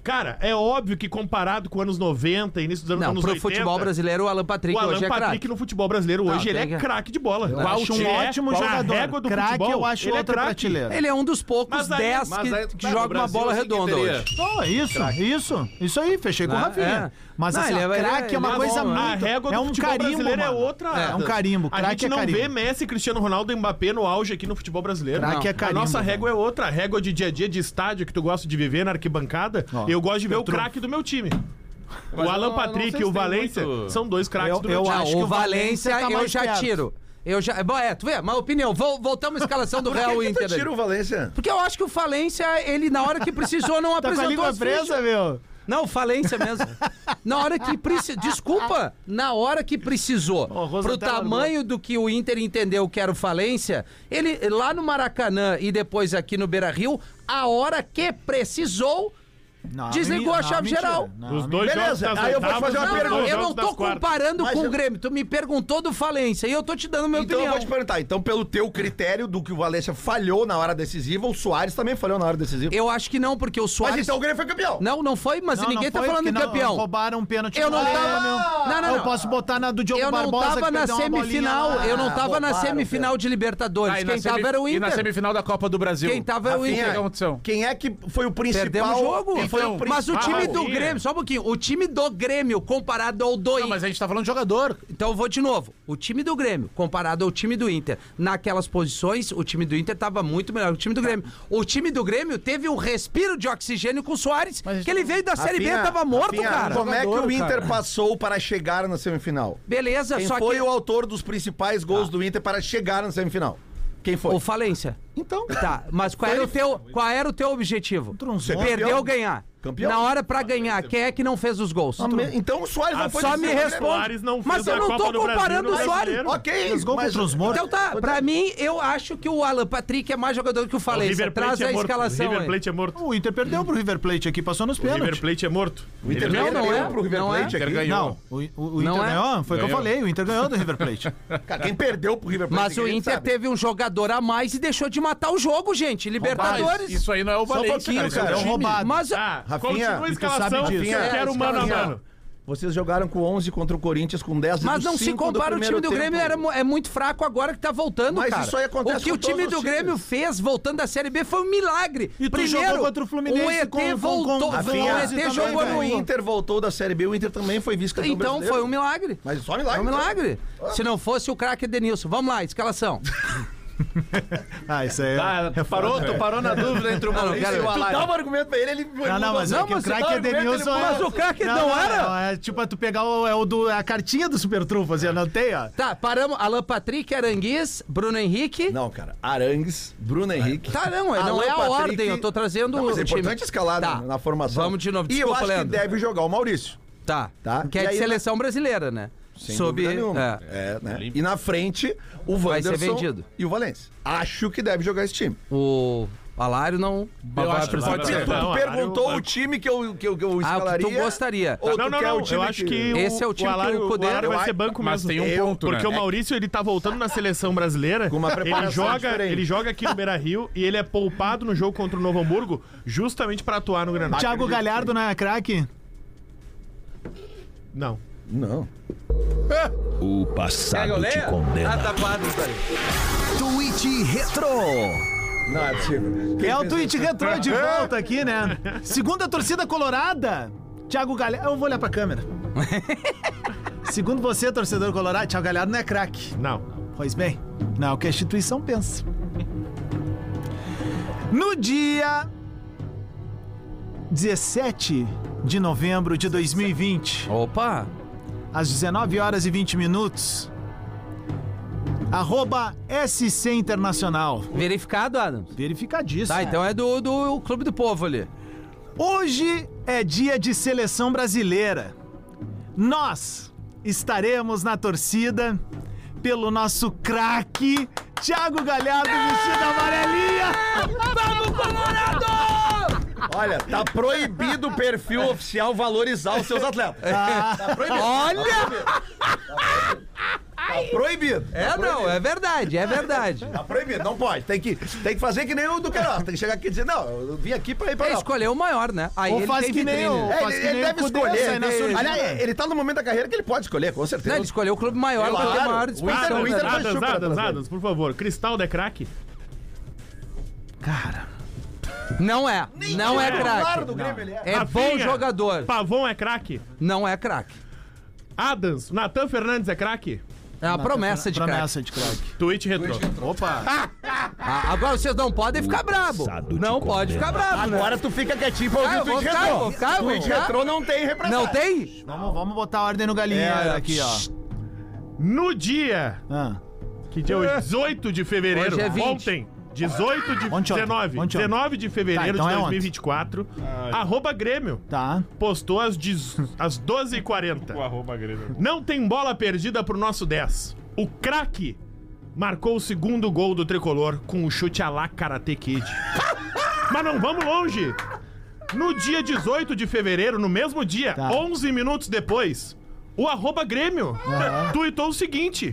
[SPEAKER 9] Cara, é óbvio que comparado com anos 90, início dos anos,
[SPEAKER 6] Não,
[SPEAKER 9] anos
[SPEAKER 6] pro
[SPEAKER 9] 80,
[SPEAKER 6] futebol brasileiro, o Alan Patrick
[SPEAKER 9] o Alan
[SPEAKER 6] hoje é
[SPEAKER 9] Patrick
[SPEAKER 6] craque.
[SPEAKER 9] no futebol brasileiro hoje,
[SPEAKER 6] Não,
[SPEAKER 9] ele
[SPEAKER 6] tem
[SPEAKER 9] é
[SPEAKER 6] que-
[SPEAKER 9] craque de bola.
[SPEAKER 3] Eu acho um
[SPEAKER 9] time é,
[SPEAKER 3] ótimo
[SPEAKER 9] qual a
[SPEAKER 3] jogador.
[SPEAKER 9] régua do
[SPEAKER 3] Craque
[SPEAKER 9] futebol,
[SPEAKER 3] eu acho
[SPEAKER 9] ele é
[SPEAKER 3] outra
[SPEAKER 9] craque.
[SPEAKER 3] prateleira.
[SPEAKER 6] Ele é um dos poucos
[SPEAKER 9] Mas aí-
[SPEAKER 6] 10
[SPEAKER 4] mas
[SPEAKER 6] que,
[SPEAKER 4] aí-
[SPEAKER 6] que
[SPEAKER 4] mas
[SPEAKER 6] joga
[SPEAKER 4] no
[SPEAKER 6] uma
[SPEAKER 4] Brasil,
[SPEAKER 6] bola
[SPEAKER 4] assim,
[SPEAKER 6] redonda
[SPEAKER 4] teria.
[SPEAKER 6] hoje.
[SPEAKER 3] Oh, isso, isso, isso aí, fechei com o
[SPEAKER 6] Ah,
[SPEAKER 3] Rafinha.
[SPEAKER 6] é.
[SPEAKER 3] Mas
[SPEAKER 6] Não,
[SPEAKER 3] assim,
[SPEAKER 6] ele é-
[SPEAKER 3] ó, craque é,
[SPEAKER 6] ele é
[SPEAKER 3] uma
[SPEAKER 6] bom,
[SPEAKER 3] coisa
[SPEAKER 6] é.
[SPEAKER 3] muito.
[SPEAKER 9] Tá A régua do
[SPEAKER 3] é um
[SPEAKER 9] futebol
[SPEAKER 3] carimbo,
[SPEAKER 9] brasileiro é
[SPEAKER 3] mano.
[SPEAKER 9] outra.
[SPEAKER 3] É um carimbo,
[SPEAKER 9] A
[SPEAKER 3] craque
[SPEAKER 9] gente
[SPEAKER 3] é
[SPEAKER 9] não vê
[SPEAKER 3] carimbo.
[SPEAKER 9] Messi, Cristiano Ronaldo e Mbappé no auge aqui no futebol brasileiro.
[SPEAKER 3] Craque é
[SPEAKER 9] a
[SPEAKER 3] carimbo,
[SPEAKER 9] nossa
[SPEAKER 3] velho.
[SPEAKER 9] régua é outra. A régua de dia a dia, de estádio que tu gosta de viver na arquibancada,
[SPEAKER 3] Ó,
[SPEAKER 9] eu gosto de ver o
[SPEAKER 3] Petrov.
[SPEAKER 9] craque do meu time.
[SPEAKER 4] Mas
[SPEAKER 9] o
[SPEAKER 4] eu
[SPEAKER 9] Alan
[SPEAKER 4] não- eu não sei
[SPEAKER 9] Patrick
[SPEAKER 4] se
[SPEAKER 9] e o
[SPEAKER 4] tem
[SPEAKER 9] Valência
[SPEAKER 4] muito-
[SPEAKER 9] são dois craques
[SPEAKER 3] Eu-
[SPEAKER 9] do meu
[SPEAKER 3] eu
[SPEAKER 9] time.
[SPEAKER 3] acho
[SPEAKER 6] Não,
[SPEAKER 3] que
[SPEAKER 6] o
[SPEAKER 3] o Valência
[SPEAKER 6] Valência
[SPEAKER 3] tá
[SPEAKER 6] eu
[SPEAKER 3] mais
[SPEAKER 6] já
[SPEAKER 3] perto.
[SPEAKER 6] tiro. Eu já. Bom, é, tu vê, mas opinião. Vol, voltamos à escalação do Real
[SPEAKER 7] Por que que tu
[SPEAKER 6] Inter.
[SPEAKER 7] tira
[SPEAKER 6] ali.
[SPEAKER 7] o Valência?
[SPEAKER 6] Porque eu acho que o Falência, ele na hora que precisou, não
[SPEAKER 3] Tá com a
[SPEAKER 6] apresentou
[SPEAKER 3] língua
[SPEAKER 6] as fichas.
[SPEAKER 3] presa, meu.
[SPEAKER 6] Não, falência mesmo. Na hora que precisou. Desculpa, na hora que precisou.
[SPEAKER 3] Ó, o
[SPEAKER 6] pro
[SPEAKER 3] Rosenthal
[SPEAKER 6] tamanho do que o Inter entendeu que era o falência, ele lá no Maracanã e depois aqui no Beira Rio, a hora que precisou.
[SPEAKER 3] Não,
[SPEAKER 6] Desligou
[SPEAKER 3] me-
[SPEAKER 6] a chave
[SPEAKER 3] mentira.
[SPEAKER 6] geral.
[SPEAKER 3] Não,
[SPEAKER 9] Os
[SPEAKER 3] me-
[SPEAKER 9] dois
[SPEAKER 7] Beleza,
[SPEAKER 9] jogos das
[SPEAKER 7] aí eu vou te
[SPEAKER 9] oitavas,
[SPEAKER 7] fazer uma
[SPEAKER 9] os
[SPEAKER 6] Não,
[SPEAKER 9] dois
[SPEAKER 7] pergunta.
[SPEAKER 9] jogos
[SPEAKER 6] eu não
[SPEAKER 9] das
[SPEAKER 6] tô
[SPEAKER 9] quartas.
[SPEAKER 6] comparando
[SPEAKER 7] Mas
[SPEAKER 6] com
[SPEAKER 7] eu-
[SPEAKER 6] o Grêmio. Tu me perguntou do falência e eu tô te dando minha
[SPEAKER 7] Então eu
[SPEAKER 6] opinião.
[SPEAKER 7] vou te perguntar, então pelo teu critério do que o Valência falhou na hora decisiva, o Soares também falhou na hora decisiva.
[SPEAKER 6] Eu acho que não, porque o Soares.
[SPEAKER 7] Mas então o Grêmio foi campeão.
[SPEAKER 6] Não, não foi, mas
[SPEAKER 3] não,
[SPEAKER 6] ninguém
[SPEAKER 3] não foi,
[SPEAKER 6] tá falando
[SPEAKER 3] porque
[SPEAKER 6] em
[SPEAKER 3] não-
[SPEAKER 6] campeão.
[SPEAKER 3] Roubaram um pênalti
[SPEAKER 6] Eu
[SPEAKER 3] no
[SPEAKER 6] não tava-
[SPEAKER 3] Grêmio.
[SPEAKER 6] Não, não,
[SPEAKER 3] Eu
[SPEAKER 6] não.
[SPEAKER 3] posso botar na do Diogo
[SPEAKER 6] Eu não
[SPEAKER 3] Barbosa.
[SPEAKER 6] tava
[SPEAKER 3] que
[SPEAKER 6] na
[SPEAKER 3] perdeu uma
[SPEAKER 6] semifinal,
[SPEAKER 3] bolinha lá.
[SPEAKER 6] eu não tava na
[SPEAKER 7] roubaram,
[SPEAKER 6] semifinal de Libertadores.
[SPEAKER 5] Ah, e na
[SPEAKER 6] Quem tava
[SPEAKER 5] semi-
[SPEAKER 6] era o
[SPEAKER 5] E na
[SPEAKER 6] Inter.
[SPEAKER 5] semifinal da Copa do Brasil.
[SPEAKER 6] Quem tava era o
[SPEAKER 7] Rafinha,
[SPEAKER 5] O que
[SPEAKER 6] Inter.
[SPEAKER 5] aconteceu?
[SPEAKER 7] Quem é que foi o principal
[SPEAKER 6] Perdemos o jogo.
[SPEAKER 7] Quem
[SPEAKER 6] foi o Mas o time do Grêmio, só um pouquinho, o time do Grêmio comparado ao do Inter. Não, mas
[SPEAKER 5] a gente tá falando de jogador.
[SPEAKER 6] Então eu vou de novo. O time do Grêmio comparado ao time do Inter. Naquelas posições, o time do Inter tava muito melhor que o time do Grêmio. O time do Grêmio teve um respiro de oxigênio com o Soares, que ele veio da Série B,
[SPEAKER 7] Rafinha,
[SPEAKER 6] tava morto,
[SPEAKER 7] Rafinha,
[SPEAKER 6] cara.
[SPEAKER 7] Como é que o
[SPEAKER 6] Jogador,
[SPEAKER 7] Inter
[SPEAKER 6] cara.
[SPEAKER 7] passou para chegar na semifinal?
[SPEAKER 6] Beleza,
[SPEAKER 7] Quem
[SPEAKER 6] só
[SPEAKER 7] foi
[SPEAKER 6] que...
[SPEAKER 7] o autor dos principais
[SPEAKER 3] Tá.
[SPEAKER 7] gols do Inter para chegar na semifinal? Quem foi?
[SPEAKER 6] O Falência.
[SPEAKER 7] Então.
[SPEAKER 6] Tá, mas qual era o teu, qual era o teu objetivo? Você perdeu ou ganhar?
[SPEAKER 7] é Campeão.
[SPEAKER 6] Na hora pra ganhar, quem é que não fez os gols?
[SPEAKER 7] Ah, me- Então o Soares não
[SPEAKER 6] Ah,
[SPEAKER 7] foi
[SPEAKER 6] só
[SPEAKER 7] de
[SPEAKER 6] me
[SPEAKER 7] ser goleiro.
[SPEAKER 6] responde. Soares não Mas fez eu a não tô Copa do Brasil comparando no o Soares. brasileiro.
[SPEAKER 7] Ok,
[SPEAKER 3] Fez gol
[SPEAKER 7] mas-
[SPEAKER 3] contra os mortos.
[SPEAKER 6] Então tá, pra mim, eu acho que o Alan Patrick é mais jogador do que o Falência. Traz
[SPEAKER 9] é
[SPEAKER 6] a escalação aí.
[SPEAKER 3] é morto. O Inter perdeu pro River Plate aqui, passou nos pênaltis.
[SPEAKER 9] River Plate é morto.
[SPEAKER 3] O Inter
[SPEAKER 9] Ele
[SPEAKER 3] ganhou,
[SPEAKER 9] perdeu
[SPEAKER 3] não é?
[SPEAKER 9] pro River
[SPEAKER 3] Não é?
[SPEAKER 9] Plate
[SPEAKER 3] Inter
[SPEAKER 9] aqui.
[SPEAKER 3] ganhou. Não, é? o- o Inter ganhou, foi o que eu
[SPEAKER 9] Ganhou.
[SPEAKER 3] falei, o Inter ganhou do River Plate.
[SPEAKER 7] Cara, quem perdeu pro River
[SPEAKER 6] Mas o Inter teve um jogador a mais e deixou de matar o jogo, gente. Libertadores.
[SPEAKER 5] Mas isso aí não é o Só um Valência, pouquinho, cara, isso cara, é um é um time. roubado.
[SPEAKER 6] Mas
[SPEAKER 5] Ah,
[SPEAKER 7] Rafinha,
[SPEAKER 5] a escalação, Rafinha,
[SPEAKER 7] É,
[SPEAKER 5] eu quero mano a mano.
[SPEAKER 7] Vocês jogaram com 11 contra o Corinthians com 10 e
[SPEAKER 6] Mas
[SPEAKER 7] do
[SPEAKER 6] não se
[SPEAKER 7] cinco
[SPEAKER 6] compara o time do
[SPEAKER 7] primeiro
[SPEAKER 6] Grêmio,
[SPEAKER 7] tempo.
[SPEAKER 6] era, mu- é muito fraco agora que tá voltando,
[SPEAKER 7] Mas
[SPEAKER 6] cara.
[SPEAKER 7] isso aí acontece
[SPEAKER 6] O que
[SPEAKER 7] com
[SPEAKER 6] o time
[SPEAKER 7] todos
[SPEAKER 6] do
[SPEAKER 7] os
[SPEAKER 6] Grêmio fez voltando da Série B foi um milagre.
[SPEAKER 3] E tu jogou contra o Fluminense
[SPEAKER 6] o ET
[SPEAKER 3] com- com- com-
[SPEAKER 6] voltou,
[SPEAKER 7] Rafinha,
[SPEAKER 6] o ET
[SPEAKER 7] também, né?
[SPEAKER 6] jogou
[SPEAKER 7] velho.
[SPEAKER 6] no
[SPEAKER 7] O Inter voltou da Série B, o Inter também foi vice-campeão
[SPEAKER 6] Então
[SPEAKER 7] brasileiro.
[SPEAKER 6] foi um milagre.
[SPEAKER 7] Mas só milagre.
[SPEAKER 6] É um milagre. Se não fosse o craque Denilson. Vamos lá, escalação.
[SPEAKER 3] Ah, isso aí.
[SPEAKER 6] Ah,
[SPEAKER 3] é
[SPEAKER 6] parou,
[SPEAKER 3] foda,
[SPEAKER 6] tu
[SPEAKER 3] velho.
[SPEAKER 6] parou na dúvida entre o
[SPEAKER 3] Não, não,
[SPEAKER 6] Maurício
[SPEAKER 3] cara,
[SPEAKER 6] e o
[SPEAKER 3] tu
[SPEAKER 6] Alan.
[SPEAKER 3] dá
[SPEAKER 7] Dá um argumento pra ele, ele...
[SPEAKER 9] Tá,
[SPEAKER 3] Não, não, mas é que o craque Edenilson é.
[SPEAKER 6] Mas o craque não era?
[SPEAKER 3] é tipo tu pegar o, é o do, a cartinha do Super Trufo, assim, não tem, ó.
[SPEAKER 6] Tá, paramos. Alan Patrick, Aranguiz, Bruno Henrique.
[SPEAKER 7] Não, cara. Arangues, Bruno Henrique.
[SPEAKER 6] Tá, não, é- não
[SPEAKER 7] Alan
[SPEAKER 6] é a
[SPEAKER 7] Patrick.
[SPEAKER 6] ordem, eu tô trazendo
[SPEAKER 7] Não, mas é
[SPEAKER 6] o time.
[SPEAKER 7] importante escalar
[SPEAKER 6] Tá.
[SPEAKER 7] na, na formação.
[SPEAKER 6] Vamos de novo,
[SPEAKER 7] E eu
[SPEAKER 6] desculpa,
[SPEAKER 7] acho
[SPEAKER 6] Leandro.
[SPEAKER 7] que deve jogar o Maurício.
[SPEAKER 6] Tá.
[SPEAKER 7] Tá?
[SPEAKER 6] Que é
[SPEAKER 7] E
[SPEAKER 6] de
[SPEAKER 7] aí,
[SPEAKER 6] seleção brasileira, né?
[SPEAKER 7] Sem
[SPEAKER 6] Sob-
[SPEAKER 7] dúvida nenhuma.
[SPEAKER 6] é.
[SPEAKER 7] É, né? E na frente, o
[SPEAKER 6] Vai ser
[SPEAKER 7] Wanderson
[SPEAKER 6] vendido.
[SPEAKER 7] e o Valencia. Acho que deve jogar esse time.
[SPEAKER 6] O Alário não.
[SPEAKER 7] Eu acho que
[SPEAKER 6] Vai
[SPEAKER 7] pode ser.
[SPEAKER 6] apresentar.
[SPEAKER 7] Tu
[SPEAKER 6] Não,
[SPEAKER 7] perguntou
[SPEAKER 6] Alário-
[SPEAKER 7] o time que eu, que eu, que eu
[SPEAKER 6] Ah, o que
[SPEAKER 7] escalaria.
[SPEAKER 6] tu gostaria.
[SPEAKER 7] Ou
[SPEAKER 9] não,
[SPEAKER 7] tu
[SPEAKER 9] não,
[SPEAKER 7] quer
[SPEAKER 9] não.
[SPEAKER 7] o time
[SPEAKER 9] eu acho que,
[SPEAKER 6] Esse é o time que
[SPEAKER 9] Alário-
[SPEAKER 6] o Cudê-
[SPEAKER 9] Alário vai
[SPEAKER 6] Eu-
[SPEAKER 9] ser banco
[SPEAKER 5] mas
[SPEAKER 9] mesmo.
[SPEAKER 5] tem um
[SPEAKER 9] Eu-
[SPEAKER 5] ponto,
[SPEAKER 9] Porque
[SPEAKER 5] né?
[SPEAKER 9] o Maurício, ele tá voltando na seleção brasileira.
[SPEAKER 7] uma
[SPEAKER 9] ele
[SPEAKER 7] preparação
[SPEAKER 9] joga,
[SPEAKER 7] diferente.
[SPEAKER 9] ele joga aqui no Beira-Rio e ele é poupado no jogo contra o Novo Hamburgo justamente pra atuar no Granada.
[SPEAKER 3] Thiago Galhardo não é craque?
[SPEAKER 9] Não.
[SPEAKER 7] Não.
[SPEAKER 1] O passado te condena.
[SPEAKER 10] Tweet Retro.
[SPEAKER 7] Não, é possível. Quem
[SPEAKER 3] é o
[SPEAKER 7] fez
[SPEAKER 3] tweet
[SPEAKER 7] isso?
[SPEAKER 3] retrô de volta aqui, né? Segunda torcida colorada, Thiago Galhardo. Eu vou olhar pra câmera. Segundo você, torcedor colorado, Thiago Galhardo não é craque.
[SPEAKER 9] Não.
[SPEAKER 3] Pois bem, não é o que a instituição pensa. No dia 17 de novembro de 2020,
[SPEAKER 6] Opa!
[SPEAKER 3] às 19 horas e 20 minutos, arroba SC Internacional.
[SPEAKER 6] Verificado, Adams.
[SPEAKER 3] Verificadíssimo.
[SPEAKER 6] Tá, então é do, do Clube do Povo ali.
[SPEAKER 3] Hoje é dia de seleção brasileira. Nós estaremos na torcida pelo nosso craque Thiago Galhardo vestido amarelinha.
[SPEAKER 7] Olha, tá proibido o perfil oficial valorizar os seus atletas. Tá proibido.
[SPEAKER 6] Olha!
[SPEAKER 7] Tá proibido.
[SPEAKER 6] É, não, é verdade, é verdade.
[SPEAKER 7] Tá proibido, não pode. Tem que, tem que fazer que nem o do Queiroz. Tem que chegar aqui e dizer, não, eu vim aqui pra ir pra
[SPEAKER 6] É
[SPEAKER 7] lá.
[SPEAKER 6] escolher o maior, né? Aí
[SPEAKER 3] Ou
[SPEAKER 6] ele
[SPEAKER 3] faz
[SPEAKER 6] tem
[SPEAKER 3] que nem
[SPEAKER 6] vitrine.
[SPEAKER 3] o-
[SPEAKER 6] né?
[SPEAKER 7] É,
[SPEAKER 3] Faz
[SPEAKER 7] ele,
[SPEAKER 3] que nem o
[SPEAKER 7] ele deve
[SPEAKER 3] Cudê,
[SPEAKER 7] escolher.
[SPEAKER 3] sai na
[SPEAKER 7] ele-
[SPEAKER 3] surdina.
[SPEAKER 7] Aliás, ele tá no momento da carreira que ele pode escolher, com
[SPEAKER 6] Não,
[SPEAKER 7] certeza.
[SPEAKER 6] ele escolheu o clube maior pra ter a
[SPEAKER 7] Claro.
[SPEAKER 6] maior
[SPEAKER 7] O Inter-
[SPEAKER 6] disposição.
[SPEAKER 7] o Inter-
[SPEAKER 9] Adams,
[SPEAKER 7] chupa,
[SPEAKER 9] Adams,
[SPEAKER 7] Adams.
[SPEAKER 9] Adams, por favor. Cristaldo é craque?
[SPEAKER 6] Não é, não é
[SPEAKER 7] Claro,
[SPEAKER 6] craque.
[SPEAKER 7] do Grêmio ele é.
[SPEAKER 6] É bom
[SPEAKER 9] Rafinha.
[SPEAKER 6] jogador,
[SPEAKER 9] Pavon é craque?
[SPEAKER 6] não é craque.
[SPEAKER 9] Adams, Natan Fernandes é craque?
[SPEAKER 6] É uma promessa de craque.
[SPEAKER 3] Promessa de craque.
[SPEAKER 9] Twitch retrô.
[SPEAKER 6] Ah, agora vocês não podem ficar brabo.
[SPEAKER 1] Passado te
[SPEAKER 6] Não pode
[SPEAKER 1] condena.
[SPEAKER 6] ficar brabo, né?
[SPEAKER 7] Agora tu fica quietinho pra
[SPEAKER 6] Ah,
[SPEAKER 7] ouvir
[SPEAKER 6] eu
[SPEAKER 7] o
[SPEAKER 6] vou
[SPEAKER 7] tweet
[SPEAKER 6] ficar, eu vou ficar, eu
[SPEAKER 7] retrô.
[SPEAKER 6] vou
[SPEAKER 7] Tweet
[SPEAKER 6] ficar.
[SPEAKER 7] retrô não tem
[SPEAKER 3] é
[SPEAKER 7] representação.
[SPEAKER 6] Não tem?
[SPEAKER 3] Vamos, vamos botar ordem no
[SPEAKER 9] É,
[SPEAKER 3] galinheiro aqui, ó.
[SPEAKER 9] No dia.
[SPEAKER 3] Ah,
[SPEAKER 9] Que dia é hoje? 18 de fevereiro.
[SPEAKER 6] Hoje é 20.
[SPEAKER 9] Ontem. 18 de.
[SPEAKER 3] Ontem, ontem.
[SPEAKER 9] 19.
[SPEAKER 3] Ontem, ontem.
[SPEAKER 9] 19 de fevereiro
[SPEAKER 3] Tá, então é
[SPEAKER 9] de
[SPEAKER 3] ontem.
[SPEAKER 9] 2024. arroba Grêmio.
[SPEAKER 3] tá.
[SPEAKER 9] Postou às, dez- às 12h40. Não tem bola perdida pro nosso 10. O craque marcou o segundo gol do tricolor com o chute a lá Karate Kid. Mas não vamos longe. No dia 18 de fevereiro, no mesmo dia,
[SPEAKER 3] Tá.
[SPEAKER 9] 11 minutos depois, o arroba Grêmio tuitou o seguinte.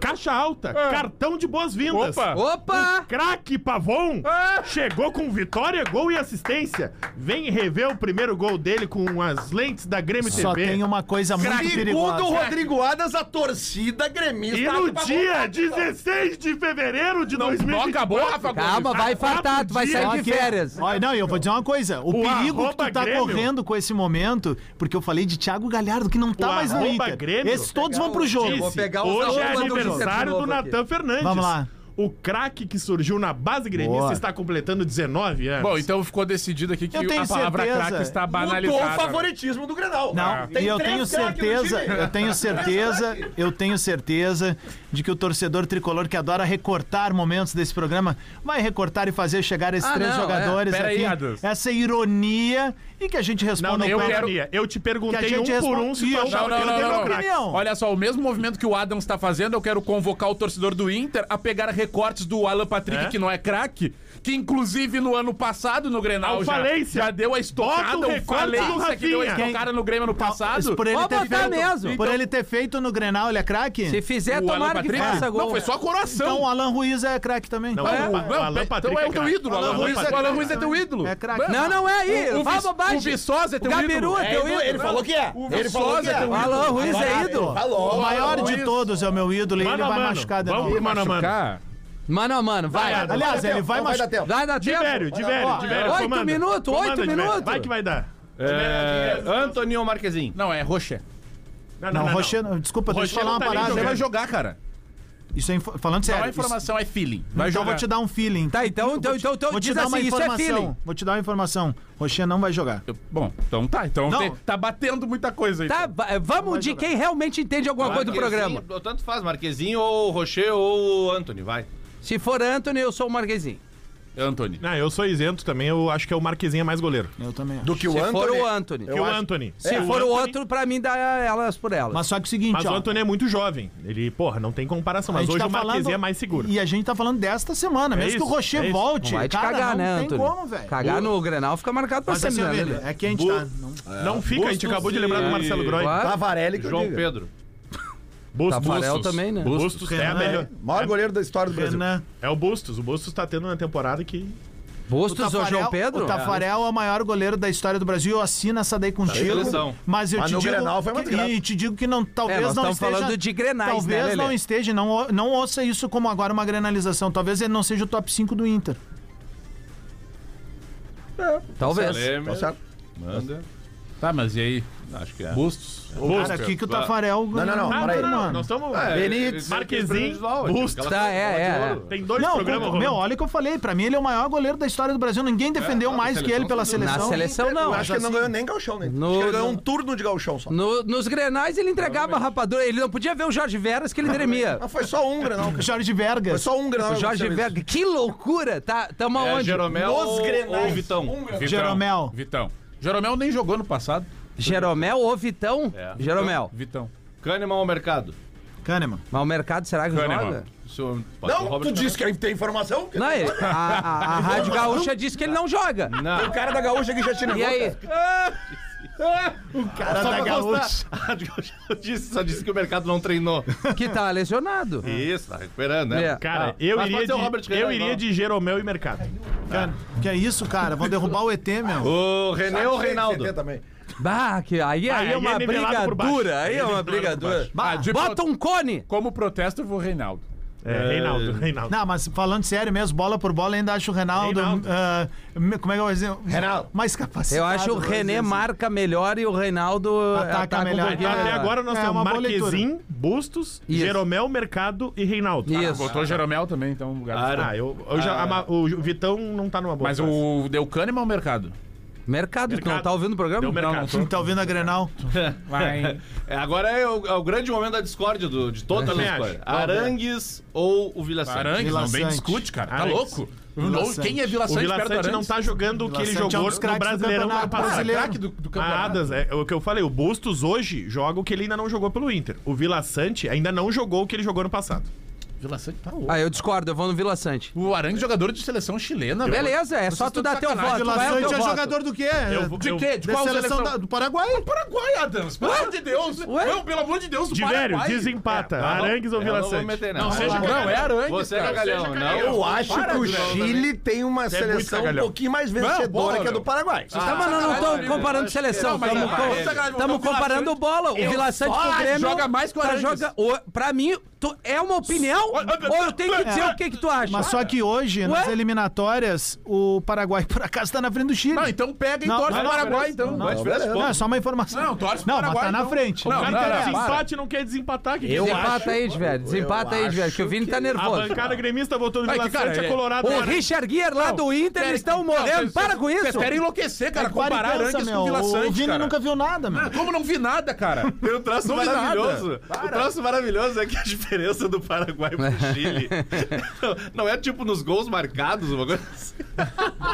[SPEAKER 9] Caixa alta, cartão de boas-vindas.
[SPEAKER 6] Opa! Opa!
[SPEAKER 9] O craque Pavon
[SPEAKER 5] É.
[SPEAKER 9] chegou com vitória, gol e assistência. Vem rever o primeiro gol dele com as lentes da Grêmio
[SPEAKER 3] Só
[SPEAKER 9] TV.
[SPEAKER 3] tem um uma coisa muito
[SPEAKER 9] Craque.
[SPEAKER 3] perigosa.
[SPEAKER 7] Segundo o Rodrigo Adas, a torcida gremista.
[SPEAKER 9] E no dia 16 de fevereiro de 2024.
[SPEAKER 6] Calma, vai infartar,
[SPEAKER 9] fartar,
[SPEAKER 6] tu vai sair
[SPEAKER 3] Só
[SPEAKER 6] de
[SPEAKER 3] que-
[SPEAKER 6] férias.
[SPEAKER 3] Olha, não, e eu vou dizer uma coisa. O,
[SPEAKER 9] O
[SPEAKER 3] perigo que
[SPEAKER 9] arroba
[SPEAKER 3] tu tá
[SPEAKER 9] Grêmio.
[SPEAKER 3] correndo com esse momento, porque eu falei de Thiago Galhardo, que não tá
[SPEAKER 9] O
[SPEAKER 3] mais no
[SPEAKER 9] arroba
[SPEAKER 3] Inter.
[SPEAKER 9] Grêmio.
[SPEAKER 3] Esses todos vão pro jogo.
[SPEAKER 6] Vou pegar os
[SPEAKER 9] Hoje é
[SPEAKER 6] arrobas do Inter de
[SPEAKER 9] aniversário
[SPEAKER 6] novo
[SPEAKER 9] do Natan Fernandes.
[SPEAKER 3] Vamos lá.
[SPEAKER 9] O craque que surgiu na base gremista
[SPEAKER 3] Boa.
[SPEAKER 9] está completando 19 anos.
[SPEAKER 5] Bom, então ficou decidido aqui que
[SPEAKER 3] Eu tenho
[SPEAKER 5] a palavra
[SPEAKER 3] certeza.
[SPEAKER 5] craque está
[SPEAKER 7] Mudou o
[SPEAKER 5] banalizada.
[SPEAKER 7] favoritismo do Grenal.
[SPEAKER 3] Não, e eu tenho certeza, eu tenho certeza, eu tenho certeza de que o torcedor tricolor que adora recortar momentos desse programa vai recortar e fazer chegar esses
[SPEAKER 6] Ah,
[SPEAKER 3] três
[SPEAKER 6] não, é.
[SPEAKER 3] jogadores
[SPEAKER 5] Pera aí,
[SPEAKER 3] aqui.
[SPEAKER 5] Adams.
[SPEAKER 3] essa ironia e que a gente
[SPEAKER 9] Não,
[SPEAKER 3] responda
[SPEAKER 9] não,
[SPEAKER 3] o
[SPEAKER 9] eu,
[SPEAKER 3] pra-
[SPEAKER 9] quero... eu
[SPEAKER 3] Que
[SPEAKER 9] te
[SPEAKER 3] a
[SPEAKER 9] perguntei
[SPEAKER 3] gente
[SPEAKER 9] um por um se tu
[SPEAKER 3] responde-
[SPEAKER 9] achava
[SPEAKER 5] Não, não,
[SPEAKER 9] que
[SPEAKER 5] não,
[SPEAKER 9] ele era
[SPEAKER 5] não,
[SPEAKER 9] o craque.
[SPEAKER 3] opinião.
[SPEAKER 5] Olha só, o mesmo movimento que o Adams está fazendo, eu quero convocar o torcedor do Inter a pegar recortes do Alan Patrick,
[SPEAKER 9] É?
[SPEAKER 5] que não é craque, que inclusive no ano passado no Grenal
[SPEAKER 9] Ao
[SPEAKER 5] já,
[SPEAKER 9] falência.
[SPEAKER 5] já deu a estocada,
[SPEAKER 9] Bota o
[SPEAKER 5] o
[SPEAKER 9] recorte do
[SPEAKER 5] falência que
[SPEAKER 9] Rafinha.
[SPEAKER 5] deu a estocada no Grêmio no passado.
[SPEAKER 3] Por ele,
[SPEAKER 6] Pode
[SPEAKER 3] ter
[SPEAKER 6] botar
[SPEAKER 3] feito,
[SPEAKER 6] mesmo.
[SPEAKER 3] por ele ter feito no Grenal, ele é craque?
[SPEAKER 6] Se fizer,
[SPEAKER 5] O Alan
[SPEAKER 6] tomara que
[SPEAKER 5] Patrick
[SPEAKER 6] faça gol.
[SPEAKER 5] Não, foi só
[SPEAKER 3] Então
[SPEAKER 5] coração.
[SPEAKER 3] o Alan Ruiz é craque também.
[SPEAKER 9] Não,
[SPEAKER 5] Não,
[SPEAKER 9] o-
[SPEAKER 5] não,
[SPEAKER 9] o Alan
[SPEAKER 5] pe-
[SPEAKER 9] Patrick
[SPEAKER 5] então é o
[SPEAKER 9] é
[SPEAKER 5] teu
[SPEAKER 9] craque.
[SPEAKER 5] ídolo,
[SPEAKER 9] O Alan
[SPEAKER 5] Alan Ruiz.
[SPEAKER 9] Ruiz é
[SPEAKER 5] O Alan Ruiz é teu
[SPEAKER 3] craque.
[SPEAKER 5] ídolo.
[SPEAKER 3] É craque.
[SPEAKER 6] Não, não é aí.
[SPEAKER 5] O, o,
[SPEAKER 6] Vai
[SPEAKER 5] Viç-
[SPEAKER 6] bobagem.
[SPEAKER 5] o Viçosa é teu
[SPEAKER 6] Gabiru
[SPEAKER 5] ídolo.
[SPEAKER 6] é teu
[SPEAKER 7] Ele
[SPEAKER 6] ídolo.
[SPEAKER 7] falou que é.
[SPEAKER 5] O
[SPEAKER 7] Ele falou que
[SPEAKER 5] Viçosa é
[SPEAKER 7] é.
[SPEAKER 5] teu ídolo.
[SPEAKER 6] Alan Ruiz é ídolo.
[SPEAKER 7] Falou.
[SPEAKER 3] O maior
[SPEAKER 5] Alan
[SPEAKER 3] de
[SPEAKER 5] Ruiz.
[SPEAKER 3] todos é o meu ídolo e ele
[SPEAKER 9] Mano a
[SPEAKER 3] vai
[SPEAKER 9] mano,
[SPEAKER 3] machucar de
[SPEAKER 9] vamos
[SPEAKER 3] novo.
[SPEAKER 9] pro mano a mano.
[SPEAKER 6] Mano a mano, vai.
[SPEAKER 9] Vai,
[SPEAKER 3] Aliás, ele vai
[SPEAKER 7] Não
[SPEAKER 3] machucar.
[SPEAKER 7] dar tempo.
[SPEAKER 6] Vai dar tempo.
[SPEAKER 9] Divério, Divério, Divério.
[SPEAKER 6] Oito
[SPEAKER 9] comanda.
[SPEAKER 6] minutos, oito
[SPEAKER 9] Comanda, Divério.
[SPEAKER 6] minutos.
[SPEAKER 9] Vai que vai dar.
[SPEAKER 4] É, Antônio Marquezin.
[SPEAKER 5] Não, é Rocher.
[SPEAKER 3] Não, Rocher, desculpa, deixa eu falar uma
[SPEAKER 9] não tá nem
[SPEAKER 3] parada.
[SPEAKER 5] Você vai
[SPEAKER 9] jogando.
[SPEAKER 5] jogar, cara.
[SPEAKER 3] Isso é info- falando sério.
[SPEAKER 5] Não é
[SPEAKER 3] isso-
[SPEAKER 5] informação, é feeling. Vai
[SPEAKER 3] então
[SPEAKER 5] jogar.
[SPEAKER 3] vou te dar um feeling.
[SPEAKER 6] Tá, então, então, então, então
[SPEAKER 3] vou te
[SPEAKER 6] diz
[SPEAKER 3] dar uma
[SPEAKER 6] assim, isso é
[SPEAKER 3] informação.
[SPEAKER 6] feeling.
[SPEAKER 3] vou te dar uma informação. Rocher não vai jogar.
[SPEAKER 5] Eu- Bom, então tá. Então
[SPEAKER 3] Não.
[SPEAKER 5] tem- tá batendo muita coisa aí.
[SPEAKER 6] Tá, va- vamos de quem realmente entende alguma coisa do programa.
[SPEAKER 4] Marquezinho, Tanto faz, Marquezinho ou Rocher ou Anthony, vai.
[SPEAKER 6] Se for Anthony, eu sou o Marquezinho.
[SPEAKER 5] Anthony.
[SPEAKER 9] Não, eu sou isento também, eu acho que é o Marquezinho é mais goleiro.
[SPEAKER 3] Eu também. acho.
[SPEAKER 7] Do que o
[SPEAKER 6] Se for
[SPEAKER 7] Antônio.
[SPEAKER 6] o Anthony.
[SPEAKER 9] que o Anthony.
[SPEAKER 6] Se
[SPEAKER 9] É,
[SPEAKER 6] for o
[SPEAKER 9] Anthony-
[SPEAKER 6] outro, pra mim dá elas por elas.
[SPEAKER 3] Mas só que é o seguinte,
[SPEAKER 9] Mas o
[SPEAKER 3] ó.
[SPEAKER 9] Anthony é muito jovem. Ele, porra, não tem comparação.
[SPEAKER 3] a
[SPEAKER 9] Mas
[SPEAKER 3] gente
[SPEAKER 9] hoje
[SPEAKER 3] tá
[SPEAKER 9] o Marquezinho
[SPEAKER 3] falando-
[SPEAKER 9] é mais seguro.
[SPEAKER 3] E a gente tá falando desta semana.
[SPEAKER 9] É
[SPEAKER 3] Mesmo que o
[SPEAKER 9] isso,
[SPEAKER 3] Rocher
[SPEAKER 9] é isso.
[SPEAKER 3] volte.
[SPEAKER 6] Vai te
[SPEAKER 3] cara,
[SPEAKER 6] cagar,
[SPEAKER 3] não
[SPEAKER 6] né,
[SPEAKER 3] tem
[SPEAKER 6] Antônio?
[SPEAKER 3] como, velho.
[SPEAKER 6] Cagar no Grenal fica marcado pra
[SPEAKER 3] Mas assim,
[SPEAKER 6] sempre,
[SPEAKER 3] ó,
[SPEAKER 6] né?
[SPEAKER 3] velho,
[SPEAKER 6] Lelê?
[SPEAKER 3] é que a gente tá. não-
[SPEAKER 9] Não fica, a gente
[SPEAKER 4] Bustos
[SPEAKER 9] acabou de lembrar
[SPEAKER 4] e-
[SPEAKER 9] do Marcelo Groy.
[SPEAKER 6] Claro.
[SPEAKER 7] Tavarelli que eu
[SPEAKER 4] João
[SPEAKER 7] diga.
[SPEAKER 4] Pedro.
[SPEAKER 9] Bustos.
[SPEAKER 6] Tafarel também, né?
[SPEAKER 9] Bustos é a
[SPEAKER 3] Renan,
[SPEAKER 9] melhor.
[SPEAKER 7] Maior goleiro da história do Brasil.
[SPEAKER 3] Renan.
[SPEAKER 9] É o Bustos. O Bustos tá tendo uma temporada que.
[SPEAKER 6] Bustos ou João Pedro?
[SPEAKER 3] é, o Tafarel é o maior goleiro da história do Brasil. Eu assino essa daí contigo.
[SPEAKER 4] seleção.
[SPEAKER 3] Mas eu
[SPEAKER 7] Mas
[SPEAKER 3] te
[SPEAKER 7] no
[SPEAKER 3] digo.
[SPEAKER 7] Grenal foi uma
[SPEAKER 3] que-
[SPEAKER 7] desgraça.
[SPEAKER 3] e te digo que não, talvez
[SPEAKER 6] É, nós
[SPEAKER 3] não
[SPEAKER 6] estamos
[SPEAKER 3] esteja.
[SPEAKER 6] falando de Grenais, né,
[SPEAKER 3] Talvez
[SPEAKER 6] Lelê?
[SPEAKER 3] não esteja. Não, o- não ouça isso como agora uma grenalização. Talvez ele não seja o top 5 do Inter.
[SPEAKER 6] Talvez.
[SPEAKER 4] Leme,
[SPEAKER 7] Tá certo?
[SPEAKER 4] Manda.
[SPEAKER 5] então Tá, mas e aí?
[SPEAKER 4] Acho que é.
[SPEAKER 5] Bustos.
[SPEAKER 3] Cara, aqui que o Tafarel.
[SPEAKER 7] Não, não, não, peraí.
[SPEAKER 9] Nós estamos.
[SPEAKER 4] Ah, é,
[SPEAKER 7] Benítez,
[SPEAKER 9] Marquezinho, Bustos.
[SPEAKER 6] Tá, é, é, é.
[SPEAKER 9] Tem dois
[SPEAKER 3] Não,
[SPEAKER 9] programas
[SPEAKER 3] com- meu,
[SPEAKER 9] rolando.
[SPEAKER 3] olha o que eu falei. Pra mim, ele é o maior goleiro da história do Brasil. Ninguém defendeu
[SPEAKER 4] tá,
[SPEAKER 3] mais
[SPEAKER 4] na
[SPEAKER 3] que ele pela seleção.
[SPEAKER 4] seleção,
[SPEAKER 6] Na seleção,
[SPEAKER 7] Eu
[SPEAKER 6] não.
[SPEAKER 7] acho que ele não ganhou nem galchão, né?
[SPEAKER 6] No-
[SPEAKER 7] Acho que ele ganhou
[SPEAKER 6] no-
[SPEAKER 7] um turno de galchão só.
[SPEAKER 6] No- nos Grenais ele entregava a rapadura. Ele não podia ver o Jorge Veras que ele tremia.
[SPEAKER 7] Mas foi só um Grenal, cara.
[SPEAKER 3] Jorge Verga.
[SPEAKER 7] Foi só um Grenal.
[SPEAKER 6] O
[SPEAKER 7] que
[SPEAKER 6] Jorge
[SPEAKER 7] aconteceu
[SPEAKER 6] Veras. Que loucura! Tá, tamo
[SPEAKER 4] É,
[SPEAKER 6] aonde?
[SPEAKER 4] Jeromel
[SPEAKER 7] Nos
[SPEAKER 4] ou, ou
[SPEAKER 7] Grenais.
[SPEAKER 4] Vitão?
[SPEAKER 5] Vitão.
[SPEAKER 3] Jeromel.
[SPEAKER 5] Vitão. Jeromel nem jogou no passado.
[SPEAKER 6] Jeromel ou Vitão?
[SPEAKER 4] É.
[SPEAKER 6] Jeromel.
[SPEAKER 5] Vitão.
[SPEAKER 4] Kahneman ao mercado.
[SPEAKER 3] Kahneman.
[SPEAKER 6] Mas o mercado será que
[SPEAKER 5] Kahneman.
[SPEAKER 6] joga?
[SPEAKER 4] Isso,
[SPEAKER 7] isso. Não, tu disse que tem informação?
[SPEAKER 6] Não, ele- a, a- a Rádio Gaúcha disse que ele não joga.
[SPEAKER 4] Não.
[SPEAKER 7] O cara da gaúcha que já te negou.
[SPEAKER 6] E aí?
[SPEAKER 3] Cara da gaúcha.
[SPEAKER 4] Eu disse, só disse que o mercado não treinou.
[SPEAKER 6] Que tá lesionado.
[SPEAKER 4] Isso, tá recuperando, né?
[SPEAKER 6] É.
[SPEAKER 9] Cara,
[SPEAKER 6] Ah,
[SPEAKER 9] eu
[SPEAKER 4] mas
[SPEAKER 9] iria
[SPEAKER 4] pode ser o Robert então.
[SPEAKER 9] de. Eu
[SPEAKER 4] Renan,
[SPEAKER 9] iria
[SPEAKER 4] não.
[SPEAKER 9] de Jeromel e Mercado.
[SPEAKER 3] Cara, que é isso, cara? Vão derrubar o ET, meu.
[SPEAKER 4] O René ou o Reinaldo?
[SPEAKER 7] Também.
[SPEAKER 6] Bah, que aí, aí
[SPEAKER 9] aí
[SPEAKER 6] é
[SPEAKER 9] é
[SPEAKER 6] uma
[SPEAKER 9] nivelado
[SPEAKER 6] briga
[SPEAKER 9] por baixo.
[SPEAKER 6] dura. Aí
[SPEAKER 9] Aí
[SPEAKER 6] é
[SPEAKER 9] é
[SPEAKER 6] uma
[SPEAKER 9] nivelado
[SPEAKER 6] briga
[SPEAKER 9] por
[SPEAKER 6] dura.
[SPEAKER 9] baixo.
[SPEAKER 5] Ah, de
[SPEAKER 6] Bota um cone!
[SPEAKER 5] Como protesto, eu vou Reinaldo.
[SPEAKER 9] É, Reinaldo, Reinaldo.
[SPEAKER 3] Não, mas falando sério mesmo, bola por bola, ainda acho o Reinaldo.
[SPEAKER 9] Reinaldo.
[SPEAKER 3] ah, me- como é que eu vou dizer?
[SPEAKER 7] Reinaldo.
[SPEAKER 3] Mais capacitado.
[SPEAKER 6] Eu acho o
[SPEAKER 3] vou dizer
[SPEAKER 6] René
[SPEAKER 3] assim.
[SPEAKER 6] marca melhor e o Reinaldo
[SPEAKER 3] Ataca melhor.
[SPEAKER 6] um pouquinho
[SPEAKER 9] Até
[SPEAKER 3] Ah,
[SPEAKER 9] agora nós
[SPEAKER 3] é
[SPEAKER 9] temos
[SPEAKER 3] uma boa leitura.
[SPEAKER 9] Marquezin, Bustos,
[SPEAKER 6] Isso.
[SPEAKER 9] Jeromel, Mercado e Reinaldo.
[SPEAKER 6] Isso.
[SPEAKER 5] Botou Jeromel também, então. no lugar do-
[SPEAKER 4] Cara.
[SPEAKER 9] Ah, eu, eu já,
[SPEAKER 4] Ah.
[SPEAKER 9] a ma- o Vitão não tá numa boa.
[SPEAKER 5] Mas
[SPEAKER 9] fase.
[SPEAKER 5] o deu Kahneman ao mercado.
[SPEAKER 6] Mercado, tu não
[SPEAKER 9] Mercado.
[SPEAKER 6] tá ouvindo o programa?
[SPEAKER 9] Deu É mercado.
[SPEAKER 3] Quem tá ouvindo a Grenal?
[SPEAKER 5] Vai.
[SPEAKER 4] É, agora é o, é o grande momento da discórdia do, de toda a
[SPEAKER 9] Também
[SPEAKER 4] discórdia.
[SPEAKER 9] acho.
[SPEAKER 4] Arangues ou o Vila Sante?
[SPEAKER 5] Arangues,
[SPEAKER 3] Vila
[SPEAKER 5] não bem
[SPEAKER 3] Sante.
[SPEAKER 5] discute, cara. Tá
[SPEAKER 9] Arangues.
[SPEAKER 5] louco?
[SPEAKER 3] Vila
[SPEAKER 5] Não,
[SPEAKER 3] Sante.
[SPEAKER 5] quem é Vila
[SPEAKER 9] O
[SPEAKER 5] Sante
[SPEAKER 9] Vila
[SPEAKER 5] perto do
[SPEAKER 9] Sante não
[SPEAKER 5] Arangues?
[SPEAKER 9] tá jogando o que
[SPEAKER 3] Vila
[SPEAKER 9] ele
[SPEAKER 3] Sante é um
[SPEAKER 9] jogou
[SPEAKER 3] dos
[SPEAKER 9] no
[SPEAKER 3] craques do
[SPEAKER 9] Brasileirão do ano
[SPEAKER 3] campeonato
[SPEAKER 9] passado.
[SPEAKER 3] brasileiro.
[SPEAKER 5] Craque do, do
[SPEAKER 9] A
[SPEAKER 5] campeonato.
[SPEAKER 9] Adas, é, o que eu falei, o Bustos hoje joga o que ele ainda não jogou pelo Inter. O Vila Sante ainda não jogou o que ele jogou no passado.
[SPEAKER 5] Vila Sante tá louco.
[SPEAKER 6] Ah, eu discordo, eu vou no Vila Sante.
[SPEAKER 5] O Arangue é jogador de seleção chilena,
[SPEAKER 6] Beleza, é só tu dar teu voto.
[SPEAKER 5] Vila
[SPEAKER 6] vai ao
[SPEAKER 5] Sante
[SPEAKER 6] teu
[SPEAKER 5] é
[SPEAKER 6] voto.
[SPEAKER 5] jogador do quê?
[SPEAKER 6] Eu vou-
[SPEAKER 5] de
[SPEAKER 6] eu-
[SPEAKER 5] quê? De
[SPEAKER 6] da
[SPEAKER 5] qual
[SPEAKER 6] seleção
[SPEAKER 5] seleção?
[SPEAKER 6] da-
[SPEAKER 5] do Paraguai. Paraguai, Adams. Pelo
[SPEAKER 6] Ué?
[SPEAKER 5] amor de Deus.
[SPEAKER 6] Ué?
[SPEAKER 5] Não, pelo amor de Deus, o
[SPEAKER 9] De velho,
[SPEAKER 5] Paraguai.
[SPEAKER 9] desempata.
[SPEAKER 5] É, não,
[SPEAKER 9] Arangues ou
[SPEAKER 5] eu
[SPEAKER 9] Vila
[SPEAKER 5] não vou
[SPEAKER 9] Sante?
[SPEAKER 5] meter,
[SPEAKER 9] Tá Não,
[SPEAKER 5] Não,
[SPEAKER 9] seja
[SPEAKER 5] seja
[SPEAKER 9] cagalhão.
[SPEAKER 5] Não, é Arangues.
[SPEAKER 4] Você é
[SPEAKER 5] cara.
[SPEAKER 4] cagalhão,
[SPEAKER 5] Seja
[SPEAKER 4] não.
[SPEAKER 5] cagalhão.
[SPEAKER 7] Eu acho
[SPEAKER 5] Para
[SPEAKER 7] que o
[SPEAKER 5] de cagalhão também.
[SPEAKER 7] Chile tem uma
[SPEAKER 5] Você é muito
[SPEAKER 7] seleção um
[SPEAKER 5] cagalhão.
[SPEAKER 7] pouquinho mais
[SPEAKER 5] Não,
[SPEAKER 7] vencedora
[SPEAKER 5] bola,
[SPEAKER 7] que a do
[SPEAKER 5] meu.
[SPEAKER 7] Paraguai.
[SPEAKER 5] Ah,
[SPEAKER 6] Tá, mas não, não tô comparando seleção,
[SPEAKER 5] Não, mas
[SPEAKER 6] estamos
[SPEAKER 5] é sacanagem, vamos dar o Vila
[SPEAKER 6] comparando
[SPEAKER 5] Sante.
[SPEAKER 6] bola. O
[SPEAKER 5] Eu
[SPEAKER 6] Vila Sante com
[SPEAKER 5] só
[SPEAKER 6] o Grêmio
[SPEAKER 5] joga mais que o
[SPEAKER 6] tá
[SPEAKER 5] Arangues.
[SPEAKER 6] joga- o- Pra mim, tu- é uma opinião ou eu tenho que dizer o que que tu acha?
[SPEAKER 3] Mas só que hoje, nas eliminatórias, o Paraguai por acaso tá na frente do Chile.
[SPEAKER 5] Não, então pega e
[SPEAKER 3] Não,
[SPEAKER 5] torce
[SPEAKER 3] não,
[SPEAKER 5] o Paraguai,
[SPEAKER 3] não,
[SPEAKER 5] então.
[SPEAKER 3] não,
[SPEAKER 5] Vai,
[SPEAKER 3] beleza.
[SPEAKER 5] pô.
[SPEAKER 3] Não, é só uma informação.
[SPEAKER 5] Não, torce pro
[SPEAKER 3] Não, mas
[SPEAKER 5] Paraguai,
[SPEAKER 3] tá na
[SPEAKER 5] então.
[SPEAKER 3] frente.
[SPEAKER 5] Não,
[SPEAKER 9] O
[SPEAKER 5] não,
[SPEAKER 9] cara
[SPEAKER 5] não,
[SPEAKER 9] quer
[SPEAKER 5] para.
[SPEAKER 9] desempate não quer desempatar. Que
[SPEAKER 6] Desempata aí, velho. Desempata aí, velho, que o Vini tá
[SPEAKER 9] A
[SPEAKER 6] nervoso.
[SPEAKER 9] bancada gremista botou no
[SPEAKER 5] Mas
[SPEAKER 9] Vila
[SPEAKER 5] que cara
[SPEAKER 9] Sante,
[SPEAKER 5] é?
[SPEAKER 9] a Colorado.
[SPEAKER 6] O
[SPEAKER 9] era-
[SPEAKER 6] Richard Guier lá do Inter
[SPEAKER 5] Querem-
[SPEAKER 6] estão
[SPEAKER 5] não,
[SPEAKER 6] morrendo.
[SPEAKER 5] vocês-
[SPEAKER 6] Para com
[SPEAKER 5] Vocês
[SPEAKER 6] isso.
[SPEAKER 5] querem enlouquecer, cara.
[SPEAKER 3] Mas para e
[SPEAKER 5] Comparar
[SPEAKER 3] pensa,
[SPEAKER 5] Arangues
[SPEAKER 3] É meu,
[SPEAKER 5] com Vila
[SPEAKER 3] O
[SPEAKER 5] Sante,
[SPEAKER 3] Vini
[SPEAKER 5] cara.
[SPEAKER 3] nunca viu nada, mano.
[SPEAKER 5] Ah, Como não vi nada, cara?
[SPEAKER 4] Tem um traço
[SPEAKER 5] Não vi
[SPEAKER 4] maravilhoso.
[SPEAKER 5] nada. Então
[SPEAKER 4] O traço maravilhoso é que a diferença do Paraguai pro Chile não é tipo nos gols marcados, uma coisa assim.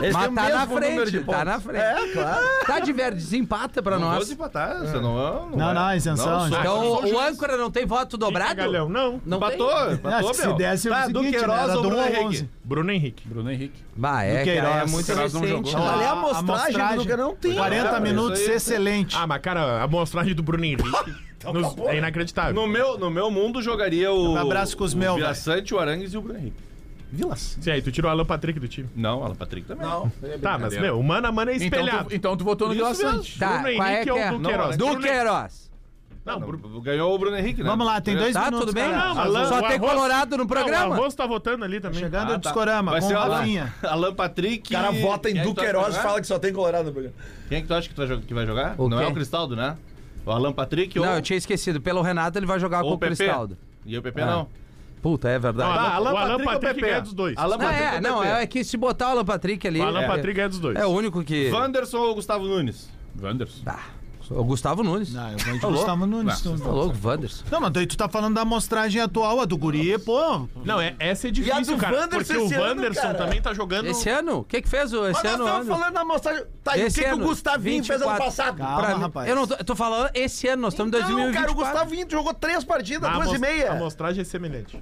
[SPEAKER 7] Eles têm o
[SPEAKER 6] Mas tá na
[SPEAKER 7] mesmo número de
[SPEAKER 6] frente, tá
[SPEAKER 7] pontos.
[SPEAKER 6] na frente. É, claro. Tá de verde, desempata pra
[SPEAKER 4] Não vou
[SPEAKER 6] nós.
[SPEAKER 4] desempatar, você não
[SPEAKER 3] Não,
[SPEAKER 4] é.
[SPEAKER 3] não, isenção,
[SPEAKER 4] sou-
[SPEAKER 3] isenção.
[SPEAKER 6] Então
[SPEAKER 4] sou
[SPEAKER 6] o
[SPEAKER 4] juiz.
[SPEAKER 6] âncora não tem voto dobrado?
[SPEAKER 9] Galhão, não.
[SPEAKER 6] Não tem?
[SPEAKER 4] Batou, batou,
[SPEAKER 3] Acho que se
[SPEAKER 4] meu.
[SPEAKER 3] desse é o
[SPEAKER 4] Tá, do
[SPEAKER 3] seguinte, né,
[SPEAKER 4] Queiroz
[SPEAKER 3] era
[SPEAKER 4] ou
[SPEAKER 3] do 1
[SPEAKER 4] Bruno
[SPEAKER 3] ao
[SPEAKER 4] Henrique?
[SPEAKER 3] 11.
[SPEAKER 9] Bruno Henrique.
[SPEAKER 5] Bruno Henrique.
[SPEAKER 6] Bah, é, cara, é
[SPEAKER 3] Queiroz.
[SPEAKER 6] muito
[SPEAKER 5] Queiroz não
[SPEAKER 6] recente.
[SPEAKER 5] jogou.
[SPEAKER 7] Qual é a amostragem do Luca? Não tem.
[SPEAKER 3] 40
[SPEAKER 7] cara.
[SPEAKER 3] minutos,
[SPEAKER 4] isso aí-
[SPEAKER 3] excelente.
[SPEAKER 9] Ah, mas cara, a amostragem do Bruno Henrique nos- é inacreditável.
[SPEAKER 4] No meu, no meu mundo jogaria o.
[SPEAKER 3] Um abraço com os
[SPEAKER 4] o
[SPEAKER 3] meus,
[SPEAKER 4] Vila
[SPEAKER 3] velho.
[SPEAKER 4] Sante, o Arangues e o Bruno Henrique.
[SPEAKER 9] Sim, aí, tu tirou o Alan Patrick do time.
[SPEAKER 4] Não, Alan Patrick também.
[SPEAKER 7] Não.
[SPEAKER 9] Tá, mas, meu, o Mano a Mano é
[SPEAKER 5] Então
[SPEAKER 9] espelhado.
[SPEAKER 5] tu, então tu votou no
[SPEAKER 9] Isso
[SPEAKER 5] Vila
[SPEAKER 9] mesmo.
[SPEAKER 5] Sante.
[SPEAKER 6] Tá,
[SPEAKER 9] Bruno
[SPEAKER 6] qual é
[SPEAKER 9] Henrique
[SPEAKER 6] que
[SPEAKER 9] é o
[SPEAKER 6] é?
[SPEAKER 9] do
[SPEAKER 6] Não,
[SPEAKER 9] Queiroz.
[SPEAKER 6] Do
[SPEAKER 9] Bruno
[SPEAKER 6] Queiroz.
[SPEAKER 9] Não,
[SPEAKER 4] Não,
[SPEAKER 9] Bruno-
[SPEAKER 4] Ganhou o Bruno Henrique, né?
[SPEAKER 3] Vamos lá, tem dois
[SPEAKER 6] Tá,
[SPEAKER 3] minutos.
[SPEAKER 6] tudo bem?
[SPEAKER 3] cara.
[SPEAKER 9] Não,
[SPEAKER 6] Só
[SPEAKER 9] Alan, o
[SPEAKER 6] tem
[SPEAKER 9] Arroz-
[SPEAKER 6] Colorado no programa?
[SPEAKER 9] Não, o Arroz tá votando ali também.
[SPEAKER 3] Chegando o
[SPEAKER 4] tá.
[SPEAKER 3] discorama
[SPEAKER 4] Vai
[SPEAKER 3] com
[SPEAKER 4] ser
[SPEAKER 3] o
[SPEAKER 4] o Alan,
[SPEAKER 3] Rafinha.
[SPEAKER 4] Alan Patrick.
[SPEAKER 7] O cara vota em
[SPEAKER 4] Quem é que tu
[SPEAKER 7] Duque
[SPEAKER 4] acha que
[SPEAKER 7] Heróis e
[SPEAKER 4] vai
[SPEAKER 7] fala
[SPEAKER 4] jogar?
[SPEAKER 7] que só tem Colorado no programa.
[SPEAKER 4] Quem é que tu acha que, tu vai jo- que vai jogar?
[SPEAKER 6] O
[SPEAKER 4] não é
[SPEAKER 6] quê?
[SPEAKER 4] o Cristaldo, né? O Alan Patrick ou.
[SPEAKER 6] Não, eu tinha esquecido. Pelo Renato, ele vai jogar
[SPEAKER 4] ou
[SPEAKER 6] com o
[SPEAKER 4] o PP.
[SPEAKER 6] Cristaldo.
[SPEAKER 4] E o PP não.
[SPEAKER 6] Puta, é verdade.
[SPEAKER 9] Não, Alan
[SPEAKER 4] o
[SPEAKER 9] Patrick
[SPEAKER 4] ou
[SPEAKER 9] Patrick ganha dos dois.
[SPEAKER 4] Alan
[SPEAKER 6] Não,
[SPEAKER 4] Patrick
[SPEAKER 6] é,
[SPEAKER 4] ou
[SPEAKER 6] não,
[SPEAKER 4] PP?
[SPEAKER 6] é que se botar o Alan Patrick ali.
[SPEAKER 9] O Alan
[SPEAKER 6] é,
[SPEAKER 9] Patrick é dos dois.
[SPEAKER 6] é o único que.
[SPEAKER 4] Wanderson ou Gustavo Nunes?
[SPEAKER 5] Wanderson.
[SPEAKER 6] Tá. O Gustavo Nunes. Tá
[SPEAKER 3] Ah, eu vou de Gustavo Nunes. tu-
[SPEAKER 6] louco, Wanderson.
[SPEAKER 3] Não, mas daí tu tá falando da amostragem atual, a do guri, pô.
[SPEAKER 9] Não, é, essa é
[SPEAKER 7] E a
[SPEAKER 9] difícil,
[SPEAKER 7] do
[SPEAKER 9] cara.
[SPEAKER 7] Wanderson
[SPEAKER 9] Porque o
[SPEAKER 7] esse ano,
[SPEAKER 9] Wanderson
[SPEAKER 7] cara?
[SPEAKER 9] também tá jogando.
[SPEAKER 6] Esse ano? O que que fez o- esse
[SPEAKER 7] Mas
[SPEAKER 6] ano?
[SPEAKER 7] nós estamos
[SPEAKER 6] ano?
[SPEAKER 7] falando da amostragem. Tá, e o
[SPEAKER 6] Esse
[SPEAKER 7] que, que o
[SPEAKER 6] ano,
[SPEAKER 7] Gustavinho fez ano
[SPEAKER 6] 24.
[SPEAKER 7] passado?
[SPEAKER 3] Calma,
[SPEAKER 6] Pra mim-
[SPEAKER 3] rapaz.
[SPEAKER 6] Eu não tô, eu tô falando esse ano, nós estamos em
[SPEAKER 7] Não,
[SPEAKER 6] 2024.
[SPEAKER 7] cara, o Gustavinho jogou três partidas,
[SPEAKER 9] A
[SPEAKER 7] Tá duas
[SPEAKER 9] amos-
[SPEAKER 7] e meia.
[SPEAKER 9] A amostragem é semelhante.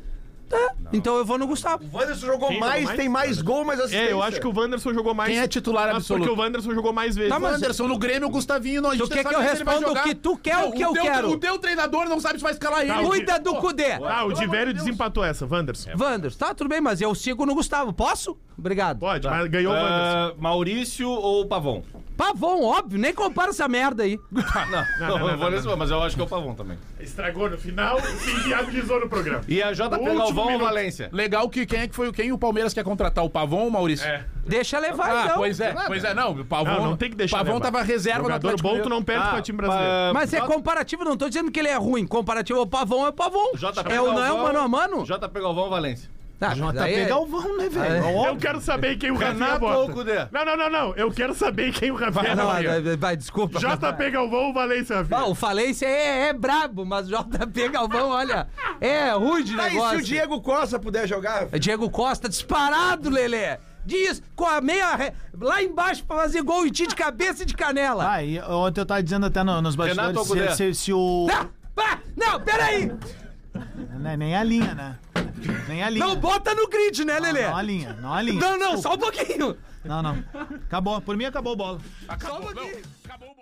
[SPEAKER 6] Então eu vou no Gustavo.
[SPEAKER 7] O Wanderson jogou
[SPEAKER 9] Quem
[SPEAKER 7] mais,
[SPEAKER 9] jogou mais?
[SPEAKER 7] tem mais gol, mais assistência.
[SPEAKER 9] É, eu acho que o Wanderson jogou mais.
[SPEAKER 5] Quem é titular
[SPEAKER 9] Ah,
[SPEAKER 5] absoluto?
[SPEAKER 9] Porque o Wanderson jogou mais vezes.
[SPEAKER 6] Tá, mas-
[SPEAKER 5] Anderson no Grêmio, o Gustavinho, não, a gente
[SPEAKER 6] Tu quer
[SPEAKER 5] não
[SPEAKER 6] que
[SPEAKER 5] sabe
[SPEAKER 6] eu
[SPEAKER 5] se ele vai
[SPEAKER 6] responda o
[SPEAKER 5] jogar.
[SPEAKER 6] que tu quer ou o que eu
[SPEAKER 5] teu-
[SPEAKER 6] quero?
[SPEAKER 5] O teu treinador não sabe se vai escalar ele.
[SPEAKER 9] Tá, o
[SPEAKER 6] Cuida do Cudê.
[SPEAKER 9] Ah, o de velho desempatou essa, Wanderson.
[SPEAKER 6] Wanderson, tá, tudo bem, mas eu sigo no Gustavo. Posso? Obrigado.
[SPEAKER 9] Pode, mas ganhou o Wanderson.
[SPEAKER 4] Tá. Ah, Maurício ou Pavon?
[SPEAKER 6] Pavon, óbvio, nem compara essa merda aí.
[SPEAKER 4] Não,
[SPEAKER 9] não,
[SPEAKER 4] eu
[SPEAKER 9] não,
[SPEAKER 4] vou nesse, mas eu acho que é o Pavon também.
[SPEAKER 9] Estragou no final e viabilizou no programa.
[SPEAKER 4] E a JP
[SPEAKER 9] Último
[SPEAKER 4] Galvão ou
[SPEAKER 9] minuto.
[SPEAKER 4] Valência?
[SPEAKER 5] Legal que quem é que foi o quem o Palmeiras quer contratar? O Pavon ou o Maurício?
[SPEAKER 9] É.
[SPEAKER 6] Deixa levar,
[SPEAKER 5] Ah,
[SPEAKER 6] então.
[SPEAKER 5] pois é, pois é, não. O Pavon,
[SPEAKER 9] Ah, Não, não tem que deixar
[SPEAKER 5] Pavon
[SPEAKER 9] levar.
[SPEAKER 5] tava reserva do
[SPEAKER 9] Jogador
[SPEAKER 5] Atlético
[SPEAKER 9] bom,
[SPEAKER 5] Mineiro.
[SPEAKER 9] tu não perde pra time brasileiro.
[SPEAKER 4] Ah,
[SPEAKER 6] Mas é
[SPEAKER 4] J-
[SPEAKER 6] comparativo, não tô dizendo que ele é ruim. Comparativo ao Pavon é o Pavon.
[SPEAKER 4] JP
[SPEAKER 6] é o não é o
[SPEAKER 4] Galvão.
[SPEAKER 6] mano a mano.
[SPEAKER 4] JP Galvão ou Valência?
[SPEAKER 6] Ah, daí
[SPEAKER 3] JP
[SPEAKER 6] é-
[SPEAKER 3] Galvão, né, velho?
[SPEAKER 6] Ah, é.
[SPEAKER 9] Eu quero saber quem o Rafinha
[SPEAKER 4] Renato ou
[SPEAKER 9] bota.
[SPEAKER 4] Cudê?
[SPEAKER 9] Não, não, não, não. Eu quero saber quem o Rafinha
[SPEAKER 6] Não,
[SPEAKER 9] bota.
[SPEAKER 6] vai, vai, desculpa.
[SPEAKER 9] JP Galvão ou Valência,
[SPEAKER 6] Ah,
[SPEAKER 9] Rafinha?
[SPEAKER 6] o Falência é, é brabo, mas o JP Galvão, olha, é ruim de
[SPEAKER 7] Tá, e se
[SPEAKER 6] negócio.
[SPEAKER 7] o Diego Costa puder jogar?
[SPEAKER 6] É Diego Costa disparado, Lelê. Diz, com a meia re- lá embaixo pra fazer gol em ti de cabeça e de canela.
[SPEAKER 3] Ah, e ontem eu tava dizendo até no- nos
[SPEAKER 4] Renato
[SPEAKER 3] bastidores se,
[SPEAKER 4] Alcudé.
[SPEAKER 3] se- se o.
[SPEAKER 6] Ah, pá, não, peraí.
[SPEAKER 3] Né, nem a linha, né? Nem a linha.
[SPEAKER 6] Não bota no grid, né, Lelê?
[SPEAKER 3] Não, não a linha, não a linha.
[SPEAKER 6] Não, não, só um pouquinho.
[SPEAKER 3] Não, não. Acabou. Por mim acabou a bola.
[SPEAKER 6] só um pouquinho.